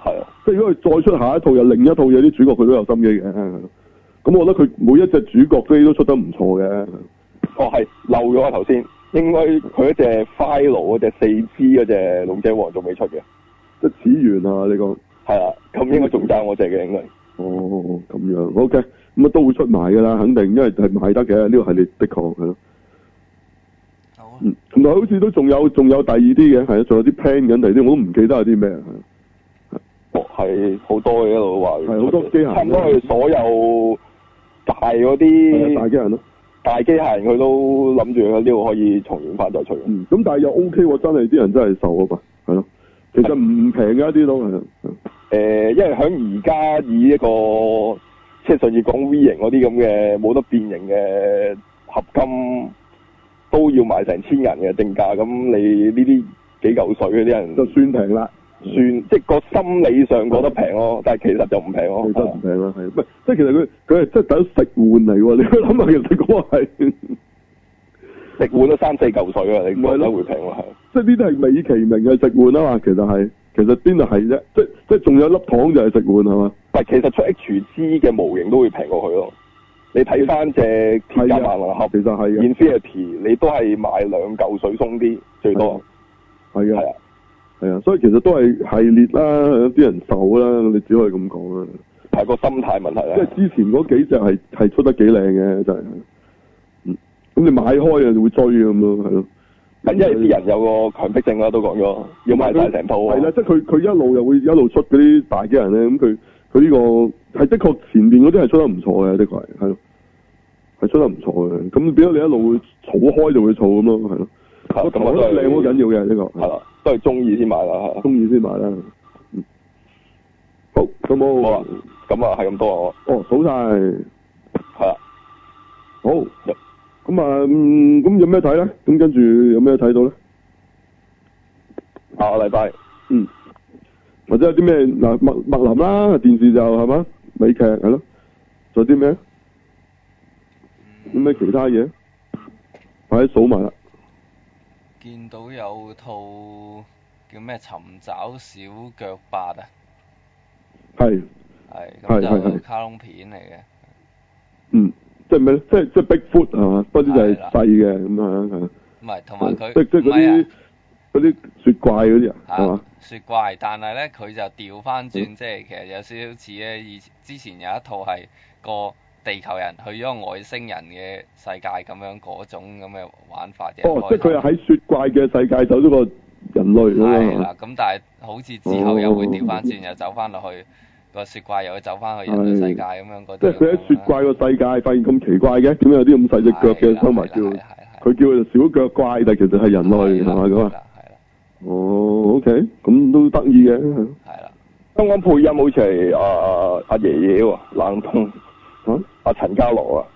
Speaker 5: 係啊，
Speaker 1: 即係如果佢再出下一套又另一套嘢，啲主角佢都有心機嘅。咁我覺得佢每一隻主角機都出得唔錯嘅。
Speaker 5: 哦係漏咗啊頭先，應該佢一隻 file 嗰隻四肢嗰隻龍脊王仲未出嘅，
Speaker 1: 即係始源啊！你講
Speaker 5: 係啦，咁應該仲爭我隻嘅應該。
Speaker 1: 哦咁樣，OK，咁啊都會出埋㗎啦，肯定，因為係賣得嘅呢個系列的確係咯。
Speaker 3: 好啊，
Speaker 1: 嗯，同埋好似都仲有仲有第二啲嘅，係啊，仲有啲 plan 緊第二啲，我都唔記得有啲咩係啊
Speaker 5: 哦，係好多嘅一路話，
Speaker 1: 係好多機械人
Speaker 5: 差唔多佢所有大嗰
Speaker 1: 係
Speaker 5: 啲
Speaker 1: 啊大機人咯。
Speaker 5: 大機械人，佢都諗住喺呢度可以重現翻再出。
Speaker 1: 嗯，咁但係又 OK 喎，真係啲人真係瘦啊嘛，係咯。其實唔平㗎一啲都係啊。係啊
Speaker 5: 誒、因為喺而家以一個即係上次講 V 型嗰啲咁嘅冇得變形嘅合金，都要賣成千銀嘅正價，咁你呢啲幾嚿水嗰啲人
Speaker 1: 就算平啦。
Speaker 5: 算即係個心理上覺得平咯，但係其實就唔平咯啊
Speaker 1: 其。實唔平啦，係唔係？即係其實佢佢係真係等食換嚟喎。你 去諗下，其實嗰個係
Speaker 5: 食碗都三四嚿水啊，你
Speaker 1: 咪係
Speaker 5: 覺
Speaker 1: 咯
Speaker 5: 得會平喎？係。
Speaker 1: 即係呢啲係美其名嘅食換啊嘛。其實係其實邊度係啫？即即係仲有粒糖就係食換係嘛？
Speaker 5: 但其實出 H G 嘅模型都會平過佢咯。你睇翻隻鐵甲萬能
Speaker 1: 啊
Speaker 5: 俠
Speaker 1: 其實係嘅，
Speaker 5: Infinity，你都係賣兩嚿水鬆啲最多。
Speaker 1: 係
Speaker 5: 係
Speaker 1: 嘅，
Speaker 5: 啊，
Speaker 1: 係啊。所以其實都係系列啦，啲人受啦，你只可以咁講啦。
Speaker 5: 係啊個心態問題
Speaker 1: 即係
Speaker 5: 啦。
Speaker 1: 之前嗰幾隻係係出得幾靚嘅，真係。嗯，咁你買開啊，就會追咁咯，係咯。
Speaker 5: 因為啲人有個強迫症啦，啊都講咗要買晒成套啊
Speaker 1: 係。啦，即係佢佢一路又會一路出嗰啲大嘅人咧，咁佢佢呢個係的確前面嗰啲係出得唔錯嘅，的確係係咯，係出得唔錯嘅。咁變咗你一路會儲開就會儲咁咯，係咯。
Speaker 5: 係
Speaker 1: 個
Speaker 5: 咁
Speaker 1: 頭
Speaker 5: 啊，
Speaker 1: 都
Speaker 5: 都係
Speaker 1: 靚好緊要嘅，呢個
Speaker 5: 係
Speaker 1: 係
Speaker 5: 啦，都係中意先買啦。係
Speaker 1: 中意先買啦。嗯好，咁
Speaker 5: 好
Speaker 1: 冇
Speaker 5: 啊，咁啊係咁多啊我。
Speaker 1: 哦，數晒。
Speaker 5: 係啦，
Speaker 1: 好，咁啊，嗯咁有咩睇咧？咁跟住有咩睇到咧？
Speaker 5: 下個禮拜
Speaker 1: 嗯，或者有啲咩嗱麥麥林啦，電視就係嘛，美劇係咯，仲有啲咩？有咩其他嘢？快啲數埋啦！
Speaker 3: 見到有套叫咩《尋找小腳八》啊，
Speaker 1: 係，
Speaker 3: 係
Speaker 1: 係
Speaker 3: 咁
Speaker 1: 係
Speaker 3: 就
Speaker 1: 係
Speaker 3: 卡通片嚟嘅，
Speaker 1: 嗯，即係咩咧？即係即係 big foot 係嘛？不知就係
Speaker 3: 係啦
Speaker 1: 細嘅咁啊，係啊
Speaker 3: 唔係同埋佢
Speaker 1: 即即係
Speaker 3: 唔
Speaker 1: 嗰
Speaker 3: 係
Speaker 1: 啲
Speaker 3: 啊
Speaker 1: 嗰啲雪怪嗰啲啊，係
Speaker 3: 嚇
Speaker 1: 嘛？嗯
Speaker 3: 雪怪，但係咧佢就調翻轉，即係其實有少少似咧以之前有一套係個地球人去咗外星人嘅世界咁樣嗰種咁嘅玩法嘅。
Speaker 1: 哦，即係佢係喺雪怪嘅世界走咗個人類
Speaker 3: 係
Speaker 1: 咁啊，，
Speaker 3: 啦咁但係好似之後又會調翻轉，又走翻落去個雪怪，又會走翻去人類世界咁樣嗰
Speaker 1: 哦
Speaker 3: 啲。
Speaker 1: 即係佢喺雪怪個世界發現咁奇怪嘅，點解有啲咁細隻腳嘅生物
Speaker 3: 係
Speaker 1: 叫
Speaker 3: 啦係啦
Speaker 1: 佢叫佢小腳怪，但其實係人類係
Speaker 3: 係啦
Speaker 1: 嘛咁
Speaker 3: 係
Speaker 1: 啊？
Speaker 3: 啦係啦
Speaker 1: 哦，OK，咁都得意嘅
Speaker 3: 係啦，
Speaker 5: 香港配音好似係阿阿爺爺喎，冷凍
Speaker 1: 嚇，
Speaker 5: 阿陳家樂啊，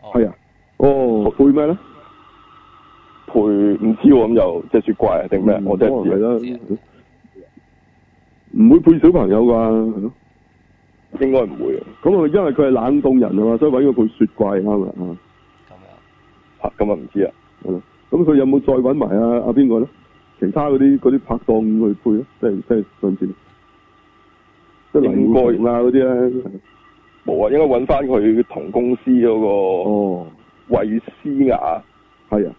Speaker 3: 哦
Speaker 1: 係啊，哦，配咩咧？
Speaker 5: 配唔知喎咁就即係雪怪啊定咩？我真係唔
Speaker 1: 嗯可
Speaker 5: 知，
Speaker 1: 能
Speaker 3: 知
Speaker 1: 係
Speaker 3: 啊
Speaker 1: 啦，唔會配小朋友啩？係咯
Speaker 5: 應該唔會啊
Speaker 1: 咁啊，因為佢係冷凍人啊嘛，所以揾個配雪怪啱啦啊
Speaker 3: 咁樣
Speaker 5: 嚇，咁啊唔知啊。
Speaker 1: 係咯咁佢有冇再揾埋啊？阿邊個咧？其他嗰啲嗰啲拍檔去配咧，啊即係即係上次，即係黎
Speaker 5: 應該
Speaker 1: 耀祥啊嗰啲咧。
Speaker 5: 冇啊，應該揾翻佢同公司嗰
Speaker 1: 哦，
Speaker 5: 個衛詩雅
Speaker 1: 係啊，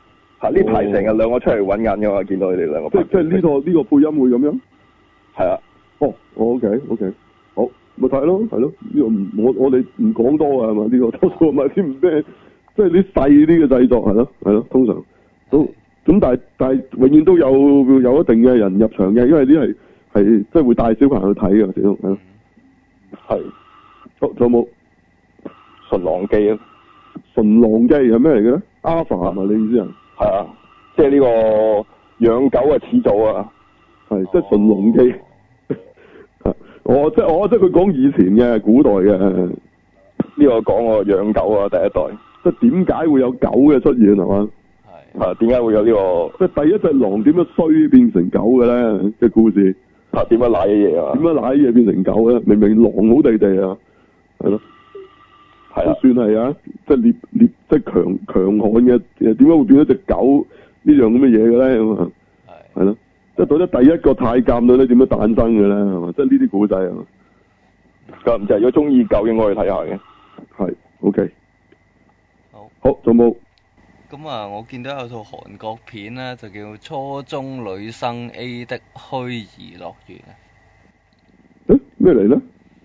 Speaker 5: 嚇，呢排成日兩個出嚟揾銀噶嘛，見到佢哋兩個
Speaker 1: 即
Speaker 5: 拍
Speaker 1: 係即係呢
Speaker 5: 片
Speaker 1: 個呢個配音會咁樣。
Speaker 5: 係啊，
Speaker 1: 哦，OK OK，好，咪睇咯，係咯，呢、個唔我我哋唔講多啊，係嘛？呢、個多數咪啲唔咩， 即係啲細啲嘅製作係咯，係咯，通常都咁，但係但係永遠都有有一定嘅人入場嘅，因為呢係係即係會帶小朋友去睇嘅，始終係咯。
Speaker 3: 嗯
Speaker 5: 係
Speaker 1: 好仲有冇
Speaker 5: 純狼記啊，
Speaker 1: 純狼雞係咩嚟嘅咧？Alpha 係咪你意思啊？
Speaker 5: 係啊，即係呢個養狗嘅始祖啊，
Speaker 1: 係即係純狼雞。 啊我即係我即係佢講以前嘅古代嘅，
Speaker 5: 呢個講我養狗啊第一代
Speaker 1: 即係點解會有狗嘅出現係嘛？
Speaker 3: 係
Speaker 5: 啊，點解會有呢個
Speaker 1: 即係第一隻狼點樣衰變成狗嘅咧嘅故事，
Speaker 5: 啊點樣賴嘅嘢啊
Speaker 1: 點？樣奶嘢變成狗咧？明明狼好地地啊，係咯，
Speaker 5: 係
Speaker 1: 都
Speaker 5: 啊，
Speaker 1: 算係啊，即係獵獵即係強強悍嘅，點解會變咗只狗呢樣咁嘅嘢嘅咧？咁啊，
Speaker 3: 係
Speaker 1: 係咯，即係到底第一個太監女咧點樣誕生嘅咧？係嘛，即係呢啲古仔啊，
Speaker 5: 咁唔知啊如果中意狗應該去睇下嘅，
Speaker 1: 係 OK，
Speaker 3: 好。
Speaker 1: 好仲有冇？
Speaker 3: 咁啊，我見到有套韓國片咧，就叫《初中女生 A 的虛擬樂園》啊。
Speaker 1: 誒咩嚟咧？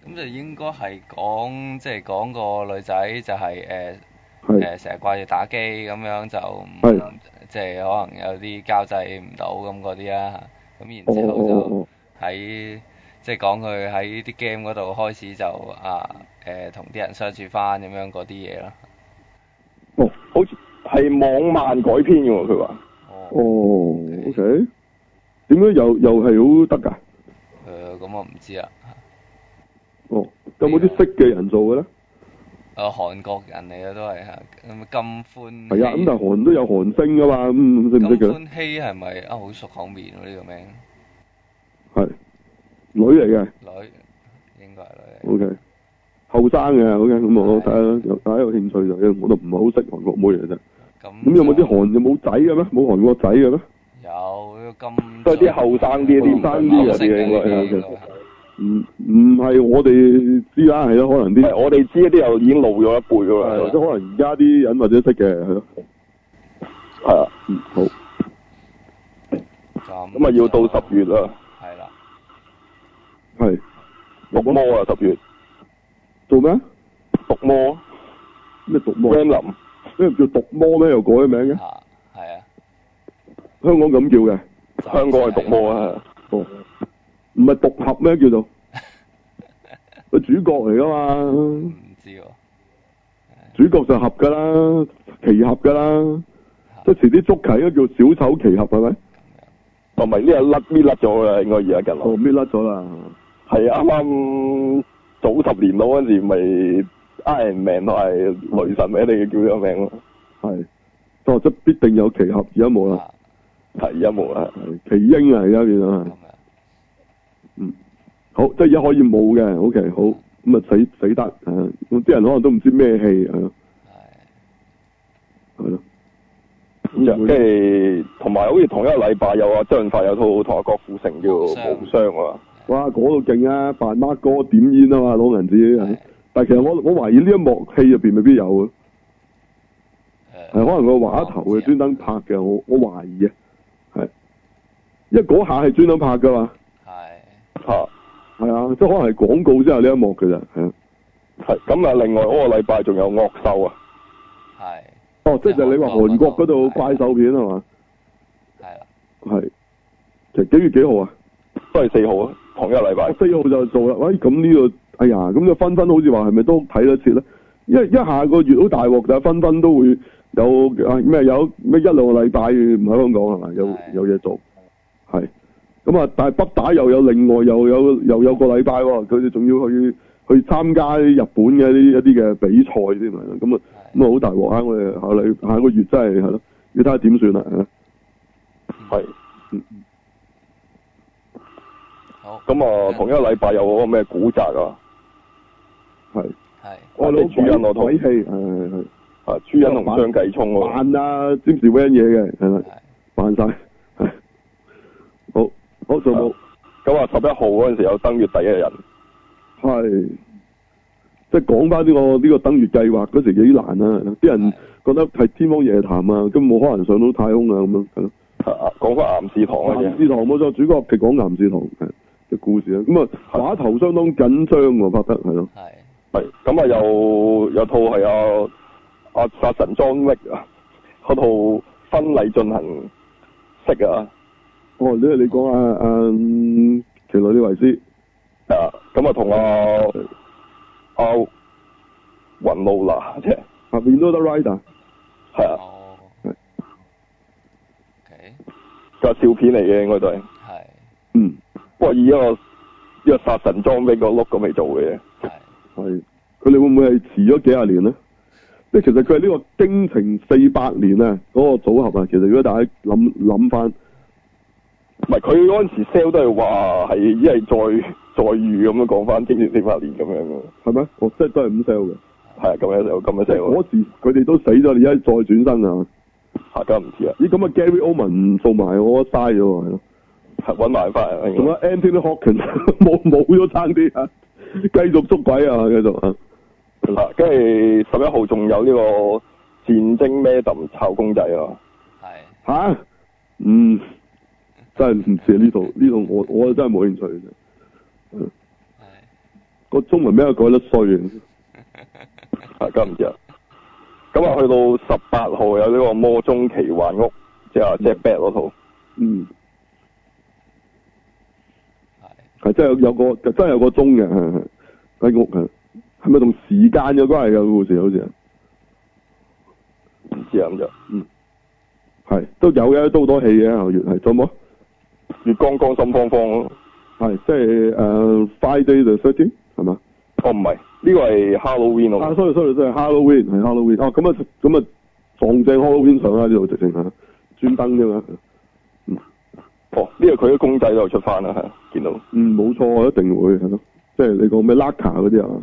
Speaker 3: 咁就應該係講，即係講個女仔就係誒
Speaker 1: 係
Speaker 3: 誒成日掛住打機咁樣就唔
Speaker 1: 係
Speaker 3: 即係可能有啲交際唔到咁嗰啲啦。咁然
Speaker 1: 哦
Speaker 3: 之後
Speaker 1: 哦哦
Speaker 3: 就
Speaker 1: 哦，
Speaker 3: 喺即係講佢喺啲 game 嗰度開始就啊誒同啲人相處翻咁樣嗰啲嘢啦。
Speaker 1: 哦
Speaker 5: 好似係網漫改編嘅喎，佢話
Speaker 3: 哦，
Speaker 1: 哦，OK，點解又又係好得㗎？
Speaker 3: 誒咁我唔知啊。
Speaker 1: 哦，有冇
Speaker 5: 啊
Speaker 1: 啲識嘅人做嘅咧？
Speaker 3: 誒韓國人嚟嘅都係嚇，咁金歡
Speaker 1: 係啊，咁
Speaker 3: 喜
Speaker 1: 但係韓都有韓星噶嘛，咁識唔識
Speaker 3: 金
Speaker 1: 嘅？
Speaker 3: 歡熙係咪啊好熟口面喎呢個名
Speaker 1: 係女嚟嘅
Speaker 3: 女應該係女嚟
Speaker 1: ，OK，後生嘅，OK，咁我
Speaker 3: 係
Speaker 1: 睇下有大家有興趣就，我都唔係好識韓國妹嚟啫。
Speaker 3: 咁
Speaker 1: 咁有冇啲
Speaker 3: 就
Speaker 1: 韓有冇仔嘅咩？冇韓國仔嘅咩？
Speaker 3: 有呢個金
Speaker 5: 都係啲後生啲啲唔
Speaker 1: 嗯後生啲
Speaker 5: 嗰啲應該
Speaker 1: 係
Speaker 5: 係
Speaker 1: 啊。唔唔係我哋知啦，係咯，可能
Speaker 5: 唔
Speaker 1: 啲
Speaker 5: 係啊我哋知啲又已經老咗一輩㗎啦
Speaker 1: 係，即係可能而家啲人或者識嘅，係咯，
Speaker 5: 係啊，
Speaker 1: 嗯，好，
Speaker 3: 咁
Speaker 5: 咁啊要到十月啦，
Speaker 3: 係啦，
Speaker 1: 係
Speaker 5: 毒魔啊十月，
Speaker 1: 做咩？啊
Speaker 5: 毒魔
Speaker 1: 咩毒魔？
Speaker 5: Ram 林。
Speaker 1: 咩叫毒魔咩？又改咗名嘅，
Speaker 3: 嚇係啊，
Speaker 1: 香港咁叫嘅，
Speaker 5: 香港係毒魔啊，
Speaker 1: 哦，唔係毒俠咩？叫做佢主角嚟噶嘛？
Speaker 3: 唔知喎
Speaker 1: 主角就合噶啦，奇俠噶啦，即
Speaker 3: 嚇
Speaker 1: 係遲啲捉棋應該叫小丑奇俠係咪？
Speaker 5: 同埋呢日甩搣甩咗啦，應該而家近
Speaker 1: 哦，
Speaker 5: 來
Speaker 1: 搣甩咗啦，
Speaker 5: 係啱啱早十年到嗰陣時，咪 Iron Man 同埋雷神咪一定要叫咗名咯，
Speaker 1: 係，哦，即係必定有奇俠，而家冇啦，
Speaker 3: 嚇
Speaker 5: 係而家冇啦，
Speaker 1: 係奇英啊啊，而家變咗
Speaker 3: 咁
Speaker 1: 係，
Speaker 3: 樣
Speaker 1: 嗯，好，即係而家可以冇嘅，OK，好，咁啊死死得，係咁啲人可能都唔知咩戲，係咯，
Speaker 3: 係
Speaker 1: 係咯，
Speaker 5: 咁
Speaker 1: 嗯
Speaker 5: 就跟住同埋好似同一個禮拜有啊，周潤發有套同阿郭富城叫《無雙》啊，
Speaker 1: 哇，嗰度勁啊，扮孖哥點煙啊嘛，攞銀紙，係但係其實我我懷疑呢一幕戲入邊未必有啊嘅，
Speaker 3: 誒
Speaker 1: 係可能個畫頭
Speaker 3: 我唔
Speaker 1: 嘅
Speaker 3: 知啊
Speaker 1: 專登拍嘅，我我懷疑嘅，係，因為嗰下係專登拍噶嘛。
Speaker 3: 係
Speaker 5: 嚇
Speaker 1: 係啊，即係可能係廣告之後呢一幕嘅啫，係啊，
Speaker 5: 係咁啊！另外嗰個禮拜仲有惡獸啊，
Speaker 3: 係
Speaker 1: 哦，即係就係你話韓國嗰度怪獸片啊係嘛？
Speaker 3: 係啦，
Speaker 1: 係。其實幾月幾號啊？
Speaker 5: 都係四號啊，同一個禮拜
Speaker 1: 我。四號就做啦。喂，咁呢、個，哎呀，咁就紛紛好似話係咪都睇得切咧？因為一下個月好大鑊，但係紛紛都會有啊咩有咩一兩個禮拜唔喺香港係咪？有
Speaker 3: 係
Speaker 1: 有嘢做係咁啊！但係北打又有另外又有又有個禮拜喎，佢哋仲要去去參加日本嘅呢一啲嘅比賽添啊！咁啊
Speaker 3: 係
Speaker 1: 咁啊好大鑊啊！我哋下禮下個月真係係咯，要睇下點算啦係咯
Speaker 5: 係
Speaker 3: 好
Speaker 5: 咁啊，同一個禮拜有嗰個咩古宅啊，
Speaker 1: 係。
Speaker 3: 係
Speaker 1: 我
Speaker 5: 即
Speaker 1: 老
Speaker 5: 係啊主人我同
Speaker 1: 鬼戲係係係。
Speaker 5: 啊朱茵同張繼聰喎。
Speaker 1: 扮啊 James Wan 嘢嘅，係啦，
Speaker 3: 係
Speaker 1: 扮晒，係 好，好仲有冇？
Speaker 5: 咁啊，十一號嗰陣時有登月第一人，
Speaker 1: 係，即係講翻呢個呢個登月計劃嗰時幾難啊！啲人
Speaker 3: 係
Speaker 1: 覺得係天方夜譚啊，咁冇可能上到太空啊咁樣，係咯。
Speaker 5: 啊講翻岩士堂嗰
Speaker 1: 岩
Speaker 5: 啲，啊
Speaker 1: 士堂冇錯，主角係講岩士堂嘅嘅故事啊。咁啊，
Speaker 5: 係
Speaker 1: 畫頭相當緊張喎，拍得係咯。
Speaker 3: 係
Speaker 5: 係咁啊，有有套係啊阿殺神莊力啊，嗰套婚禮進行式啊，
Speaker 1: 哦，你你講啊啊，嗯奇洛李維斯
Speaker 5: 啊咁啊同啊
Speaker 1: 嗯
Speaker 5: 阿雲露娜即係
Speaker 1: 啊 v i n o d a Rider
Speaker 5: 係啊，
Speaker 3: 哦
Speaker 1: 係
Speaker 3: ，OK
Speaker 5: 個笑片嚟嘅應該都係，
Speaker 3: 係
Speaker 1: 嗯。
Speaker 5: 不過以一個一個殺神裝兵個 look 咁嚟做嘅，
Speaker 3: 係
Speaker 1: 係，佢哋會唔會係遲咗幾廿年咧？即係其實佢係呢個京城四百年啊，嗰、個組合啊，其實如果大家諗諗翻，
Speaker 5: 唔係佢嗰陣時 sell 都係話係一係再再遇咁樣講翻經典四百年咁樣嘅，
Speaker 1: 係咪？我即係都係咁 sell 嘅。
Speaker 5: 係啊咁樣就咁樣
Speaker 1: 即係
Speaker 5: sell 啊。
Speaker 1: 嗰時佢哋都死咗，而家再轉身啊！
Speaker 5: 嚇，梗係唔知啊，
Speaker 1: 咦，咁啊 Gary Oldman 做埋我覺得嘥咗喎，係咯。
Speaker 5: 係揾埋啊翻嚟。
Speaker 1: 仲有 Anthony Hopkins 冇冇咗爭啲啊，繼續捉鬼啊，繼續啊！
Speaker 5: 啊跟住十一號仲有呢個戰爭 Madam 炒公仔啊，
Speaker 3: 係
Speaker 1: 吓？嗯，真係唔知啊呢度呢度我我真係冇興趣。
Speaker 3: 係
Speaker 1: 個中文名又改得衰啊！
Speaker 5: 係梗係唔知啊。咁啊，去到十八號有呢個魔中奇幻屋，即係阿 Jack b a c 嗰套，
Speaker 1: 嗯。
Speaker 3: 係
Speaker 1: 係真係有有個真係有個鐘嘅係係間屋係，係咪同時間有關係嘅故事好似係
Speaker 5: 唔知啊咁就
Speaker 1: 係都有嘅，都好多戲嘅下個月係，仲有冇？
Speaker 5: 月光光心慌慌咯。
Speaker 1: 係即係誒 Friday the t h i r t e 係嘛？
Speaker 5: 哦，唔係，呢個係 Halloween
Speaker 1: 啊
Speaker 5: 啊，
Speaker 1: ，sorry sorry 即係 Halloween 係 Halloween 哦，咁啊咁啊撞正 Halloween 上啦呢度直情係專登啫嘛，
Speaker 5: 哦，呢個佢啲公仔都有出翻啦，係啊見到
Speaker 1: 嗯冇錯，一定會係咯，即係你講咩 Laka 嗰啲啊，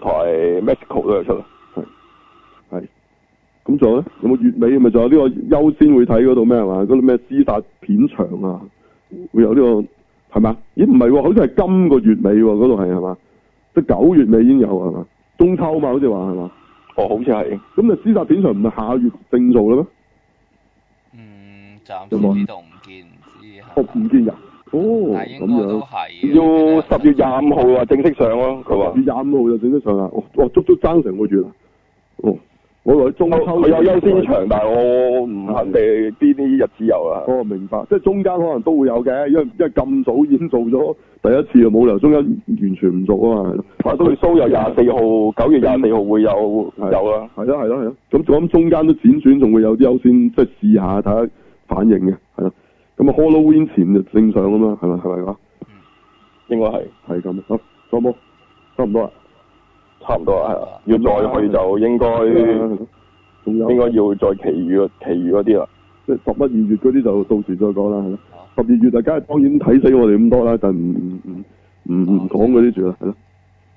Speaker 5: 同埋 Mexico 都有出啦。
Speaker 1: 係咁仲有咧有冇月尾咪仲有呢個優先會睇嗰度咩係嘛？嗰度咩廝殺片場啊，會有呢、個係嘛？咦唔係喎，好似係今個月尾喎，嗰度係係嘛？即係九月尾已經有係嘛？中秋嘛，好似話係嘛？
Speaker 5: 哦，好似係
Speaker 1: 咁你廝殺片場唔係下月正做啦咩？
Speaker 3: Ừ, 嗯，暫
Speaker 1: 有冇啊
Speaker 3: 時呢度唔見，唔知係
Speaker 1: 我唔
Speaker 3: 咪
Speaker 1: 見人。哦，
Speaker 3: 但應
Speaker 1: 咁
Speaker 3: 該都
Speaker 1: 樣。
Speaker 3: 係嘅
Speaker 5: 要十月廿五號啊，正式上咯。佢話
Speaker 1: 月廿五號就整得上啦，我我足足爭成個月啊！哦，我以為中秋
Speaker 5: 哦佢有優先場，但係我唔肯定邊啲日子有啊。
Speaker 1: 哦，明白，即係中間可能都會有嘅，因為因為咁早已經做咗第一次就啊冇理由中間完全唔做啊嘛，
Speaker 5: 啊，都 show 有廿四號，九月廿四號會有
Speaker 1: 係
Speaker 5: 有啊啦。
Speaker 1: 係咯係咯係咯，咁我諗中間都輾轉仲會有啲優先，即係試下睇下反應嘅，係咯，咁啊 Halloween 前就正常啊嘛，係咪係咪話
Speaker 5: 應該係
Speaker 1: 係咁啊？仲有冇？差唔多啦，
Speaker 5: 差唔多啦，係啊
Speaker 3: 啊。
Speaker 5: 要再去就應該
Speaker 1: 啊仲有啊
Speaker 5: 應該要再其餘嗰其餘嗰啲啦。
Speaker 1: 即係十一二月嗰啲就到時再講啦，係咯。
Speaker 3: 好
Speaker 1: 十二月啊就梗係當然睇死我哋咁多啦，但唔唔唔唔
Speaker 3: 啊
Speaker 1: 唔講嗰啲住啦，係咯，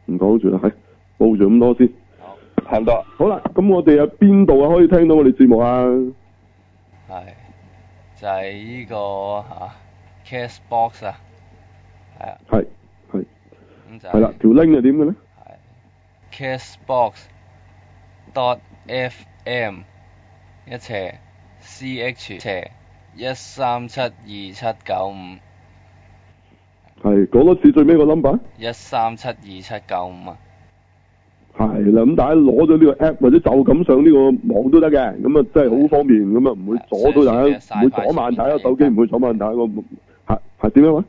Speaker 1: 唔講住啦，係報住咁多先。
Speaker 3: 好
Speaker 5: 差唔多啦，
Speaker 1: 好啦，咁我哋啊邊度啊可以聽到我哋節目啊？
Speaker 3: 係就係呢個嚇 Cashbox 啊，係啊，
Speaker 1: 係係
Speaker 3: 咁就
Speaker 1: 係啦，條 link 係點嘅咧？
Speaker 3: 係 Cashbox dot FM 一斜 CH 斜一三七二七九五
Speaker 1: 係講多次最尾個 number。
Speaker 3: 一三七二七九五啊，
Speaker 1: 係啦，咁大家攞咗呢個 app 或者就咁上呢個網都得嘅，咁啊真係好方便，咁啊唔會阻到大
Speaker 3: 係
Speaker 1: 家，唔會阻慢大家手機，唔會阻慢大家個係係點樣啊？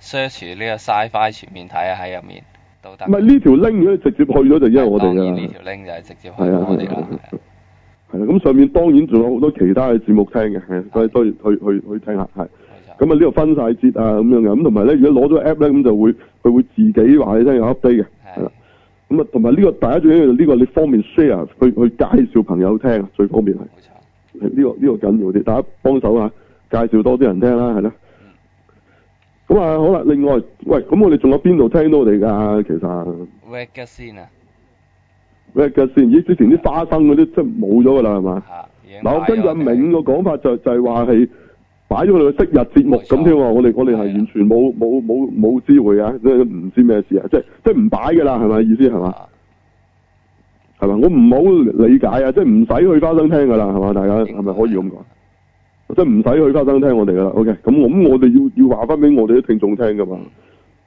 Speaker 3: search 呢個 sci-fi 全面睇啊喺入面都得。
Speaker 1: 唔係呢條 link 如果直接去咗就因為我哋
Speaker 3: 當然呢
Speaker 1: 㗎，
Speaker 3: 條 link 就係直接去
Speaker 1: 係啊
Speaker 3: 我哋啦
Speaker 1: 係啊。係啦，咁上面當然仲有好多其他嘅節目聽嘅，係啊所以都要去去去聽下係。
Speaker 3: 係啊
Speaker 1: 咁啊呢度分晒節啊咁樣嘅，咁同埋咧如果攞咗 app 咧咁就會佢會自己話你聽有 update 嘅，係
Speaker 3: 冇
Speaker 1: 啦。咁啊同埋呢個大家最緊要就呢個你方便 share 去去介紹朋友聽，啊最方便係。
Speaker 3: 錯，冇錯。
Speaker 1: 呢、個呢、個緊要啲，大家幫手啊，介紹多啲人聽啦，係啦。咁啊，好啦，另外，喂，咁我哋仲有邊度聽到我哋㗎？其實
Speaker 3: Vegas 先啊，
Speaker 1: 喂嘅先，咦，之前啲花生嗰啲真係冇咗㗎啦，係嘛？
Speaker 3: 嚇已經買
Speaker 1: 嗱，
Speaker 3: 咗
Speaker 1: 我跟住阿
Speaker 3: 我哋
Speaker 1: 明個講法就就係話係擺咗佢哋嘅昔日節目
Speaker 3: 冇錯
Speaker 1: 咁添喎，我哋我哋係
Speaker 3: 係啊
Speaker 1: 完全冇冇冇冇知會啊，即係唔知咩事啊，即係即係唔擺㗎啦，係咪意思係嘛？
Speaker 3: 啊
Speaker 1: 係咪？我唔好理解啊，即係唔使去花生聽㗎啦，係嘛？大家係咪可以咁講？即係唔使去花生聽我哋噶啦，OK？咁咁我哋要要話翻俾我哋啲聽眾聽噶
Speaker 3: 嗯
Speaker 1: 嘛，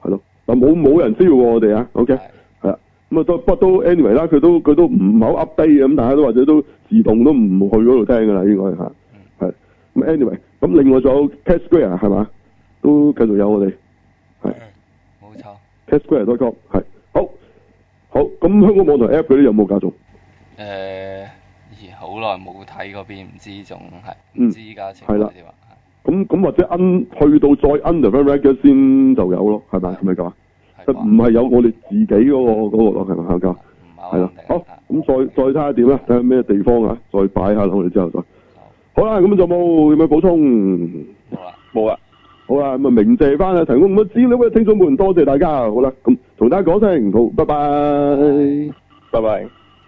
Speaker 1: 係咯。嗱冇冇人知喎我哋啊，OK？
Speaker 3: 係
Speaker 1: 係啦，咁啊都不過都 anyway 啦，佢都佢都唔係好 update 嘅咁，大家都或者都自動都唔去嗰度聽噶啦，應該嚇係。咁 anyway，咁另外仲有 Cat Square 係嘛，都繼續有我哋係
Speaker 3: 冇錯。
Speaker 1: Cat Square 多 com 係好好咁香港網台 app 嗰啲有冇加重？
Speaker 3: 誒，咦好耐冇睇嗰邊，唔知仲係
Speaker 1: 嗯
Speaker 3: 唔知依家情
Speaker 1: 係啦
Speaker 3: 況點啊？
Speaker 1: 咁咁或者 un 去到再 under the record 先就有咯，係咪係咪咁啊？
Speaker 3: 係
Speaker 1: 即
Speaker 3: 哦啩
Speaker 1: 係唔係有我哋自己嗰、個嗰、個咯，係咪係咪咁啊？
Speaker 3: 唔係
Speaker 1: 係
Speaker 3: 好
Speaker 1: 啦
Speaker 3: 肯定，
Speaker 1: 好
Speaker 3: 啊
Speaker 1: 咁再再睇下點啦，睇下咩地方啊，再擺下啦，我哋之後再好啦。咁就冇有冇補充？
Speaker 3: 好啦，
Speaker 5: 冇啊，
Speaker 1: 好啦，咁啊鳴謝翻啊，提供咁多資料嘅聽眾們，多謝大家。好啦，咁同大家講聲好，拜拜。
Speaker 5: 拜拜。